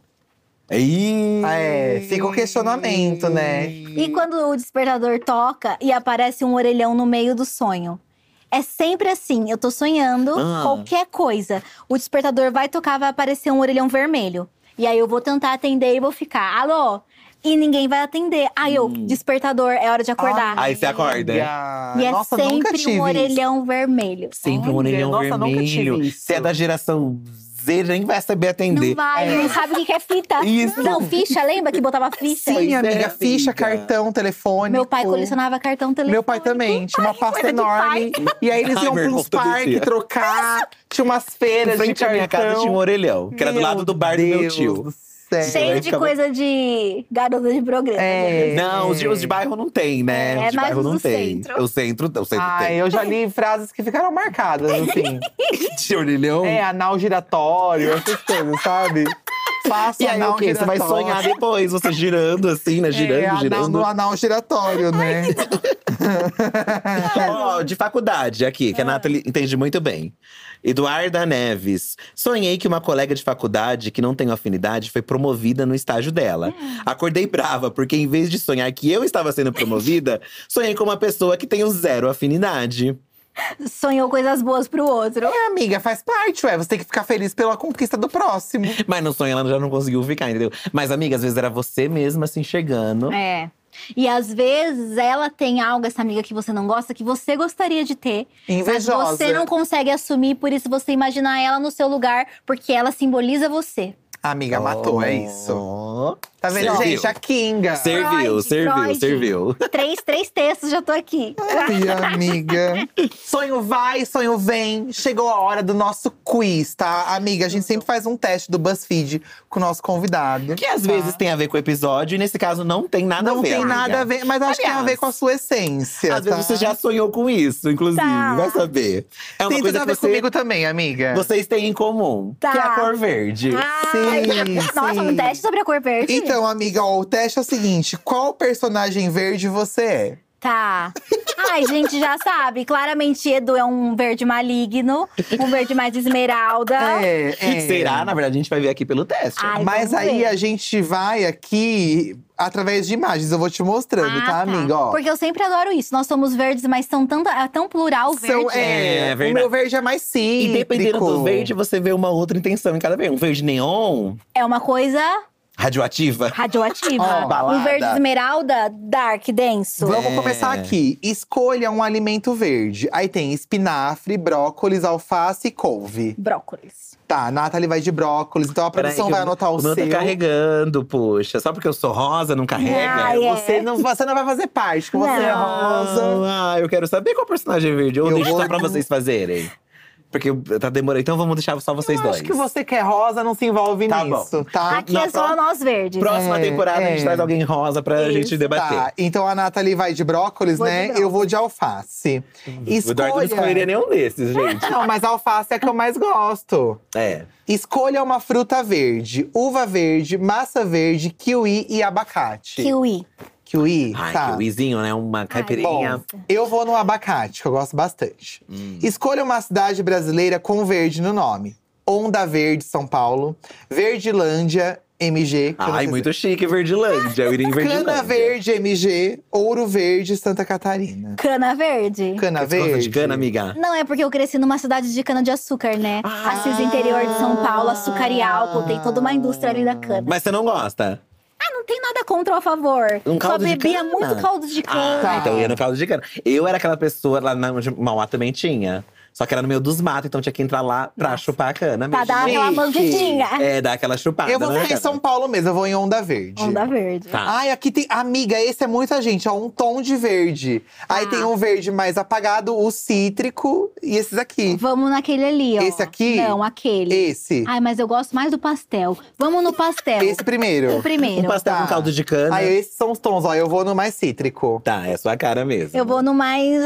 [SPEAKER 2] Ih!
[SPEAKER 1] É, fica o questionamento, né?
[SPEAKER 3] E quando o despertador toca e aparece um orelhão no meio do sonho? É sempre assim, eu tô sonhando,
[SPEAKER 2] Ah.
[SPEAKER 3] qualquer coisa. O despertador vai tocar, vai aparecer um orelhão vermelho. E aí eu vou tentar atender e vou ficar, alô? E ninguém vai atender. Aí eu,
[SPEAKER 1] Hum.
[SPEAKER 3] despertador, é hora de acordar.
[SPEAKER 2] Ai, Aí você acorda.
[SPEAKER 1] Amiga.
[SPEAKER 3] E é
[SPEAKER 1] Nossa, nunca
[SPEAKER 3] sempre
[SPEAKER 1] tive
[SPEAKER 3] um
[SPEAKER 1] isso.
[SPEAKER 3] orelhão vermelho.
[SPEAKER 2] Sempre um
[SPEAKER 1] Olha,
[SPEAKER 2] orelhão
[SPEAKER 1] nossa, nunca
[SPEAKER 2] vermelho.
[SPEAKER 1] tive isso.
[SPEAKER 2] Você é da geração Z, nem vai saber
[SPEAKER 3] Não
[SPEAKER 2] atender.
[SPEAKER 3] vai, não sabe o que que é fita.
[SPEAKER 2] Isso.
[SPEAKER 3] Não, ficha, lembra que botava ficha?
[SPEAKER 2] Pois
[SPEAKER 1] Sim,
[SPEAKER 2] é,
[SPEAKER 1] amiga, ficha,
[SPEAKER 2] amiga.
[SPEAKER 1] cartão, telefone.
[SPEAKER 3] Meu pai
[SPEAKER 1] pô.
[SPEAKER 3] colecionava cartão telefônico.
[SPEAKER 1] Meu pai também, tinha uma pasta
[SPEAKER 3] coisa de
[SPEAKER 1] enorme. E aí eles
[SPEAKER 2] Ai,
[SPEAKER 1] iam
[SPEAKER 2] meu
[SPEAKER 1] para
[SPEAKER 2] irmão
[SPEAKER 1] uns
[SPEAKER 2] todo dia.
[SPEAKER 1] parques trocar, tinha umas
[SPEAKER 2] Em
[SPEAKER 1] feiras de
[SPEAKER 2] frente à
[SPEAKER 1] cartão.
[SPEAKER 2] minha casa tinha um orelhão, que era do
[SPEAKER 1] Meu
[SPEAKER 2] lado do bar do meu
[SPEAKER 1] Deus
[SPEAKER 2] tio.
[SPEAKER 1] do céu.
[SPEAKER 3] Cheio de
[SPEAKER 2] Ficava-
[SPEAKER 3] coisa de garota de progresso.
[SPEAKER 1] É.
[SPEAKER 2] Não, os de, os de bairro não tem, né?
[SPEAKER 3] É,
[SPEAKER 2] os de
[SPEAKER 3] mais
[SPEAKER 2] bairro
[SPEAKER 3] os
[SPEAKER 2] não
[SPEAKER 3] do
[SPEAKER 2] tem.
[SPEAKER 3] centro.
[SPEAKER 2] O centro, o centro
[SPEAKER 1] Ai, eu já li frases que ficaram marcadas,
[SPEAKER 3] [laughs]
[SPEAKER 1] assim.
[SPEAKER 2] tem. [laughs] De orelhão.
[SPEAKER 1] é, anal giratório, essas coisas, sabe? Faça
[SPEAKER 2] E aí,
[SPEAKER 1] anal
[SPEAKER 2] o quê? Você vai
[SPEAKER 1] giratório.
[SPEAKER 2] sonhar depois, você girando assim, né? Girando,
[SPEAKER 1] é, anal-
[SPEAKER 2] girando.
[SPEAKER 1] No anal giratório, né?
[SPEAKER 2] Ó, de faculdade aqui, que a Nathalie entende muito bem. Eduarda Neves. Sonhei que uma colega de faculdade, que não tenho afinidade, foi promovida no estágio dela.
[SPEAKER 1] Hum.
[SPEAKER 2] Acordei brava, porque em vez de sonhar que eu estava
[SPEAKER 1] [laughs]
[SPEAKER 2] sendo promovida, sonhei com uma pessoa que tenho zero afinidade.
[SPEAKER 3] Sonhou coisas boas pro outro.
[SPEAKER 1] É, amiga, faz parte, ué. Você tem que ficar feliz pela conquista do próximo.
[SPEAKER 2] Mas no sonho ela já não conseguiu ficar, entendeu? Mas, amiga, às vezes era você mesma se enxergando.
[SPEAKER 3] É. E às vezes ela tem algo, essa amiga que você não gosta, que você gostaria de ter.
[SPEAKER 1] Invejosa.
[SPEAKER 3] Mas você não consegue assumir, por isso você imagina ela no seu lugar, porque ela simboliza você.
[SPEAKER 1] Amiga, matou, é
[SPEAKER 2] Oh.
[SPEAKER 1] isso. Tá vendo,
[SPEAKER 2] Serviu.
[SPEAKER 1] gente? A Kinga.
[SPEAKER 2] Serviu,
[SPEAKER 3] Freud,
[SPEAKER 2] serviu,
[SPEAKER 3] Freud.
[SPEAKER 2] serviu.
[SPEAKER 3] três, três textos, já tô aqui.
[SPEAKER 1] Ai, amiga. Sonho vai, sonho vem. Chegou a hora do nosso quiz, tá? Amiga, a gente sempre faz um teste do BuzzFeed com o nosso convidado.
[SPEAKER 2] Que às vezes tem a ver com o episódio, e nesse caso não tem nada
[SPEAKER 1] Tá. não
[SPEAKER 2] a ver.
[SPEAKER 1] tem
[SPEAKER 2] amiga.
[SPEAKER 1] nada a ver, mas acho que tem a
[SPEAKER 2] Aliás,
[SPEAKER 1] ver com a sua essência.
[SPEAKER 2] Às vezes
[SPEAKER 1] tá?
[SPEAKER 2] você já sonhou com isso, inclusive.
[SPEAKER 3] Tá.
[SPEAKER 2] Vai saber. É uma
[SPEAKER 1] tem
[SPEAKER 2] coisa
[SPEAKER 1] tudo a
[SPEAKER 2] que
[SPEAKER 1] ver
[SPEAKER 2] você,
[SPEAKER 1] comigo também, amiga.
[SPEAKER 2] vocês têm em comum.
[SPEAKER 3] Tá. Ah,
[SPEAKER 2] Que é a cor verde.
[SPEAKER 1] Sim,
[SPEAKER 3] Nossa,
[SPEAKER 1] sim.
[SPEAKER 3] um teste sobre a cor verde?
[SPEAKER 1] Então, amiga, ó, o teste é o seguinte: qual personagem verde você é?
[SPEAKER 3] Tá. Ai, gente, já sabe. Claramente, Edu é um verde maligno, um verde mais esmeralda.
[SPEAKER 1] É,
[SPEAKER 2] Será? Na verdade, a gente vai ver aqui pelo teste.
[SPEAKER 3] Ai,
[SPEAKER 1] Mas
[SPEAKER 3] vamos
[SPEAKER 1] aí
[SPEAKER 3] ver.
[SPEAKER 1] a gente vai aqui através de imagens. Eu vou te mostrando,
[SPEAKER 3] Ah,
[SPEAKER 1] tá, amiga? Ó.
[SPEAKER 3] Porque eu sempre adoro isso. Nós somos verdes, mas são tanto, é tão plural verde.
[SPEAKER 1] São- é,
[SPEAKER 2] É,
[SPEAKER 1] o
[SPEAKER 2] verdade.
[SPEAKER 1] meu verde é mais
[SPEAKER 2] E
[SPEAKER 1] cítrico.
[SPEAKER 2] dependendo do verde, você vê uma outra intenção em cada vez. Um verde neon,
[SPEAKER 3] É uma coisa
[SPEAKER 2] radioativa.
[SPEAKER 3] radioativa.
[SPEAKER 1] Ó,
[SPEAKER 3] um
[SPEAKER 1] balada.
[SPEAKER 3] verde esmeralda, dark, denso.
[SPEAKER 1] Vamos
[SPEAKER 2] É.
[SPEAKER 1] começar aqui. Escolha um alimento verde. Aí tem espinafre, brócolis, alface e couve.
[SPEAKER 3] Brócolis.
[SPEAKER 1] Tá, a Nathalie vai de brócolis, então a
[SPEAKER 2] Peraí
[SPEAKER 1] produção
[SPEAKER 2] que
[SPEAKER 1] vai
[SPEAKER 2] o-
[SPEAKER 1] anotar o,
[SPEAKER 2] o meu
[SPEAKER 1] seu.
[SPEAKER 2] tá carregando, poxa. Só porque eu sou rosa, não carrega?
[SPEAKER 3] Ai, é.
[SPEAKER 1] Você, não, você não vai fazer parte, que você é rosa.
[SPEAKER 2] Ah, ah, eu quero saber qual personagem é verde. Ou
[SPEAKER 1] Eu
[SPEAKER 2] deixo
[SPEAKER 1] vou-
[SPEAKER 2] só pra vocês fazerem. Porque tá demorando. Então vamos deixar só vocês dois.
[SPEAKER 1] Acho que você quer rosa, não se envolve
[SPEAKER 2] Tá
[SPEAKER 1] nisso,
[SPEAKER 2] bom.
[SPEAKER 1] tá?
[SPEAKER 3] Aqui
[SPEAKER 2] na
[SPEAKER 3] é só
[SPEAKER 2] pró-
[SPEAKER 3] nós verdes.
[SPEAKER 2] Próxima
[SPEAKER 1] É,
[SPEAKER 2] temporada a
[SPEAKER 1] é.
[SPEAKER 2] gente traz alguém rosa pra
[SPEAKER 3] Isso.
[SPEAKER 2] gente debater.
[SPEAKER 1] Tá, então a Nathalie vai de brócolis,
[SPEAKER 3] Vou de
[SPEAKER 1] né?
[SPEAKER 3] brócolis.
[SPEAKER 1] Eu vou de alface.
[SPEAKER 2] O Eduardo não escolheria
[SPEAKER 1] Escolha. [laughs]
[SPEAKER 2] nenhum desses, gente.
[SPEAKER 1] Não, mas a alface é a que eu mais gosto.
[SPEAKER 2] é.
[SPEAKER 1] Escolha uma fruta verde: uva verde, massa verde, kiwi e abacate.
[SPEAKER 3] Kiwi.
[SPEAKER 1] Kiwi?
[SPEAKER 2] Ai,
[SPEAKER 1] tá.
[SPEAKER 2] que Wizinho, né? Uma caipirinha.
[SPEAKER 1] Bom, eu vou no abacate, que eu gosto bastante.
[SPEAKER 2] Hum.
[SPEAKER 1] Escolha uma cidade brasileira com verde no nome: Onda Verde, São Paulo, Verdilândia, MG. que eu não
[SPEAKER 2] Ai,
[SPEAKER 1] sei
[SPEAKER 2] muito chique, Verdilândia. Eu iria em
[SPEAKER 1] se-
[SPEAKER 2] Verdilândia.
[SPEAKER 1] Cana Verde, MG, Ouro Verde, Santa Catarina.
[SPEAKER 3] Cana verde.
[SPEAKER 1] Cana
[SPEAKER 2] Você gosta
[SPEAKER 1] Verde.
[SPEAKER 2] de cana, amiga?
[SPEAKER 3] Não, é porque eu cresci numa cidade de cana-de-açúcar, né?
[SPEAKER 2] Ah.
[SPEAKER 3] Assis interior de São Paulo, açúcar e álcool. Tem toda uma indústria ali da cana.
[SPEAKER 2] Mas você não gosta?
[SPEAKER 1] Hum.
[SPEAKER 3] Ah, não tem nada contra ou a favor.
[SPEAKER 2] Um
[SPEAKER 3] Só
[SPEAKER 2] caldo de
[SPEAKER 3] bebia
[SPEAKER 2] cana.
[SPEAKER 3] muito caldo de cana.
[SPEAKER 2] Ah,
[SPEAKER 1] Tá.
[SPEAKER 2] então eu ia no caldo de cana. Eu era aquela pessoa lá na onde Mauá também tinha. Só que era no meio dos matos, então tinha que entrar lá pra chupar a cana
[SPEAKER 3] Pra
[SPEAKER 2] mesmo.
[SPEAKER 3] dar aquela
[SPEAKER 1] Chique.
[SPEAKER 3] mangidinha.
[SPEAKER 2] É, dar aquela chupada.
[SPEAKER 1] Eu vou
[SPEAKER 2] né,
[SPEAKER 1] ficar em
[SPEAKER 2] cara?
[SPEAKER 1] São Paulo mesmo, eu vou em Onda Verde.
[SPEAKER 3] Onda verde.
[SPEAKER 2] Tá.
[SPEAKER 1] Ai, aqui tem. Amiga, esse é muita gente, ó. Um tom de verde. Aí
[SPEAKER 3] Ah.
[SPEAKER 1] tem um verde mais apagado, o cítrico e esses aqui.
[SPEAKER 3] Vamos naquele ali, ó.
[SPEAKER 1] Esse aqui?
[SPEAKER 3] Não, aquele.
[SPEAKER 1] Esse.
[SPEAKER 3] Ai, mas eu gosto mais do pastel. Vamos no pastel.
[SPEAKER 1] Esse primeiro.
[SPEAKER 3] é. O primeiro.
[SPEAKER 2] Um pastel
[SPEAKER 1] Tá.
[SPEAKER 2] com caldo de cana.
[SPEAKER 1] Aí esses são os tons, ó. Eu vou no mais cítrico.
[SPEAKER 2] Tá, é sua cara mesmo.
[SPEAKER 3] Eu vou no mais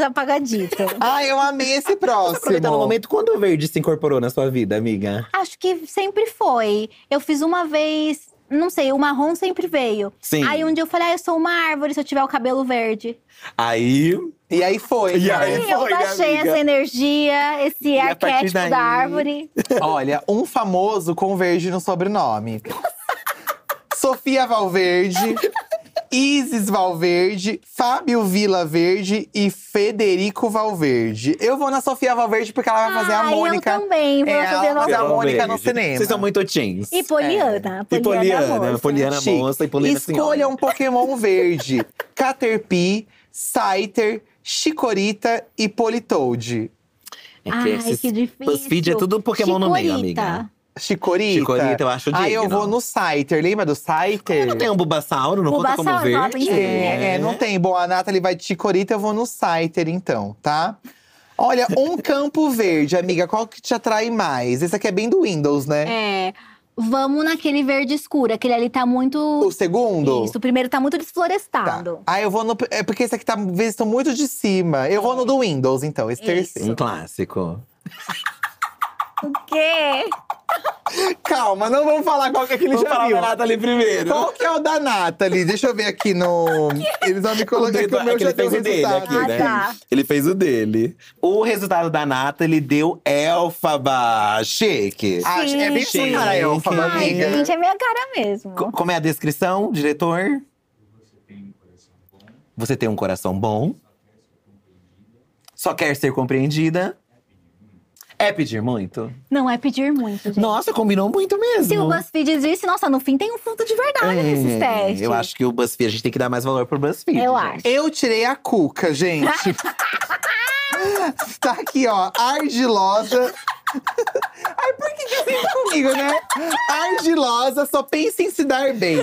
[SPEAKER 2] [laughs]
[SPEAKER 3] apagadito.
[SPEAKER 1] Ai, eu amei
[SPEAKER 3] [laughs]
[SPEAKER 1] esse
[SPEAKER 2] Aproveitando o
[SPEAKER 1] próximo.
[SPEAKER 2] momento, quando o verde se incorporou na sua vida, amiga?
[SPEAKER 3] Acho que sempre foi. Eu fiz uma vez… Não sei, o marrom sempre veio.
[SPEAKER 2] Sim.
[SPEAKER 3] Aí um dia eu falei, ah, eu sou uma árvore se eu tiver o cabelo verde.
[SPEAKER 2] Aí,
[SPEAKER 1] E aí foi.
[SPEAKER 2] E
[SPEAKER 1] né?
[SPEAKER 2] aí
[SPEAKER 3] Sim, eu
[SPEAKER 2] foi, né,
[SPEAKER 3] baixei
[SPEAKER 2] amiga?
[SPEAKER 3] essa energia, esse
[SPEAKER 2] a partir
[SPEAKER 3] arquétipo
[SPEAKER 2] daí-
[SPEAKER 3] da árvore.
[SPEAKER 1] Olha, um famoso com verde no sobrenome. Sofia Valverde, Isis Valverde, Fábio Vila Verde e Federico Valverde. Eu vou na Sofia Valverde porque ela vai fazer a
[SPEAKER 3] Ai,
[SPEAKER 1] Mônica.
[SPEAKER 3] Ah, eu também vou
[SPEAKER 1] É,
[SPEAKER 3] fazer
[SPEAKER 1] ela vai fazer
[SPEAKER 3] nossa…
[SPEAKER 1] a
[SPEAKER 2] Pelo
[SPEAKER 1] Mônica no
[SPEAKER 2] verde.
[SPEAKER 1] cinema.
[SPEAKER 2] Vocês são muito teens.
[SPEAKER 3] E Poliana,
[SPEAKER 2] E É.
[SPEAKER 3] Poliana,
[SPEAKER 2] Poliana,
[SPEAKER 3] moça.
[SPEAKER 2] Poliana
[SPEAKER 1] Chique.
[SPEAKER 2] moça e Poliana
[SPEAKER 1] Escolha um Pokémon verde. Caterpie, Scyther, Chikorita e Politoed.
[SPEAKER 2] É
[SPEAKER 3] Ai,
[SPEAKER 2] esses
[SPEAKER 3] que difícil.
[SPEAKER 2] BuzzFeed é tudo Pokémon no meio,
[SPEAKER 3] Chicorita.
[SPEAKER 2] amiga.
[SPEAKER 1] Chikorita.
[SPEAKER 2] Chikorita, eu acho
[SPEAKER 1] Aí eu
[SPEAKER 2] digno.
[SPEAKER 1] vou no Scyther. Lembra do Scyther?
[SPEAKER 2] [laughs] Não tem um Bulbasauro, não conta como
[SPEAKER 3] Bulbasauro,
[SPEAKER 2] verde.
[SPEAKER 3] não,
[SPEAKER 1] É, é, não tem. Bom, a Nathalie vai de Chicorita, eu vou no Scyther, então, tá? Olha,
[SPEAKER 2] [laughs]
[SPEAKER 1] um campo verde, amiga, qual que te atrai mais? Esse aqui é bem do Windows, né?
[SPEAKER 3] É, vamos naquele verde escuro. Aquele ali tá muito.
[SPEAKER 1] O segundo?
[SPEAKER 3] Isso, o primeiro tá muito
[SPEAKER 1] Tá.
[SPEAKER 3] desflorestado.
[SPEAKER 1] Ah, eu vou no. É porque esse aqui tá visto muito de cima. Eu vou no do Windows, então, esse
[SPEAKER 3] Isso.
[SPEAKER 1] terceiro.
[SPEAKER 2] Um clássico.
[SPEAKER 1] Tá.
[SPEAKER 3] O quê?
[SPEAKER 1] Calma, não vamos falar qual que é que ele
[SPEAKER 2] Vamos
[SPEAKER 1] já
[SPEAKER 2] falar
[SPEAKER 1] viu.
[SPEAKER 2] da Nathalie primeiro.
[SPEAKER 1] Qual que é o da Nathalie? Deixa eu ver aqui
[SPEAKER 2] [laughs]
[SPEAKER 1] no. Eles vão me
[SPEAKER 2] O
[SPEAKER 1] colocar aqui,
[SPEAKER 2] dedo-
[SPEAKER 1] o meu
[SPEAKER 2] é que
[SPEAKER 1] já
[SPEAKER 2] ele
[SPEAKER 1] deu
[SPEAKER 2] fez o dele
[SPEAKER 1] resultado.
[SPEAKER 2] aqui,
[SPEAKER 3] Ah,
[SPEAKER 2] né?
[SPEAKER 3] tá.
[SPEAKER 2] Ele fez o dele. O resultado da Nata, ele deu Elfaba. Chique.
[SPEAKER 1] Ah, é bem
[SPEAKER 2] Sim.
[SPEAKER 1] sua cara, Elfaba,
[SPEAKER 3] Ai,
[SPEAKER 1] amiga.
[SPEAKER 3] gente, é minha cara mesmo.
[SPEAKER 2] Co- Como é a descrição, diretor? Você tem um coração bom. Só quer ser compreendida. É pedir muito?
[SPEAKER 3] Não é pedir muito, gente.
[SPEAKER 2] Nossa, combinou muito mesmo.
[SPEAKER 3] Se o BuzzFeed disse, nossa, no fim tem um fundo de verdade
[SPEAKER 2] É,
[SPEAKER 3] nesses testes.
[SPEAKER 2] Eu acho que o BuzzFeed, a gente tem que dar mais valor pro BuzzFeed.
[SPEAKER 3] Eu
[SPEAKER 2] gente.
[SPEAKER 3] acho.
[SPEAKER 1] Eu tirei a cuca,
[SPEAKER 3] [laughs]
[SPEAKER 1] gente. tá aqui, ó. Ardilosa. Ai, por que que é sempre comigo, né? Ardilosa, só pensa em se dar bem.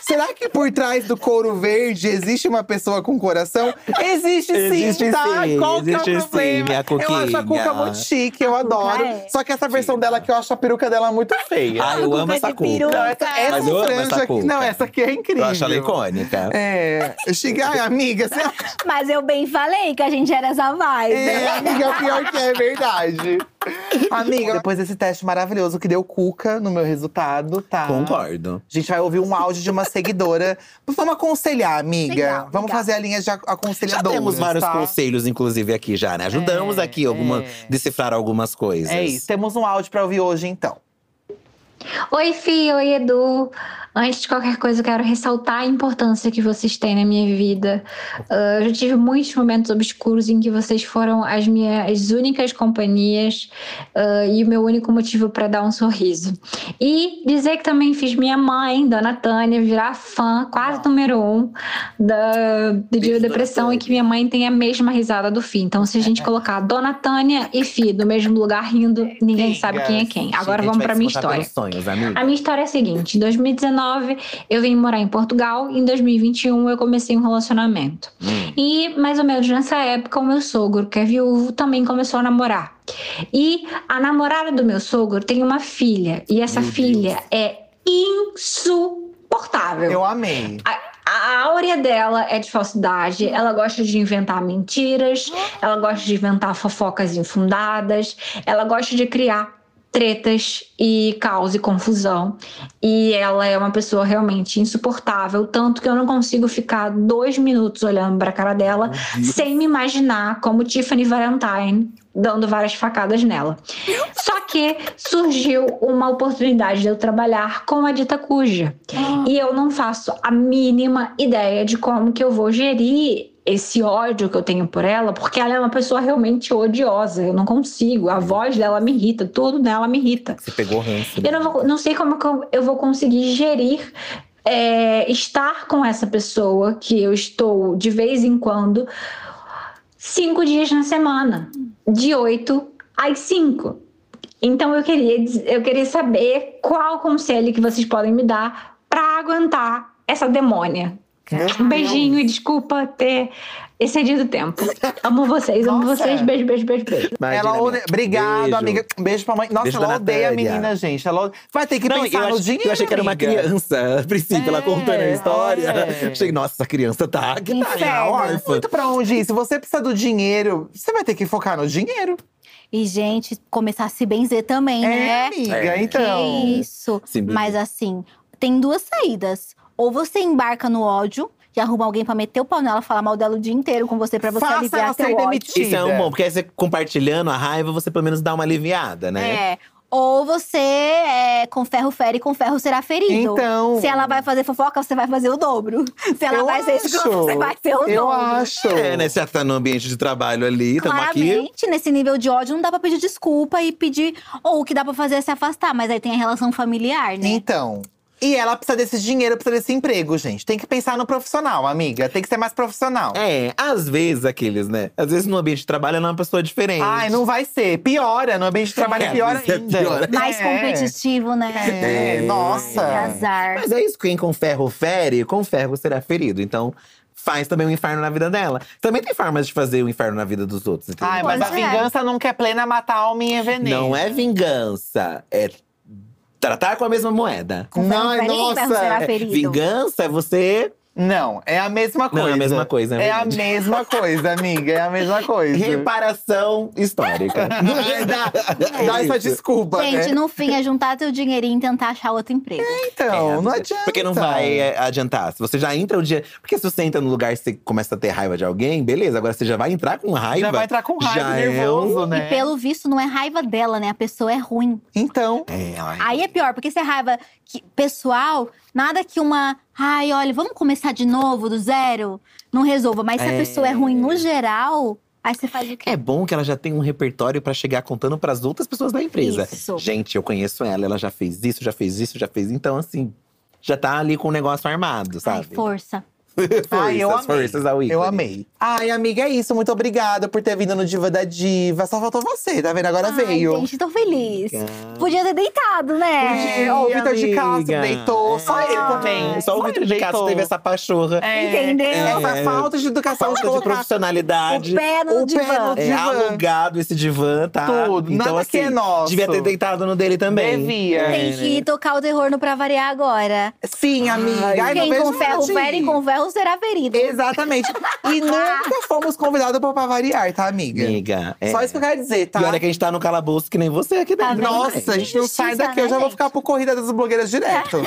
[SPEAKER 1] Será que por trás do couro verde existe uma pessoa com coração? Existe sim,
[SPEAKER 2] Existe
[SPEAKER 1] tá?
[SPEAKER 2] sim,
[SPEAKER 1] Qual que é o
[SPEAKER 2] existe sim,
[SPEAKER 1] problema?
[SPEAKER 2] minha
[SPEAKER 1] eu acho a cuca
[SPEAKER 2] Cuquinha.
[SPEAKER 1] muito chique, eu adoro.
[SPEAKER 3] é.
[SPEAKER 1] Só que essa versão dela que eu acho a peruca dela muito feia.
[SPEAKER 2] Ai, Ah, eu
[SPEAKER 3] Cuca
[SPEAKER 2] amo
[SPEAKER 3] Ah, de
[SPEAKER 2] essa
[SPEAKER 3] peru.
[SPEAKER 1] Não, é
[SPEAKER 2] cuca.
[SPEAKER 1] essa, essa
[SPEAKER 2] Mas eu amo
[SPEAKER 1] franja
[SPEAKER 2] essa
[SPEAKER 1] aqui.
[SPEAKER 2] cuca.
[SPEAKER 1] Não, essa aqui é incrível.
[SPEAKER 2] Eu acho ela icônica.
[SPEAKER 1] É. Chica, ai, amiga, você acha?
[SPEAKER 3] Mas eu bem falei que a gente era essa vibe.
[SPEAKER 1] É, amiga, o pior que é, é verdade. Amiga, depois desse teste maravilhoso que deu cuca no meu resultado, tá?
[SPEAKER 2] Concordo.
[SPEAKER 1] A gente vai ouvir um áudio de uma seguidora. Vamos aconselhar, amiga.
[SPEAKER 3] Legal,
[SPEAKER 1] Vamos
[SPEAKER 3] legal.
[SPEAKER 1] fazer a linha de ac-
[SPEAKER 2] Já
[SPEAKER 1] aconselhadoras.
[SPEAKER 2] temos vários
[SPEAKER 1] tá?
[SPEAKER 2] conselhos, inclusive, aqui já, né? Ajudamos
[SPEAKER 1] É,
[SPEAKER 2] aqui alguma,
[SPEAKER 1] é.
[SPEAKER 2] decifrar algumas coisas.
[SPEAKER 1] É isso. Temos um áudio pra ouvir hoje, então.
[SPEAKER 4] Oi, Fih, oi, Edu. Antes de qualquer coisa, eu quero ressaltar a importância que vocês têm na minha vida. Ah, eu já tive muitos momentos obscuros em que vocês foram as minhas únicas companhias ah, e o meu único motivo para dar um sorriso. E dizer que também fiz minha mãe, Dona Tânia, virar fã quase número um da, do Dia
[SPEAKER 2] Beijo,
[SPEAKER 4] da
[SPEAKER 2] Dona
[SPEAKER 4] Depressão
[SPEAKER 2] Tânia.
[SPEAKER 4] e que minha mãe tem a mesma risada do Fih. Então, se a
[SPEAKER 2] [laughs]
[SPEAKER 4] gente colocar Dona Tânia e Fih no mesmo lugar rindo, ninguém sabe quem é quem. Agora vamos para minha história.
[SPEAKER 2] Sonhos, amiga.
[SPEAKER 4] A minha história é a seguinte: em 2019 eu vim morar em Portugal, em 2021 eu comecei um relacionamento.
[SPEAKER 2] Hum.
[SPEAKER 4] E mais ou menos nessa época, o meu sogro, que é viúvo, também começou a namorar. E a namorada do meu sogro tem uma filha, e essa
[SPEAKER 2] Meu
[SPEAKER 4] filha
[SPEAKER 2] Deus.
[SPEAKER 4] é insuportável.
[SPEAKER 1] Eu amei.
[SPEAKER 4] A áurea dela é de falsidade, ela gosta de inventar mentiras, ela gosta de inventar fofocas infundadas, ela gosta de criar tretas e caos e confusão. E ela é uma pessoa realmente insuportável, tanto que eu não consigo ficar dois minutos olhando pra cara dela sem me imaginar como Tiffany Valentine dando várias facadas nela. Só que surgiu uma oportunidade de eu trabalhar com a Dita Cuja. E eu não faço a mínima ideia de como que eu vou gerir esse ódio que eu tenho por ela, porque ela é uma pessoa realmente odiosa. Eu não consigo. A voz dela me irrita, tudo nela me irrita.
[SPEAKER 2] Você pegou ranço. né?
[SPEAKER 4] Eu não, vou- não sei como que eu, eu vou conseguir gerir é, estar com essa pessoa que eu estou de vez em quando, cinco dias na semana, de oito às cinco. Então eu queria, diz- eu queria saber qual conselho que vocês podem me dar para aguentar essa demônia. Um beijinho e desculpa ter excedido o tempo. Amo vocês, amo
[SPEAKER 1] Nossa.
[SPEAKER 4] vocês. Beijo, beijo, beijo, beijo.
[SPEAKER 2] Imagina,
[SPEAKER 1] ela
[SPEAKER 2] amiga.
[SPEAKER 1] odeia. Obrigado,
[SPEAKER 2] Beijo.
[SPEAKER 1] amiga. Um Beijo pra mãe. Nossa,
[SPEAKER 2] Beijo,
[SPEAKER 1] ela
[SPEAKER 2] dona
[SPEAKER 1] odeia a
[SPEAKER 2] Tânia.
[SPEAKER 1] menina, gente. Ela ode- vai ter que
[SPEAKER 2] Não,
[SPEAKER 1] pensar
[SPEAKER 2] eu,
[SPEAKER 1] no
[SPEAKER 2] ach-
[SPEAKER 1] dinheiro.
[SPEAKER 2] eu achei que era uma
[SPEAKER 1] amiga.
[SPEAKER 2] criança, [laughs] a princípio, ela
[SPEAKER 1] É,
[SPEAKER 2] contando a história.
[SPEAKER 1] é.
[SPEAKER 2] Achei, nossa, essa criança tá. Que tá, né,
[SPEAKER 1] Sério,
[SPEAKER 2] órfã.
[SPEAKER 1] muito pra onde ir. Se você precisa do dinheiro, você vai ter que focar no dinheiro.
[SPEAKER 3] E, gente, começar a se benzer também, né?
[SPEAKER 1] amiga,
[SPEAKER 2] É.
[SPEAKER 1] então.
[SPEAKER 3] Que isso.
[SPEAKER 2] Sim, bebê.
[SPEAKER 3] Mas assim, tem duas saídas. Ou você embarca no ódio e arruma alguém pra meter o pau nela, falar mal dela o dia inteiro com você pra você
[SPEAKER 1] Faça
[SPEAKER 3] aliviar
[SPEAKER 1] ela
[SPEAKER 3] teu
[SPEAKER 1] ser
[SPEAKER 3] ódio.
[SPEAKER 1] demitida.
[SPEAKER 2] Isso é um bom, porque aí você compartilhando a raiva, você pelo menos dá uma aliviada, né?
[SPEAKER 3] É. Ou você é, com ferro fere e com ferro será ferido.
[SPEAKER 1] Então.
[SPEAKER 3] Se ela vai fazer fofoca, você vai fazer o dobro. [laughs] Se ela
[SPEAKER 1] Eu
[SPEAKER 3] vai ser escrota,
[SPEAKER 1] acho.
[SPEAKER 3] [laughs] você vai ser o
[SPEAKER 1] Eu
[SPEAKER 3] dobro.
[SPEAKER 1] acho.
[SPEAKER 2] É, né? Você já tá no ambiente de trabalho ali, tamo aqui.
[SPEAKER 3] Claramente, nesse nível de ódio, não dá pra pedir desculpa e pedir. Ou o que dá pra fazer é se afastar, mas aí tem a relação familiar, né?
[SPEAKER 1] Então. E ela precisa desse dinheiro, precisa desse emprego, gente. Tem que pensar no profissional, amiga. Tem que ser mais profissional.
[SPEAKER 2] É, às vezes aqueles, né? Às vezes no ambiente de trabalho ela é uma pessoa diferente.
[SPEAKER 1] Ai, não vai ser. Piora, no ambiente de trabalho
[SPEAKER 2] É,
[SPEAKER 1] piora
[SPEAKER 2] isso é
[SPEAKER 1] ainda.
[SPEAKER 2] pior.
[SPEAKER 3] Mais
[SPEAKER 1] É.
[SPEAKER 3] competitivo, né?
[SPEAKER 1] É,
[SPEAKER 2] É.
[SPEAKER 3] Que
[SPEAKER 1] nossa.
[SPEAKER 3] azar.
[SPEAKER 2] Mas é isso, quem com ferro fere, com ferro será ferido. Então, faz também um inferno na vida dela. Também tem formas de fazer o inferno na vida dos outros, entendeu?
[SPEAKER 1] Ai, mas a
[SPEAKER 3] Pois é.
[SPEAKER 1] vingança nunca é plena, matar alma e envenena.
[SPEAKER 2] Não é vingança, é tratar com a mesma moeda.
[SPEAKER 3] Com ferro
[SPEAKER 1] Ai,
[SPEAKER 3] fere e com ferro será
[SPEAKER 2] É,
[SPEAKER 3] ferido.
[SPEAKER 2] Vingança é você
[SPEAKER 1] Não, é a mesma coisa.
[SPEAKER 2] Não, é a mesma coisa, é
[SPEAKER 1] É, a
[SPEAKER 2] verdade.
[SPEAKER 1] mesma coisa, amiga. É a mesma
[SPEAKER 2] [laughs]
[SPEAKER 1] coisa.
[SPEAKER 2] reparação histórica.
[SPEAKER 1] [laughs]
[SPEAKER 2] É
[SPEAKER 1] Ai, dá, dá essa
[SPEAKER 2] isso.
[SPEAKER 1] desculpa,
[SPEAKER 3] Gente,
[SPEAKER 1] né?
[SPEAKER 3] no fim, é juntar teu dinheirinho e tentar achar outro emprego.
[SPEAKER 1] Então,
[SPEAKER 2] É,
[SPEAKER 1] não adianta.
[SPEAKER 2] Porque não vai é, adiantar. Se você já entra o dia. Porque se você entra no lugar e você começa a ter raiva de alguém, beleza. Agora você já vai entrar com raiva.
[SPEAKER 1] Já vai entrar com raiva,
[SPEAKER 2] já é
[SPEAKER 1] nervoso,
[SPEAKER 2] um-
[SPEAKER 1] né?
[SPEAKER 3] Pelo visto, não é raiva dela, né? A pessoa é ruim.
[SPEAKER 1] Então,
[SPEAKER 2] É, ai.
[SPEAKER 3] Aí é pior, porque se é raiva que- pessoal, nada que uma. Ai, olha, vamos começar de novo, do zero, não resolva. Mas se
[SPEAKER 2] É.
[SPEAKER 3] a pessoa é ruim no geral, aí você faz o quê?
[SPEAKER 2] É bom que ela já tem um repertório pra chegar contando pras outras pessoas da empresa.
[SPEAKER 3] Isso.
[SPEAKER 2] Gente, eu conheço ela, ela já fez isso, já fez isso, já fez. Então, assim, já tá ali com o negócio armado,
[SPEAKER 3] Ai,
[SPEAKER 2] sabe? [laughs]
[SPEAKER 3] força.
[SPEAKER 1] Ai, eu amei.
[SPEAKER 2] forças ao
[SPEAKER 1] eu
[SPEAKER 2] ícone.
[SPEAKER 1] amei. Ai, amiga, é isso. Muito obrigada por ter vindo no Diva da Diva. Só faltou você, tá vendo? Agora
[SPEAKER 3] Ai,
[SPEAKER 1] veio.
[SPEAKER 3] Gente, tô feliz. Podia ter deitado, né?
[SPEAKER 1] Podia, É, ó, o Vitor de
[SPEAKER 2] amiga.
[SPEAKER 1] Castro deitou. Só
[SPEAKER 3] É.
[SPEAKER 1] eu também.
[SPEAKER 2] Só o Vitor de Castro teve essa pachorra.
[SPEAKER 1] É.
[SPEAKER 3] Entendeu?
[SPEAKER 1] Essa falta de educação de
[SPEAKER 2] É, Falta de
[SPEAKER 1] colocar
[SPEAKER 2] profissionalidade.
[SPEAKER 3] O pé no
[SPEAKER 1] o pé
[SPEAKER 3] divã.
[SPEAKER 1] no-
[SPEAKER 2] É
[SPEAKER 1] divã.
[SPEAKER 2] alugado esse divã, tá?
[SPEAKER 1] Tudo, nada que é nosso.
[SPEAKER 2] Devia ter deitado no dele também.
[SPEAKER 1] Devia.
[SPEAKER 3] Tem que tocar o terror no pra variar agora.
[SPEAKER 1] Sim, amiga. Ai, não
[SPEAKER 3] Quem
[SPEAKER 1] vejo a
[SPEAKER 3] com
[SPEAKER 1] hora
[SPEAKER 3] ferro
[SPEAKER 1] de ir.
[SPEAKER 3] fere, com Ah. ferro Closer Averido.
[SPEAKER 1] Exatamente.
[SPEAKER 3] [laughs]
[SPEAKER 1] E nunca fomos convidados pra, pra variar, tá, amiga?
[SPEAKER 2] Amiga, é.
[SPEAKER 1] Só isso que eu quero dizer, tá?
[SPEAKER 2] E olha que a gente tá no calabouço que nem você aqui dentro.
[SPEAKER 3] Tá
[SPEAKER 2] né?
[SPEAKER 3] vendo?
[SPEAKER 1] Nossa, a gente não
[SPEAKER 3] Justiça,
[SPEAKER 1] sai daqui. Eu já
[SPEAKER 3] né,
[SPEAKER 1] vou
[SPEAKER 3] gente?
[SPEAKER 1] ficar pro Corrida das Blogueiras
[SPEAKER 3] [laughs]
[SPEAKER 1] direto.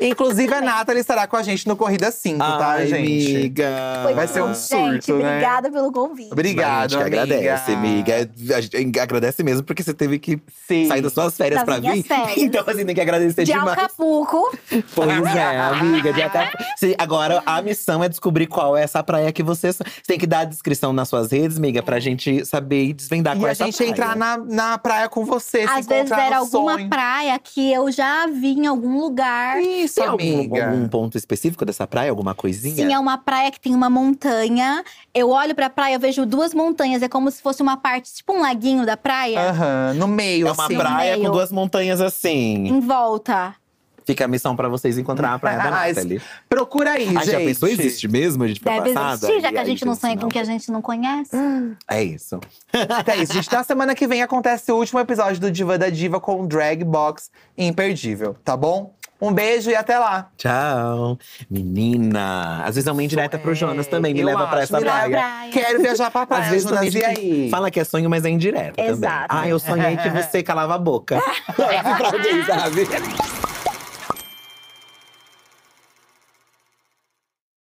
[SPEAKER 1] Inclusive, a Nathalie estará com a gente no Corrida 5, tá,
[SPEAKER 2] Ai,
[SPEAKER 1] gente?
[SPEAKER 2] Ah, Amiga.
[SPEAKER 1] vai ser um
[SPEAKER 3] Gente,
[SPEAKER 1] surto, né?
[SPEAKER 3] obrigada pelo convite.
[SPEAKER 1] Obrigado,
[SPEAKER 2] a gente que
[SPEAKER 1] amiga.
[SPEAKER 2] agradece, amiga. A gente agradece mesmo, porque você teve que
[SPEAKER 1] Sim.
[SPEAKER 2] sair das suas férias
[SPEAKER 3] Das
[SPEAKER 2] pra
[SPEAKER 3] minhas
[SPEAKER 2] vir.
[SPEAKER 3] férias.
[SPEAKER 2] [laughs] Então, assim, tem que agradecer
[SPEAKER 3] de
[SPEAKER 2] demais.
[SPEAKER 3] Acapulco.
[SPEAKER 2] Pois é, amiga. De
[SPEAKER 3] [laughs]
[SPEAKER 2] até... Sim, Agora, a missão é descobrir qual é essa praia que você… Você tem que dar a descrição nas suas redes, amiga,
[SPEAKER 3] Uhum.
[SPEAKER 2] pra gente saber e desvendar
[SPEAKER 1] E
[SPEAKER 2] qual é
[SPEAKER 1] a
[SPEAKER 2] essa
[SPEAKER 1] gente
[SPEAKER 2] praia.
[SPEAKER 1] entrar na, na praia com você, se
[SPEAKER 3] Às vezes
[SPEAKER 1] encontrar
[SPEAKER 3] era
[SPEAKER 1] no
[SPEAKER 3] alguma
[SPEAKER 1] sonho.
[SPEAKER 3] praia que eu já vi em algum lugar.
[SPEAKER 1] Isso,
[SPEAKER 2] Tem algum,
[SPEAKER 1] amiga.
[SPEAKER 2] algum ponto específico dessa praia? Alguma coisinha?
[SPEAKER 3] Sim, é uma praia que tem uma montanha. Eu olho pra praia, eu vejo duas montanhas. É como se fosse uma parte, tipo um laguinho da praia,
[SPEAKER 1] Aham, no meio,
[SPEAKER 2] É uma
[SPEAKER 1] assim.
[SPEAKER 2] praia
[SPEAKER 3] meio.
[SPEAKER 2] com duas montanhas assim.
[SPEAKER 3] em volta.
[SPEAKER 2] Fica a missão pra vocês encontrar a
[SPEAKER 3] [laughs]
[SPEAKER 2] praia da
[SPEAKER 1] Ah, isso-
[SPEAKER 2] Nathalie.
[SPEAKER 1] Procura aí,
[SPEAKER 2] A
[SPEAKER 1] gente.
[SPEAKER 2] gente já
[SPEAKER 1] [laughs]
[SPEAKER 2] pensou, existe mesmo? A gente foi
[SPEAKER 3] Deve
[SPEAKER 2] passada?
[SPEAKER 3] existir, já
[SPEAKER 2] E
[SPEAKER 3] que a
[SPEAKER 2] aí,
[SPEAKER 3] gente não
[SPEAKER 2] Deus,
[SPEAKER 3] sonha com o que a gente não conhece.
[SPEAKER 2] É isso.
[SPEAKER 1] Então é isso, gente. Na semana que vem acontece o último episódio do Diva da Diva com Drag Box imperdível, tá bom? Um beijo e até lá.
[SPEAKER 2] Tchau. Menina. Às vezes é uma indireta pro Jonas também. Me
[SPEAKER 1] Eu
[SPEAKER 2] leva pra
[SPEAKER 1] acho,
[SPEAKER 2] essa
[SPEAKER 1] me leva.
[SPEAKER 2] praia.
[SPEAKER 3] Praia.
[SPEAKER 1] Quero viajar pra praia,
[SPEAKER 2] Às vezes
[SPEAKER 1] Jonas,
[SPEAKER 2] também
[SPEAKER 1] e aí?
[SPEAKER 2] fala que é sonho, mas é indireta
[SPEAKER 3] Exato.
[SPEAKER 2] também. Ah, eu sonhei que você calava a boca. Esse pra mim, sabe?